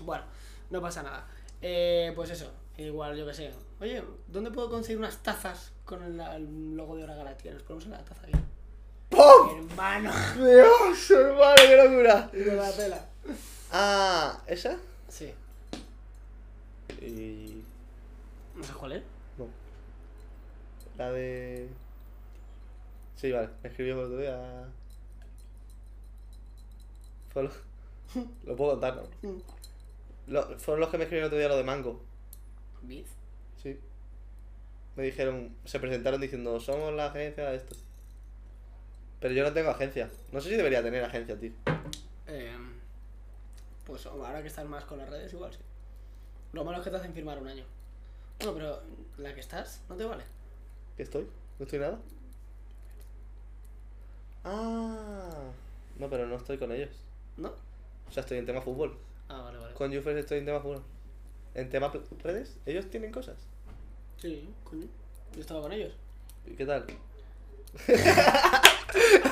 Speaker 3: Bueno, no pasa nada. Eh, pues eso, igual yo que sé. Oye, ¿dónde puedo conseguir unas tazas con la- el logo de Hora Galáctica? Nos ponemos en la taza aquí.
Speaker 2: ¡Pum!
Speaker 3: Hermano,
Speaker 2: ¡Dios, hermano, qué locura!
Speaker 3: me la pela.
Speaker 2: Ah, ¿esa?
Speaker 3: Sí,
Speaker 2: Y...
Speaker 3: no sé cuál es.
Speaker 2: No. La de... Sí, vale, me escribió el otro día... Fueron... Lo puedo contar, ¿no? Lo- Fueron los que me escribieron el otro día lo de Mango.
Speaker 3: ¿Biz?
Speaker 2: Sí. Me dijeron, se presentaron diciendo, somos la agencia de esto. Pero yo no tengo agencia. No sé si debería tener agencia, tío.
Speaker 3: Eh, pues ahora que estás más con las redes, igual sí. Lo malo es que te hacen firmar un año. Bueno, pero la que estás no te vale.
Speaker 2: ¿Qué estoy? ¿No estoy nada? Ah. No, pero no estoy con ellos.
Speaker 3: ¿No?
Speaker 2: O sea, estoy en tema fútbol.
Speaker 3: Ah, vale, vale.
Speaker 2: Con Jufres estoy en tema fútbol. En tema pl- redes, ellos tienen cosas.
Speaker 3: Sí, coño. Yo estaba con ellos.
Speaker 2: ¿Y qué tal?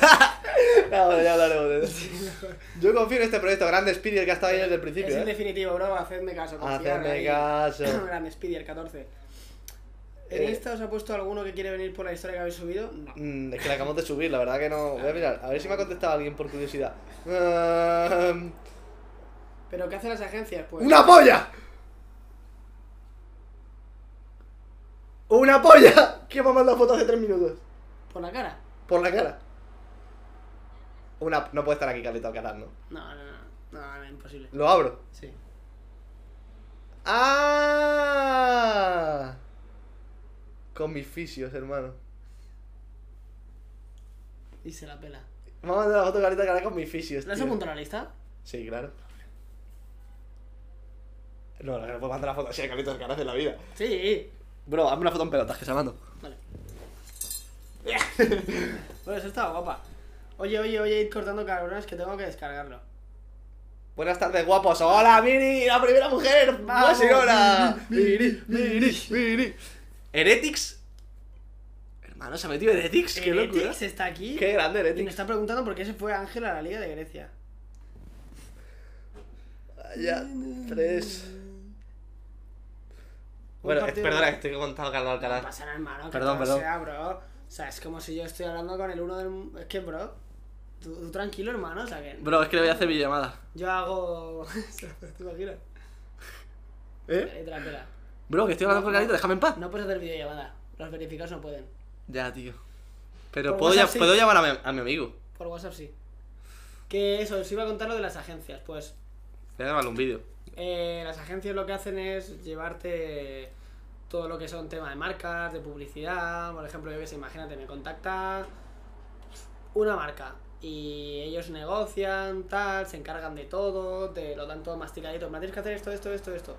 Speaker 2: Ah, bueno, ya hablaremos de eso. Yo confío en este proyecto, grande Spirit, el que ha estado ahí desde el
Speaker 3: Es
Speaker 2: principio.
Speaker 3: el
Speaker 2: ¿eh? Ah,
Speaker 3: definitivo, bro. Hacedme caso. confiad
Speaker 2: Hacedme
Speaker 3: ahí.
Speaker 2: caso.
Speaker 3: Gran Speedy, el 14. ¿En
Speaker 2: Eh,
Speaker 3: Insta os ha puesto alguno que quiere venir por la historia que habéis subido? No.
Speaker 2: Mm, es que la acabamos de subir, la verdad que no. Voy a mirar, a ver si me ha contestado alguien por curiosidad. Ehm,
Speaker 3: ¿Pero qué hacen las agencias? Pues.
Speaker 2: ¡Una polla! ¡Una polla! ¿Quién me ha mandado foto hace tres minutos?
Speaker 3: ¿Por la cara?
Speaker 2: Por la cara. Una... No puede estar aquí Carlito Alcaraz, ¿no?
Speaker 3: No, no, no. No, no, imposible.
Speaker 2: Lo abro.
Speaker 3: Sí.
Speaker 2: ¡Ah! Con mis fisios, hermano.
Speaker 3: Y se la pela.
Speaker 2: Me ha mandado la foto Carlito Alcaraz con mis fisios.
Speaker 3: ¿La has
Speaker 2: tío.
Speaker 3: apuntado a la lista?
Speaker 2: Sí, claro. No, no puedo mandar la foto así a Carlitos Alcaraz en la vida.
Speaker 3: Sí.
Speaker 2: Bro, hazme una foto en pelotas que se mando.
Speaker 3: Vale. bueno, eso estaba guapa. Oye, oye, oye, ir cortando cabrones que tengo que descargarlo.
Speaker 2: Buenas tardes, guapos. ¡Hola, Miri! ¡La primera mujer!
Speaker 3: ¡Vamos!
Speaker 2: ¡Barcelona! ¡Miri, Miri, Miri! ¿Heretics? Hermano, ¿se ha metido Heretics? ¡Qué locura!
Speaker 3: Heretics está aquí.
Speaker 2: ¡Qué grande
Speaker 3: Y me
Speaker 2: Heretics!
Speaker 3: está preguntando por qué se fue Ángel a la Liga de Grecia.
Speaker 2: Ya, tres... Bueno, es-
Speaker 3: partido-
Speaker 2: perdona, estoy contando Carlos
Speaker 3: No
Speaker 2: Alcaraz.
Speaker 3: pasa nada, hermano. que
Speaker 2: Perdón,
Speaker 3: todo
Speaker 2: perdón.
Speaker 3: sea, bro. O sea, es como si yo estoy hablando con el uno del. mu- Es que, bro. Tú, tú tranquilo, hermano. O sea, que.
Speaker 2: Bro, es que le voy a hacer videollamada.
Speaker 3: Yo hago. ¿Te imaginas?
Speaker 2: ¿Eh?
Speaker 3: Ahí te la pela.
Speaker 2: Bro, que estoy hablando con Carlito, déjame en paz.
Speaker 3: No puedes hacer videollamada. Los verificados no pueden.
Speaker 2: Ya, tío. Pero
Speaker 3: Por
Speaker 2: puedo,
Speaker 3: WhatsApp
Speaker 2: ya-
Speaker 3: sí.
Speaker 2: puedo llamar a mi, a mi amigo.
Speaker 3: Por WhatsApp sí. Que eso, os iba a contar lo de las agencias. Pues
Speaker 2: Voy a grabarle un vídeo.
Speaker 3: Eh, las agencias lo que hacen es llevarte todo lo que son temas de marcas, de publicidad. Por ejemplo, yo que sé, imagínate, me contacta una marca y ellos negocian, tal, se encargan de todo, te lo dan todo masticadito. Me tienes que hacer esto, esto, esto, esto.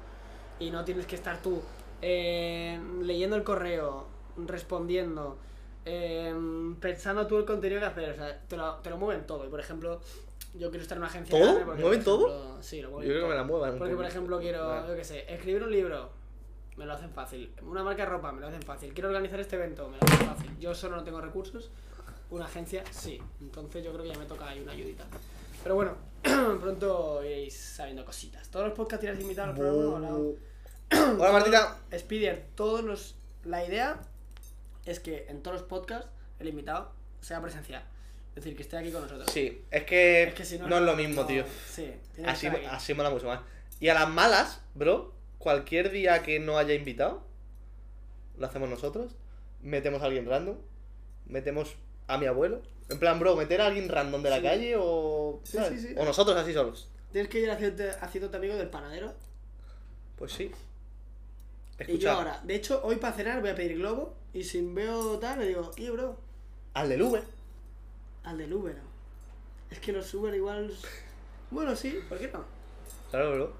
Speaker 3: Y no tienes que estar tú eh, leyendo el correo, respondiendo, eh, pensando tú el contenido que hacer. O sea, te lo, te lo mueven todo. Y por ejemplo, yo quiero estar en una agencia.
Speaker 2: ¿Todo?
Speaker 3: grande porque, por
Speaker 2: ¿Mueven todo?
Speaker 3: ejemplo, Sí, lo
Speaker 2: Yo
Speaker 3: mueven
Speaker 2: creo que
Speaker 3: todo.
Speaker 2: me la muevan. un
Speaker 3: Porque, por
Speaker 2: poco.
Speaker 3: ejemplo, quiero,
Speaker 2: Vale.
Speaker 3: yo qué sé, escribir un libro, me lo hacen fácil. Una marca de ropa, me lo hacen fácil. Quiero organizar este evento, me lo hacen fácil. Yo solo no tengo recursos, una agencia sí. Entonces yo creo que ya me toca ahí una ayudita. Pero bueno, pronto iréis sabiendo cositas. Todos los podcasts irás invitados al programa. Hola,
Speaker 2: Bu- Hola Martita.
Speaker 3: Spider, todos los... La idea es que en todos los podcasts el invitado sea presencial. Es decir, que esté aquí con nosotros.
Speaker 2: Sí, es que,
Speaker 3: Es que si no...
Speaker 2: no es lo mismo,
Speaker 3: no-
Speaker 2: tío.
Speaker 3: Sí, tiene que
Speaker 2: Así,
Speaker 3: estar aquí.
Speaker 2: así mola mucho más. Y a las malas, bro, cualquier día que no haya invitado, lo hacemos nosotros. Metemos a alguien random. Metemos a mi abuelo. En plan, bro, meter a alguien random de la
Speaker 3: Sí.
Speaker 2: calle o.
Speaker 3: Sí,
Speaker 2: ¿sabes?
Speaker 3: sí, sí.
Speaker 2: O nosotros así solos.
Speaker 3: Tienes que ir haciéndote, haciéndote amigo del panadero.
Speaker 2: Pues sí.
Speaker 3: Y yo
Speaker 2: Escucha.
Speaker 3: ahora, de hecho, hoy para cenar voy a pedir globo y si veo tal, le digo, y bro,
Speaker 2: Al del Uber.
Speaker 3: al del Uber. Es que los Uber igual. Bueno, sí, ¿por qué no?
Speaker 2: Claro, bro.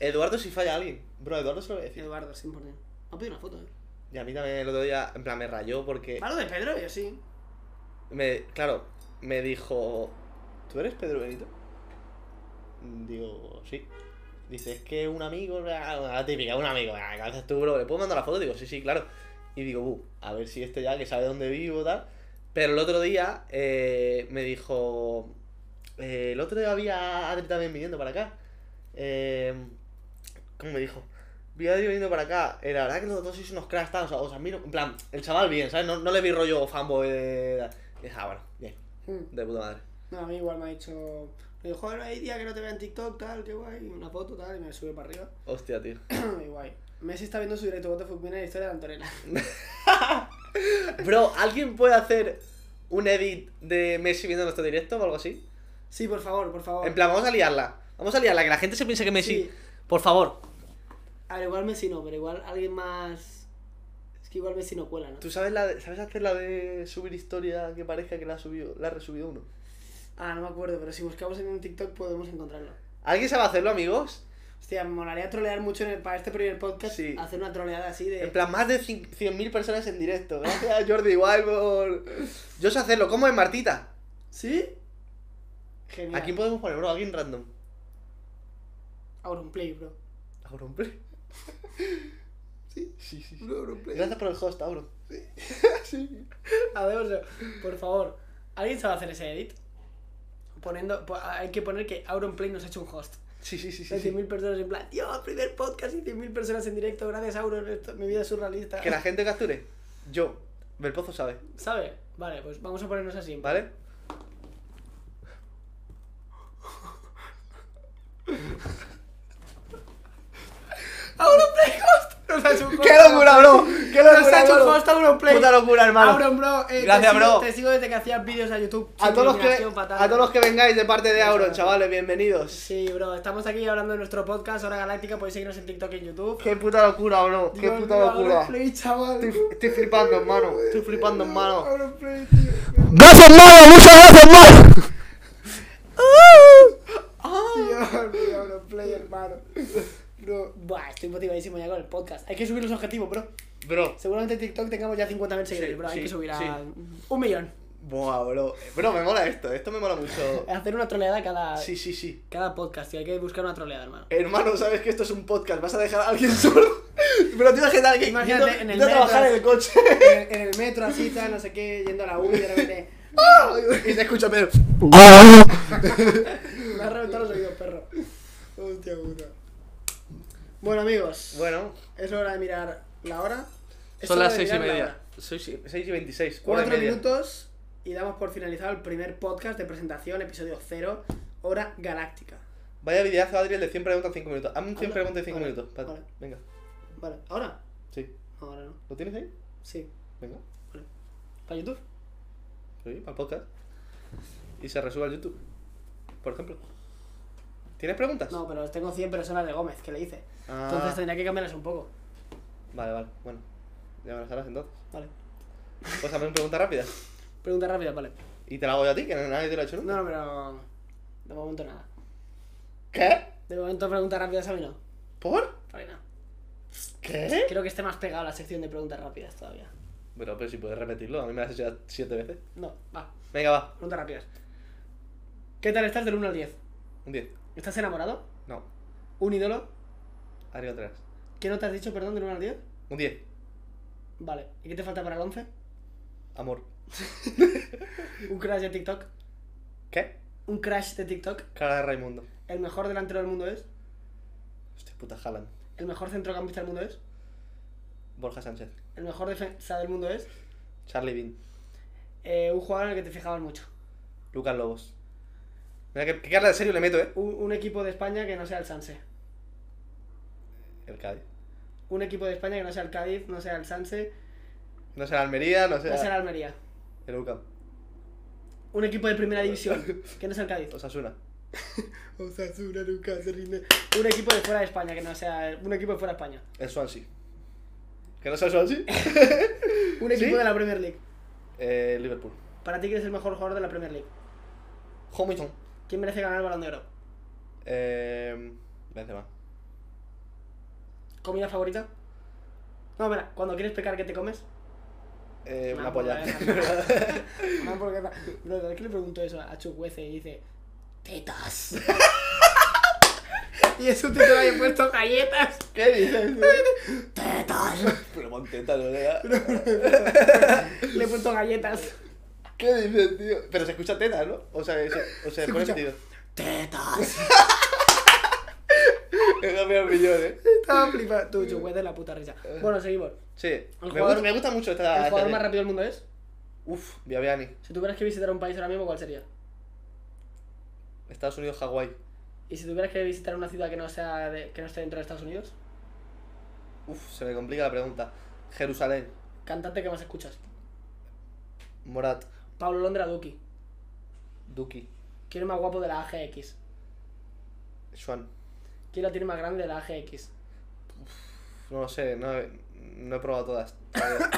Speaker 2: Eduardo si falla a alguien. Bro, Eduardo se lo voy a decir.
Speaker 3: Eduardo, 100%. Me ha pedido una foto, ¿eh?
Speaker 2: Y a mí también el otro día, en plan, me rayó porque.
Speaker 3: Malo de Pedro, yo sí.
Speaker 2: Me, claro, me dijo, ¿tú eres Pedro Benito? Digo, sí. Dice, es que un amigo, bla, la típica, un amigo, bla, ¿qué haces tú, bro? ¿Le puedo mandar la foto? Digo, sí, sí, claro. Y digo, "Bu, a ver si este ya que sabe dónde vivo, tal. Pero el otro día eh, me dijo, eh, el otro día había Adri también viniendo para acá. Eh, ¿Cómo me dijo? Vi a Dios viniendo para acá. eh, La verdad que los dos sois unos cracks, tal, o sea, os admiro. En plan, el chaval bien, ¿sabes? No, no le vi rollo fanboy de. Y dije, ah, bueno, bien,
Speaker 3: Mm.
Speaker 2: de puta madre.
Speaker 3: No, a mí igual me ha dicho. Me dijo, joder, hay día que no te veo en TikTok, tal, qué guay. Una foto, tal, y me sube para arriba.
Speaker 2: Hostia, tío.
Speaker 3: y guay. Messi está viendo su directo voto fulmina en la historia de Antonella.
Speaker 2: Bro, ¿alguien puede hacer un edit de Messi viendo nuestro directo o algo así?
Speaker 3: Sí, por favor, por favor.
Speaker 2: En plan, vamos a liarla. Vamos a liarla, que la gente se piense que Messi.
Speaker 3: Sí.
Speaker 2: Por favor.
Speaker 3: A ver, igual Messi no, pero igual alguien más. Es que igual Messi no cuela, ¿no?
Speaker 2: ¿Tú sabes, la de- sabes hacer la de subir historia que parezca que la ha, subido, la ha resubido uno?
Speaker 3: Ah, no me acuerdo, pero si buscamos en un TikTok podemos encontrarlo.
Speaker 2: ¿Alguien sabe hacerlo, amigos?
Speaker 3: Hostia, me molaría trolear mucho en el- para este primer podcast.
Speaker 2: Sí.
Speaker 3: Hacer una troleada así de.
Speaker 2: En plan, más de cin- 100.000 personas en directo. Gracias, Jordi Wild por- Yo sé hacerlo. ¿Cómo es Martita?
Speaker 3: ¿Sí? Genial.
Speaker 2: ¿A quién podemos poner, bro? ¿A alguien random?
Speaker 3: Auronplay, bro.
Speaker 2: Auronplay. Sí, sí, sí.
Speaker 1: Auronplay.
Speaker 2: Gracias por el host, Auron.
Speaker 3: A ver, o sea, por favor, ¿alguien sabe hacer ese edit? Poniendo, po- hay que poner que Auronplay nos ha hecho un host.
Speaker 2: Sí, sí, sí,
Speaker 3: De
Speaker 2: sí. sí.
Speaker 3: 100.000 personas en plan, Dios, primer podcast y 100.000 personas en directo, gracias Auron, esto- mi vida es surrealista.
Speaker 2: Que la gente capture. Yo. Belpozo sabe,
Speaker 3: ¿Sabe? Vale, pues vamos a ponernos así.
Speaker 2: ¿vale?
Speaker 3: ¡Auronplay host! Nos ha hecho un host.
Speaker 2: ¡Qué locura, bro! ¡Qué locura,
Speaker 3: Nos ha hecho un
Speaker 2: bro!
Speaker 3: host Auronplay.
Speaker 2: ¡Puta locura, hermano!
Speaker 3: Auron, bro, eh,
Speaker 2: Gracias,
Speaker 3: te sigo-
Speaker 2: bro.
Speaker 3: te sigo desde que hacías vídeos a YouTube.
Speaker 2: A
Speaker 3: sin
Speaker 2: todos, los que,
Speaker 3: iluminación, fatal.
Speaker 2: a todos los que vengáis de parte de
Speaker 3: Muchas
Speaker 2: Auron,
Speaker 3: gracias.
Speaker 2: chavales, bienvenidos.
Speaker 3: Sí, bro, estamos aquí hablando de nuestro podcast, Hora Galáctica, podéis seguirnos en TikTok y en YouTube.
Speaker 2: Qué puta locura, bro. Qué
Speaker 3: Dios
Speaker 2: puta
Speaker 3: mío,
Speaker 2: locura.
Speaker 3: Auronplay, chaval.
Speaker 2: Estoy, estoy flipando, hermano. Estoy flipando, hermano.
Speaker 3: Auronplay, tío.
Speaker 1: ¡Gracias, hermano! ¡Muchas gracias, hermano!
Speaker 2: Ah.
Speaker 3: Dios mío, Auronplay, hermano. No. Buah, estoy motivadísimo ya con el podcast. Hay que subir los objetivos, bro.
Speaker 2: Bro.
Speaker 3: Seguramente en TikTok tengamos ya 50.000 seguidores,
Speaker 2: Sí,
Speaker 3: bro. Hay
Speaker 2: sí,
Speaker 3: que subir a
Speaker 2: sí.
Speaker 3: un millón.
Speaker 2: Buah, bro. Bro, me mola esto. Esto me mola mucho.
Speaker 3: Hacer una troleada cada,
Speaker 2: Sí, sí, sí.
Speaker 3: cada podcast, tío. Hay que buscar una troleada, hermano.
Speaker 2: Hermano, sabes que esto es un podcast. Vas a dejar a alguien solo. Pero te imaginas a alguien.
Speaker 3: Imagínate
Speaker 2: yendo-
Speaker 3: en el
Speaker 2: yendo a trabajar en
Speaker 3: metro.
Speaker 2: el coche.
Speaker 3: En el, en el metro, así, tal, no sé qué, yendo a la U y de repente.
Speaker 2: y te escucha Pedro.
Speaker 3: Me has reventado los oídos, perro. Hostia puta. Bueno, amigos.
Speaker 2: Bueno,
Speaker 3: Es hora de mirar la hora. Es
Speaker 2: son
Speaker 3: hora
Speaker 2: las
Speaker 3: de
Speaker 2: 6 y
Speaker 3: mirar la
Speaker 2: media.
Speaker 3: hora.
Speaker 2: 6 y 26. cuatro y
Speaker 3: Cuatro
Speaker 2: media.
Speaker 3: minutos y damos por finalizado el primer podcast de presentación, episodio 0, Hora Galáctica.
Speaker 2: Vaya videazo, Adri, el de 100 preguntas en 5 minutos. Hazme un 100
Speaker 3: Habla-
Speaker 2: preguntas en 5
Speaker 3: vale,
Speaker 2: minutos. Pat.
Speaker 3: vale.
Speaker 2: Venga.
Speaker 3: Vale, ¿ahora?
Speaker 2: Sí.
Speaker 3: No, ahora no.
Speaker 2: ¿Lo tienes ahí?
Speaker 3: Sí.
Speaker 2: Venga.
Speaker 3: ¿Para YouTube?
Speaker 2: Sí, para el podcast. Y se resuelve al YouTube. Por ejemplo. ¿Tienes preguntas?
Speaker 3: No, pero tengo 100 personas de Gómez, que le hice.
Speaker 2: Ah.
Speaker 3: Entonces tendría que cambiarlas un poco.
Speaker 2: Vale, vale. Bueno. Ya me las harás entonces.
Speaker 3: Vale.
Speaker 2: Pues hazme una pregunta rápida.
Speaker 3: Pregunta rápida, vale.
Speaker 2: Y te la hago yo a ti, que nadie te lo ha hecho nunca.
Speaker 3: No, no, pero. De momento nada.
Speaker 2: ¿Qué?
Speaker 3: De momento preguntas rápidas a mí no.
Speaker 2: ¿Por?
Speaker 3: A mí no.
Speaker 2: ¿Qué?
Speaker 3: Creo que esté más pegado a la sección de preguntas rápidas todavía.
Speaker 2: Pero, pero si puedes repetirlo, a mí me lo has hecho ya 7 veces.
Speaker 3: No, va.
Speaker 2: Venga, va.
Speaker 3: Preguntas rápidas. ¿Qué tal estás del 1 al 10?
Speaker 2: Un 10.
Speaker 3: ¿Estás enamorado?
Speaker 2: No.
Speaker 3: ¿Un ídolo?
Speaker 2: Arriba atrás.
Speaker 3: ¿Qué no te has dicho, perdón, del 1 al 10?
Speaker 2: Un 10.
Speaker 3: Vale. ¿Y qué te falta para el 11?
Speaker 2: Amor.
Speaker 3: ¿Un crash de TikTok?
Speaker 2: ¿Qué?
Speaker 3: ¿Un crash de TikTok?
Speaker 2: Cara de Raimundo.
Speaker 3: ¿El mejor delantero del mundo es?
Speaker 2: Hostia puta, Haaland.
Speaker 3: ¿El mejor centrocampista del mundo es?
Speaker 2: Borja Sánchez.
Speaker 3: ¿El mejor defensa del mundo es?
Speaker 2: Charlie Bean.
Speaker 3: Eh, un jugador en el que te fijabas mucho.
Speaker 2: Lucas Lobos. Mira, que, que Carla de serio le meto, eh.
Speaker 3: Un, un equipo de España que no sea el Sanse.
Speaker 2: El Cádiz.
Speaker 3: Un equipo de España que no sea el Cádiz, no sea el Sanse,
Speaker 2: No será Almería, no
Speaker 3: no sea el
Speaker 2: será.
Speaker 3: Almería.
Speaker 2: El UCAM.
Speaker 3: Un equipo de primera división que no sea el Cádiz.
Speaker 2: Osasuna.
Speaker 3: Osasuna nunca se rinde. Un equipo de fuera de España que no sea. el- Un equipo de fuera de España.
Speaker 2: El Swansea. ¿Que no sea el Swansea?
Speaker 3: Un equipo
Speaker 2: ¿Sí?
Speaker 3: de la Premier League.
Speaker 2: eh, Liverpool.
Speaker 3: Para ti, ¿quién es el mejor jugador de la Premier League?
Speaker 2: Homilton.
Speaker 3: ¿Quién merece ganar el balón de oro?
Speaker 2: Eh, Benzema.
Speaker 3: ¿Comida favorita? No, mira, cuando quieres pecar, ¿qué te comes?
Speaker 2: Eh,
Speaker 3: Una
Speaker 2: una polla.
Speaker 3: hamburguesa. Una hamburguesa. Bro, ¿sabes que le pregunto eso a Chukwueze y dice: ¡Tetas! y es un título ahí puesto galletas.
Speaker 2: ¿Qué dices? ¡Tetas! Pero pon tetas, ¿no?
Speaker 3: Le he puesto galletas.
Speaker 2: ¿Qué dices, tío? Pero se escucha tetas, ¿no? O sea, se, o sea,
Speaker 3: Se
Speaker 2: pone
Speaker 3: escucha-
Speaker 2: sentido.
Speaker 3: ¡Tetas!
Speaker 2: He cambiado millón, eh.
Speaker 3: Estaba flipando. Tú, yo de la puta risa. Bueno, seguimos.
Speaker 2: Sí. Me,
Speaker 3: jugador-
Speaker 2: gusta, me gusta mucho esta.
Speaker 3: ¿El
Speaker 2: esta
Speaker 3: jugador
Speaker 2: serie.
Speaker 3: más rápido del mundo es?
Speaker 2: Uf, Viaviani.
Speaker 3: Si tuvieras que visitar un país ahora mismo, ¿cuál sería?
Speaker 2: Estados Unidos, Hawái.
Speaker 3: ¿Y si tuvieras que visitar una ciudad que no sea de- que no esté dentro de Estados Unidos?
Speaker 2: Uf, se me complica la pregunta. Jerusalén,
Speaker 3: Cantante que más escuchas.
Speaker 2: Morat,
Speaker 3: Pablo Londra Duki.
Speaker 2: Duki,
Speaker 3: ¿Quién es más guapo de la AGX?
Speaker 2: Schwan.
Speaker 3: ¿Quién la tiene más grande de la AGX?
Speaker 2: No lo sé, no, he- no he probado todas. todavía.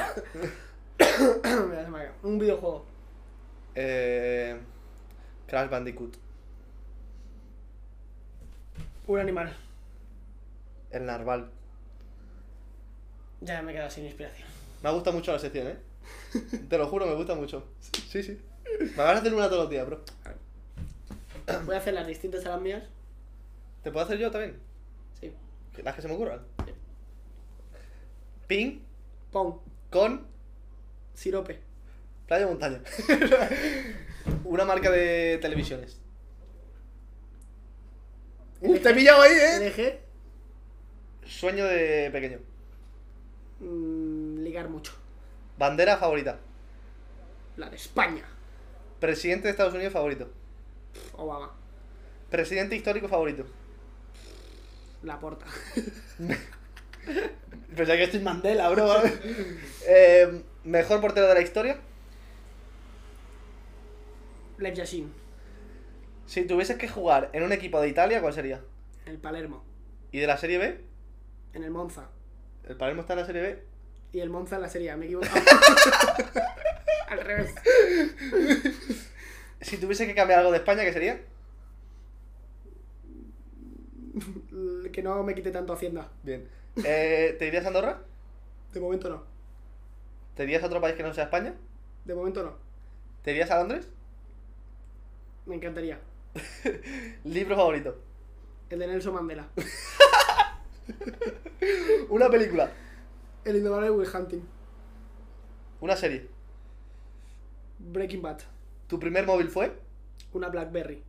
Speaker 3: Me das marca. un videojuego.
Speaker 2: eh, Crash Bandicoot,
Speaker 3: Un animal.
Speaker 2: El Narval.
Speaker 3: Ya me he quedado sin inspiración.
Speaker 2: Me ha gustado mucho la sección, ¿eh? Te lo juro, me gusta mucho. Sí, sí. Me vas a hacer una todos los días, bro.
Speaker 3: Voy a hacer las distintas a las mías.
Speaker 2: ¿Te puedo hacer yo también?
Speaker 3: Sí.
Speaker 2: Las que se me ocurran.
Speaker 3: Sí.
Speaker 2: Ping
Speaker 3: Pong.
Speaker 2: con
Speaker 3: Sirope.
Speaker 2: playa o montaña. una marca de televisiones. Uh, te he pillado ahí, ¿eh?
Speaker 3: LG.
Speaker 2: Sueño de pequeño.
Speaker 3: mm, ligar mucho.
Speaker 2: Bandera favorita.
Speaker 3: La de España.
Speaker 2: Presidente de Estados Unidos favorito.
Speaker 3: Obama.
Speaker 2: Presidente histórico favorito.
Speaker 3: La porta.
Speaker 2: Pensaba que estoy Mandela, bro. Eh, mejor portero de la historia.
Speaker 3: Lev Yashin.
Speaker 2: Si tuvieses que jugar en un equipo de Italia, ¿cuál sería?
Speaker 3: En el Palermo.
Speaker 2: ¿Y de la Serie B?
Speaker 3: En el Monza.
Speaker 2: ¿El Palermo está en la Serie B?
Speaker 3: Y el Monza en la serie. A, Me he equivocado. Al revés.
Speaker 2: Si tuviese que cambiar algo de España, ¿qué sería?
Speaker 3: L- Mm, Que no me quite tanto Hacienda.
Speaker 2: Bien. Eh, ¿Te irías a Andorra?
Speaker 3: De momento no.
Speaker 2: ¿Te irías a otro país que no sea España?
Speaker 3: De momento no.
Speaker 2: ¿Te irías a Londres?
Speaker 3: Me encantaría.
Speaker 2: ¿Libro favorito?
Speaker 3: El de Nelson Mandela.
Speaker 2: ¿Una película?
Speaker 3: El indomable Will Hunting.
Speaker 2: ¿Una serie?
Speaker 3: Breaking Bad.
Speaker 2: ¿Tu primer móvil fue?
Speaker 3: Una Blackberry.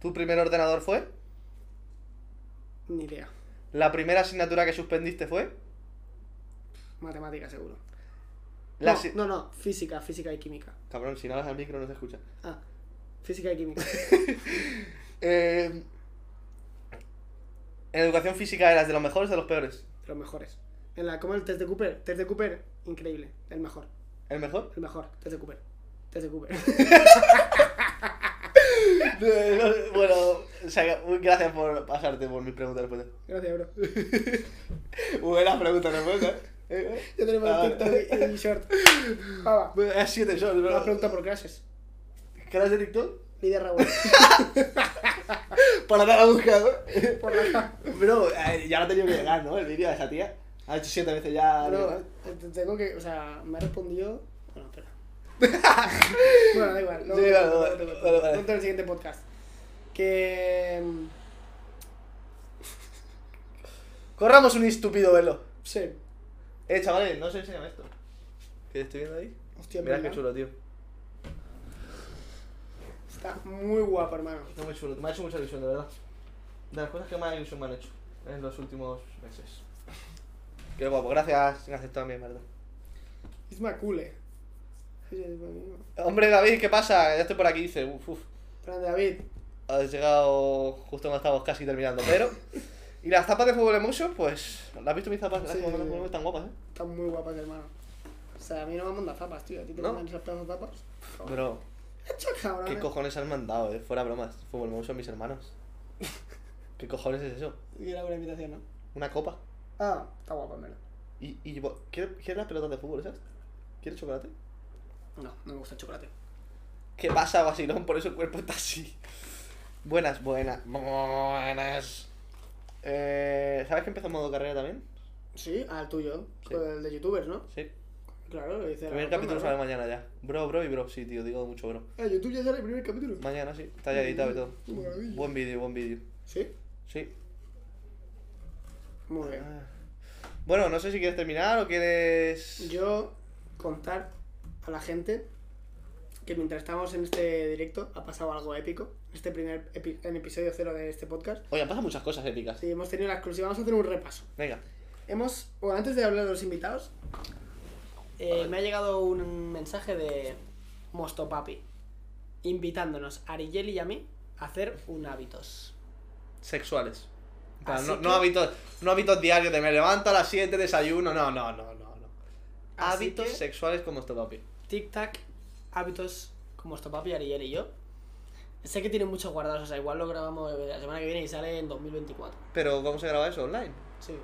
Speaker 2: ¿Tu primer ordenador fue?
Speaker 3: Ni idea.
Speaker 2: ¿La primera asignatura que suspendiste fue?
Speaker 3: Matemática seguro.
Speaker 2: La
Speaker 3: no,
Speaker 2: si-
Speaker 3: no, no. Física, física y química.
Speaker 2: Cabrón, si no hablas al micro no se escucha.
Speaker 3: Ah. Física y química.
Speaker 2: Eh, en educación física eras de los mejores o de los peores.
Speaker 3: de los mejores. En la, como el test de Cooper, test de Cooper, increíble, el mejor,
Speaker 2: ¿El mejor?
Speaker 3: el mejor, test de Cooper, test de Cooper.
Speaker 2: bueno, o sea, gracias por pasarte por mis preguntas después.
Speaker 3: Gracias, bro.
Speaker 2: Buenas preguntas respuestas. ¿eh?
Speaker 3: Ya tenemos
Speaker 2: Ah,
Speaker 3: el TikTok y- y short. Pava,
Speaker 2: Bueno, Es 7 shorts,
Speaker 3: una
Speaker 2: bro.
Speaker 3: pregunta por clases.
Speaker 2: ¿Canal de TikTok?
Speaker 3: Lidia Raúl.
Speaker 2: Para dar a buscador.
Speaker 3: Por la cara.
Speaker 2: Bro, eh, ya lo ha tenido que llegar, ¿no? El vídeo de esa tía. Ha hecho siete veces ya.
Speaker 3: Bro,
Speaker 2: ¿no?
Speaker 3: te- tengo que, o sea, me ha respondido. Bueno, espera. bueno, da igual.
Speaker 2: Sí, vale,
Speaker 3: te cuento,
Speaker 2: vale,
Speaker 3: te cuento.
Speaker 2: vale, vale.
Speaker 3: Cuento en el siguiente podcast. Que. mm,
Speaker 2: Corramos un estúpido velo.
Speaker 3: Sí.
Speaker 2: Eh, chavales, no os enseñan esto. ¿Qué estoy viendo ahí?
Speaker 3: Hostia,
Speaker 2: Mirad
Speaker 3: mira.
Speaker 2: qué chulo, tío.
Speaker 3: Está muy guapo, hermano.
Speaker 2: Está muy chulo. Me ha hecho mucha ilusión, de verdad. De las cosas que más ilusión me han hecho en los últimos meses. Qué guapo, gracias. Gracias también, verdad.
Speaker 3: Es más cool, eh. Sí, es buenísimo.
Speaker 2: Hombre, David, ¿qué pasa? Ya estoy por aquí, dice. Uf, uf.
Speaker 3: Grande, David.
Speaker 2: Has llegado justo cuando estábamos casi terminando, pero. Y las tapas de Fútbol Emotion, pues. ¿Las has visto mis tapas? Las
Speaker 3: Sí,
Speaker 2: que me
Speaker 3: sí,
Speaker 2: mandan
Speaker 3: sí.
Speaker 2: por- están guapas, eh.
Speaker 3: Están muy guapas, hermano. O sea, a mí no me mandan zapas, tío. ¿A ti te
Speaker 2: ¿No?
Speaker 3: mandan esas pedazos de zapas?
Speaker 2: Bro,
Speaker 3: Hecho, cabrón.
Speaker 2: ¿qué cojones han mandado, eh? Fuera bromas. Fútbol Emotion, mis hermanos. ¿Qué cojones es eso?
Speaker 3: Y era una invitación, ¿no?
Speaker 2: ¿Una copa?
Speaker 3: Ah, está guapo, al menos.
Speaker 2: ¿Y, y bo- ¿quieres, ¿Quieres las pelotas de fútbol esas? ¿Quieres chocolate?
Speaker 3: No, no me gusta el chocolate.
Speaker 2: ¿Qué pasa, vacilón? Por eso el cuerpo está así. Buenas, buenas, buenas. Eh, ¿Sabes que empezó modo carrera también?
Speaker 3: Sí, al tuyo.
Speaker 2: Sí.
Speaker 3: Con el de youtubers, ¿no?
Speaker 2: Sí.
Speaker 3: Claro, lo dice la
Speaker 2: Primer
Speaker 3: rotonda,
Speaker 2: capítulo
Speaker 3: ¿no?
Speaker 2: sale mañana ya. Bro, bro y bro. Sí, tío, digo mucho bro.
Speaker 3: Ah, YouTube ya sale el primer capítulo.
Speaker 2: Mañana sí, está ya editado y todo.
Speaker 3: Qué maravilla.
Speaker 2: Buen vídeo, buen vídeo.
Speaker 3: Sí.
Speaker 2: Sí. Ah.
Speaker 3: Muy bien.
Speaker 2: Bueno, no sé si quieres terminar o quieres.
Speaker 3: Yo contar a la gente que mientras estamos en este directo ha pasado algo épico. en Este primer epi- en episodio cero de este podcast.
Speaker 2: Oye, han pasado muchas cosas épicas.
Speaker 3: Sí, hemos tenido la exclusiva. Vamos a hacer un repaso.
Speaker 2: Venga.
Speaker 3: Hemos, bueno, antes de hablar de los invitados, eh,
Speaker 2: Vale.
Speaker 3: me ha llegado un mensaje de Mosto Papi invitándonos a Arigeli y a mí a hacer un hábitos.
Speaker 2: Sexuales. En plan,
Speaker 3: Así
Speaker 2: no,
Speaker 3: que-
Speaker 2: no hábitos, no hábitos diarios de me levanto a las 7, desayuno. No, no, no, no. no.
Speaker 3: Así
Speaker 2: Hábitos
Speaker 3: que-
Speaker 2: sexuales como esto, papi.
Speaker 3: Tic Tac, hábitos con Mosto Papi, Ariel y yo. Sé que tienen muchos guardados, o sea, igual lo grabamos la semana que viene y sale en 2024.
Speaker 2: Pero vamos a grabar eso online.
Speaker 3: Sí.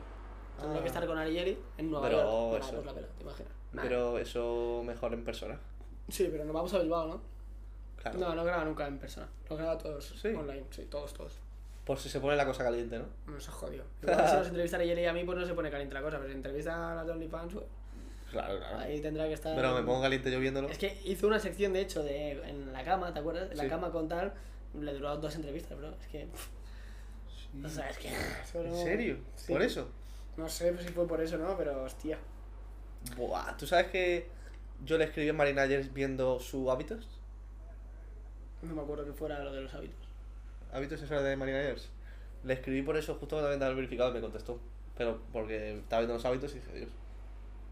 Speaker 2: Ah.
Speaker 3: Tendré que estar con Ariel en Nueva
Speaker 2: Pero
Speaker 3: York. Nah,
Speaker 2: eso-
Speaker 3: pues la pela, te imaginas. Nah.
Speaker 2: Pero eso mejor en persona.
Speaker 3: Sí, pero nos vamos a Bilbao, ¿no?
Speaker 2: Claro.
Speaker 3: No, no graba nunca en persona. Lo graba todos
Speaker 2: Sí.
Speaker 3: online, sí, todos, todos.
Speaker 2: Por si se pone la cosa caliente, ¿no?
Speaker 3: Nos ha jodido. Igual si nos entrevista a Ariel y a mí, pues no se pone caliente la cosa, pero si entrevista a la de OnlyFans, pues,
Speaker 2: Claro, claro.
Speaker 3: ahí tendrá que estar.
Speaker 2: Pero me pongo caliente yo viéndolo.
Speaker 3: Es que hizo una sección, de hecho, de en la cama, ¿te acuerdas? En la
Speaker 2: Sí.
Speaker 3: cama con tal, le duró dos entrevistas, bro. Es que. O sea, es que.
Speaker 2: ¿En serio?
Speaker 3: Sí.
Speaker 2: ¿Por eso?
Speaker 3: No sé si fue por eso, ¿no? Pero hostia.
Speaker 2: Buah, ¿tú sabes que yo le escribí a Marina ayer viendo su hábitos?
Speaker 3: No me acuerdo que fuera lo de los hábitos.
Speaker 2: ¿Hábitos sexuales de Marina Ayers? Le escribí por eso justo cuando había verificado y me contestó. Pero porque estaba viendo los hábitos y dije, Dios.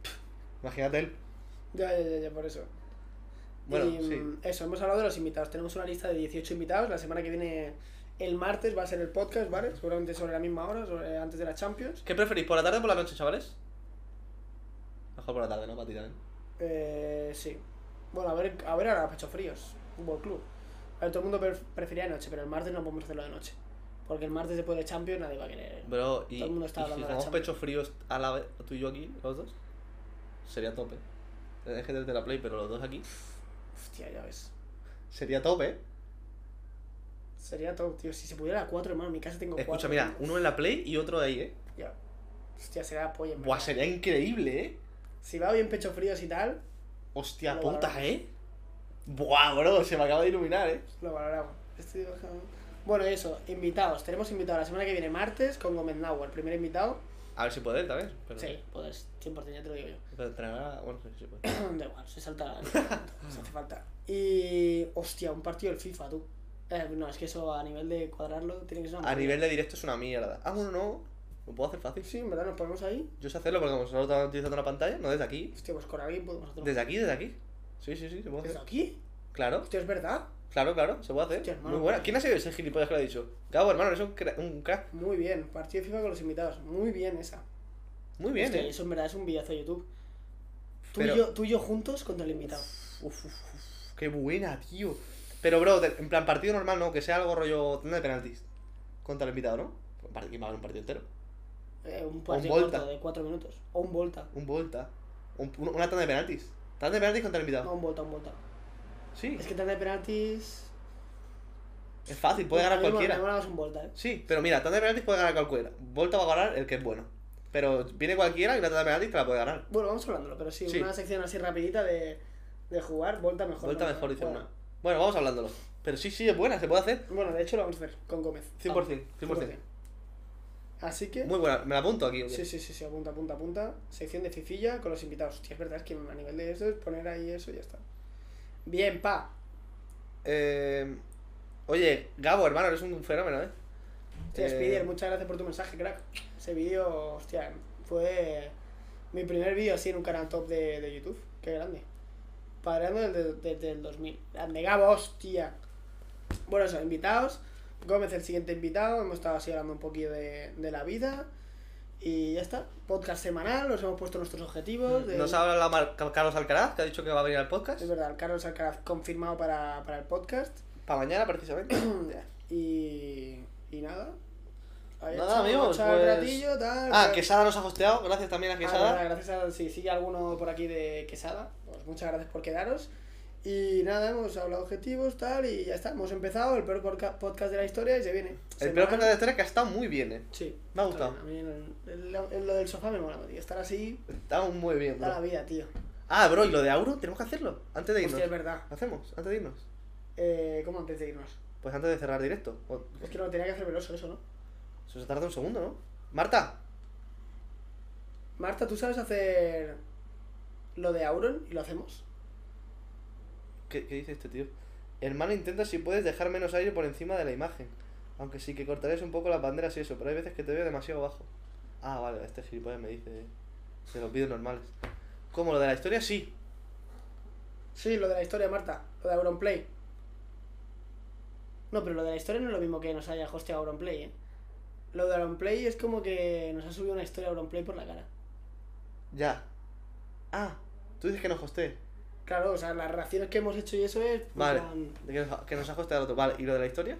Speaker 2: Imagínate él.
Speaker 3: Ya, ya, ya, ya, por eso.
Speaker 2: Bueno,
Speaker 3: Y,
Speaker 2: sí.
Speaker 3: mm, Eso, hemos hablado de los invitados. Tenemos una lista de 18 invitados. La semana que viene, el martes, va a ser el podcast, ¿vale? Seguramente sobre la misma hora, sobre- eh, antes de la Champions.
Speaker 2: ¿Qué preferís, por la tarde o por la noche, chavales? Mejor por la tarde, ¿no? Para tirar, ¿eh?
Speaker 3: Eh, sí. Bueno, a ver, a ver ahora, pecho fríos. Fútbol club. A ver, todo el mundo pre- prefería de noche, pero el martes no podemos hacerlo de noche. Porque el martes después de Champions nadie va a querer.
Speaker 2: Bro, y,
Speaker 3: Todo el mundo está
Speaker 2: y si
Speaker 3: hablando de la
Speaker 2: jugamos
Speaker 3: Champions.
Speaker 2: pecho fríos a la vez, tú y yo aquí, los dos, sería tope. Es que desde la play, pero los dos aquí,
Speaker 3: Hostia, ya ves.
Speaker 2: sería tope, ¿eh?
Speaker 3: Sería todo, tío. Si se pudiera a cuatro, hermano, en mi casa tengo
Speaker 2: Escucha,
Speaker 3: cuatro.
Speaker 2: mira, uno en la play y otro ahí, ¿eh?
Speaker 3: Ya. Hostia, será la polla. en
Speaker 2: Buah,
Speaker 3: verdad.
Speaker 2: sería increíble, ¿eh?
Speaker 3: Si va bien pecho fríos y tal,
Speaker 2: Hostia,
Speaker 3: Lo
Speaker 2: puta,
Speaker 3: valoramos.
Speaker 2: ¿eh? Buah, bro, se me acaba de iluminar, ¿eh?
Speaker 3: Lo valoramos. Estoy bajando. Bueno, eso, invitados. Tenemos invitados la semana que viene, martes, con Gómez Nau, el primer invitado.
Speaker 2: A ver si puede él también. Pero,
Speaker 3: Sí, pues, puedes, 100%, ya te lo digo yo.
Speaker 2: Pero entrenará- bueno, sí, sí puede.
Speaker 3: da igual, se salta. se hace falta. Y. Hostia, un partido del FIFA, tú. Eh, no, es que eso a nivel de cuadrarlo tiene que ser una.
Speaker 2: A
Speaker 3: movida.
Speaker 2: nivel de directo es una mierda. Ah, bueno, no. Lo puedo hacer fácil.
Speaker 3: Sí, en verdad nos ponemos ahí.
Speaker 2: Yo sé hacerlo porque como solo estaba utilizando una pantalla, no desde aquí.
Speaker 3: Hostia, pues con alguien podemos hacer un-
Speaker 2: Desde aquí, desde aquí. Sí, sí, sí, se puede
Speaker 3: ¿Desde
Speaker 2: hacer.
Speaker 3: aquí?
Speaker 2: Claro,
Speaker 3: Hostia, es verdad.
Speaker 2: claro, claro, se puede hacer.
Speaker 3: Hostia, hermano,
Speaker 2: Muy buena.
Speaker 3: pues-
Speaker 2: ¿Quién ha sido ese gilipollas que lo ha dicho? Cabo, hermano, eres un, cra- un crack.
Speaker 3: Muy bien, partido de FIFA con los invitados. Muy bien esa.
Speaker 2: Muy bien,
Speaker 3: Hostia,
Speaker 2: ¿eh?
Speaker 3: Eso en verdad es un videazo de YouTube. Tú,
Speaker 2: Pero-
Speaker 3: y yo, tú y yo juntos contra el invitado.
Speaker 2: Uf, uf, uf, qué buena, tío. Pero, bro, de- en plan, partido normal, no, que sea algo rollo tanda de penaltis. Contra el invitado, ¿no? Par- ¿Quién va a ganar un partido entero?
Speaker 3: Eh, un
Speaker 2: O un
Speaker 3: partido
Speaker 2: Volta.
Speaker 3: corto de 4 minutos. O un volta.
Speaker 2: Un volta. Un- un- una tanda de penaltis. Tanda de penaltis contra el invitado.
Speaker 3: No, un volta, un volta.
Speaker 2: Sí,
Speaker 3: Es que tanda de penaltis.
Speaker 2: es fácil, puede ganar
Speaker 3: A mí me-
Speaker 2: cualquiera.
Speaker 3: me mola más un volta, eh.
Speaker 2: Sí, pero mira, tanda de penaltis puede ganar cualquiera. Volta va a ganar el que es bueno. Pero viene cualquiera y la tanda de penaltis te la puede ganar.
Speaker 3: Bueno, vamos hablándolo, pero sí,
Speaker 2: Sí.
Speaker 3: una sección así rapidita de, de jugar, volta mejor.
Speaker 2: Volta
Speaker 3: ¿no?
Speaker 2: mejor, dice
Speaker 3: Bueno.
Speaker 2: una. Bueno, vamos hablándolo. Pero sí, sí, es buena, se puede hacer.
Speaker 3: Bueno, de hecho lo vamos a hacer con Gómez.
Speaker 2: 100%,
Speaker 3: Vamos,
Speaker 2: 100%.
Speaker 3: Así que.
Speaker 2: Muy buena, me la apunto aquí. ok.
Speaker 3: Sí, sí, sí, sí, apunta, apunta, apunta. Sección de fifilla con los invitados. Hostia, es verdad, es que a nivel de eso es poner ahí eso y ya está. Bien, pa.
Speaker 2: Eh, oye, Gabo, hermano, eres un fenómeno, ¿eh?
Speaker 3: Hostia,
Speaker 2: Eh,
Speaker 3: Spider, muchas gracias por tu mensaje, crack. Ese vídeo, hostia, fue mi primer vídeo así en un canal top de, de YouTube. Qué grande. Padreando desde, desde el 2000. Grande Gabo, hostia. Bueno, eso, invitados. Gómez, el siguiente invitado. Hemos estado así hablando un poquillo de, de la vida. Y ya está. Podcast semanal, nos hemos puesto nuestros objetivos. del-
Speaker 2: Nos ha hablado Mar- Carlos Alcaraz, que ha dicho que va a venir al podcast.
Speaker 3: Es verdad, Carlos Alcaraz confirmado para, para el podcast.
Speaker 2: Para mañana, precisamente.
Speaker 3: y, y nada. Ahí
Speaker 2: Nada,
Speaker 3: echamos-
Speaker 2: amigos,
Speaker 3: echamos el
Speaker 2: pues-
Speaker 3: ratillo, tal,
Speaker 2: ah,
Speaker 3: tal.
Speaker 2: Quesada nos ha hosteado. Gracias también a
Speaker 3: Ah,
Speaker 2: Quesada.
Speaker 3: nada, gracias a si sigue alguno por aquí de Quesada, pues muchas gracias por quedaros. Y nada, hemos hablado objetivos, tal, y ya está. Hemos empezado el peor porca- podcast de la historia y se viene.
Speaker 2: el peor
Speaker 3: Semanal.
Speaker 2: podcast de la historia que ha estado muy bien, ¿eh?
Speaker 3: Sí.
Speaker 2: Me ha gustado.
Speaker 3: A mí en- en lo, en lo del sofá me mola, tío. Estar así
Speaker 2: Está muy bien,
Speaker 3: da la
Speaker 2: bro.
Speaker 3: vida, tío.
Speaker 2: Ah, bro, y lo de Auro, tenemos que hacerlo. Antes de irnos.
Speaker 3: Hostia, es verdad.
Speaker 2: ¿Lo hacemos? Antes de irnos.
Speaker 3: Eh, ¿Cómo antes de irnos?
Speaker 2: Pues antes de cerrar directo. O-
Speaker 3: Es que no tenía que hacer veloso eso, ¿no?
Speaker 2: Eso se tarda un segundo, ¿no? Marta,
Speaker 3: Marta, ¿tú sabes hacer lo de Auron y lo hacemos?
Speaker 2: ¿Qué, qué dice este tío? Hermano, intenta si puedes dejar menos aire por encima de la imagen. Aunque sí que cortaréis un poco las banderas y eso, pero hay veces que te veo demasiado bajo. Ah, vale, este gilipollas me dice de los vídeos normales. Como lo de la historia, sí.
Speaker 3: Sí, lo de la historia, Marta. Lo de Auronplay. No, pero lo de la historia no es lo mismo que nos haya hosteado Auronplay, ¿eh? Lo de Auronplay es como que nos ha subido una historia Auronplay por la cara.
Speaker 2: Ya. Ah, tú dices que nos hosté.
Speaker 3: Claro, o sea, las reacciones que hemos hecho y eso es... pues,
Speaker 2: Vale.
Speaker 3: plan-
Speaker 2: de Que nos, que nos ha hosteado el otro. Vale, ¿y lo de la historia?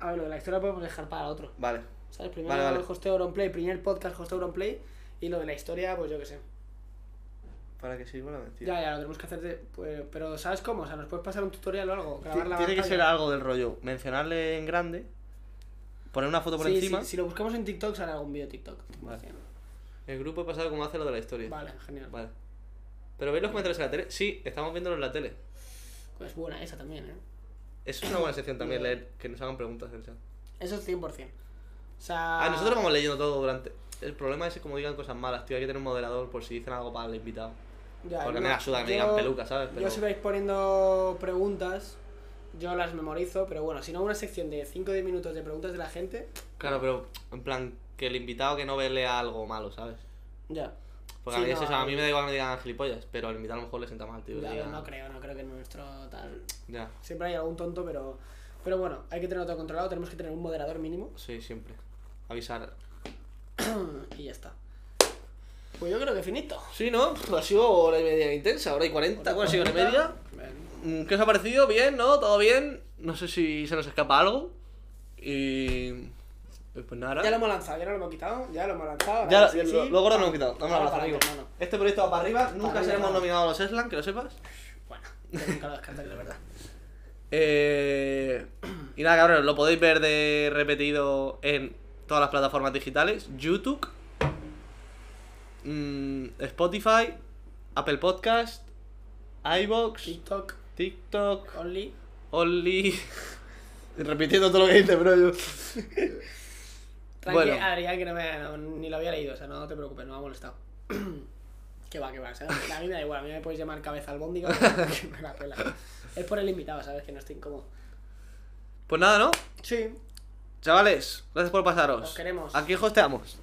Speaker 3: A ver, lo de la historia podemos dejar para otro.
Speaker 2: Vale.
Speaker 3: ¿Sabes? Primero
Speaker 2: Vale, vale.
Speaker 3: el hosteo Auronplay, primer podcast hosteo Auronplay. Y lo de la historia, pues yo qué sé.
Speaker 2: Para que sirva la mentira.
Speaker 3: Ya, ya, lo tenemos que hacer de- pues, pero ¿sabes cómo? O sea, ¿nos puedes pasar un tutorial o algo?
Speaker 2: Ti-
Speaker 3: Grabar la
Speaker 2: Tiene que
Speaker 3: pantalla.
Speaker 2: ser algo del rollo. Mencionarle en grande. Poner una foto por
Speaker 3: Sí,
Speaker 2: encima.
Speaker 3: sí, si lo buscamos en TikTok, sale algún vídeo de TikTok.
Speaker 2: Vale. El grupo he pasado como hace lo de la historia.
Speaker 3: Vale, genial.
Speaker 2: Vale. ¿Pero veis los comentarios en la tele? Sí, estamos viéndolos en la tele.
Speaker 3: Pues buena esa también, ¿eh?
Speaker 2: Eso es una buena sección también, leer que nos hagan preguntas en el chat.
Speaker 3: Eso es 100%. O sea...
Speaker 2: Ah, nosotros vamos leyendo todo durante. El problema es que como digan cosas malas, tío, hay que tener un moderador por si dicen algo para el invitado.
Speaker 3: Ya,
Speaker 2: Porque
Speaker 3: no,
Speaker 2: me la suda que me
Speaker 3: yo-
Speaker 2: digan peluca, ¿sabes? Pero-
Speaker 3: Yo si vais poniendo preguntas, yo las memorizo, pero bueno, si no una sección de 5 o 10 minutos de preguntas de la gente,
Speaker 2: Claro, pero en plan, que el invitado que no ve lea algo malo, ¿sabes?
Speaker 3: ya.
Speaker 2: Porque a
Speaker 3: Sí,
Speaker 2: mí es
Speaker 3: no,
Speaker 2: eso, a
Speaker 3: ahí-
Speaker 2: mí me da igual que me digan gilipollas, pero al invitado a lo mejor le sienta mal, tío. que
Speaker 3: Ya,
Speaker 2: diga-
Speaker 3: no creo, no creo que nuestro tal...
Speaker 2: Ya,
Speaker 3: Siempre hay algún tonto, pero... Pero bueno, hay que tenerlo todo controlado, tenemos que tener un moderador mínimo
Speaker 2: sí, siempre. Avisar.
Speaker 3: y ya está. Pues yo creo que finito.
Speaker 2: Sí, ¿no? Pff, Ha sido hora y media intensa, hora y cuarenta, bueno, ha sido hora y media.
Speaker 3: Bueno.
Speaker 2: Mm, ¿Qué os ha parecido? ¿Bien? ¿No? ¿Todo bien? No sé si se nos escapa algo. Y. y Pues nada.
Speaker 3: Ya lo hemos lanzado, ya no lo hemos quitado, ya lo hemos lanzado.
Speaker 2: Ya,
Speaker 3: ahora sí,
Speaker 2: lo-
Speaker 3: sí.
Speaker 2: lo gordo no lo hemos quitado. Vamos a
Speaker 3: Ahora
Speaker 2: lanzar,
Speaker 3: para
Speaker 2: amigo.
Speaker 3: adelante, hermano.
Speaker 2: Este proyecto va para arriba. Nunca
Speaker 3: arriba,
Speaker 2: seremos
Speaker 3: hermano.
Speaker 2: nominados a los Eslan, que lo sepas.
Speaker 3: Bueno, yo nunca lo descartaré, la verdad.
Speaker 2: Eh, y nada, cabrón, lo podéis ver de repetido en todas las plataformas digitales: YouTube, mm, Spotify, Apple Podcast, iBox,
Speaker 3: TikTok,
Speaker 2: TikTok,
Speaker 3: Only.
Speaker 2: Only. Repitiendo todo lo que dice, bro. Yo.
Speaker 3: Tranqui,
Speaker 2: Bueno.
Speaker 3: Adrián, que no me, no- ni lo había leído, o sea, no te preocupes, no me ha molestado. que va, que va, o sea, a mí me da igual, a mí me puedes llamar cabeza albóndiga, que me la pela. Es por el invitado, ¿sabes? Que no estoy incómodo.
Speaker 2: Pues nada, ¿no?
Speaker 3: Sí,
Speaker 2: Chavales, gracias por pasaros.
Speaker 3: Os queremos.
Speaker 2: Aquí hosteamos.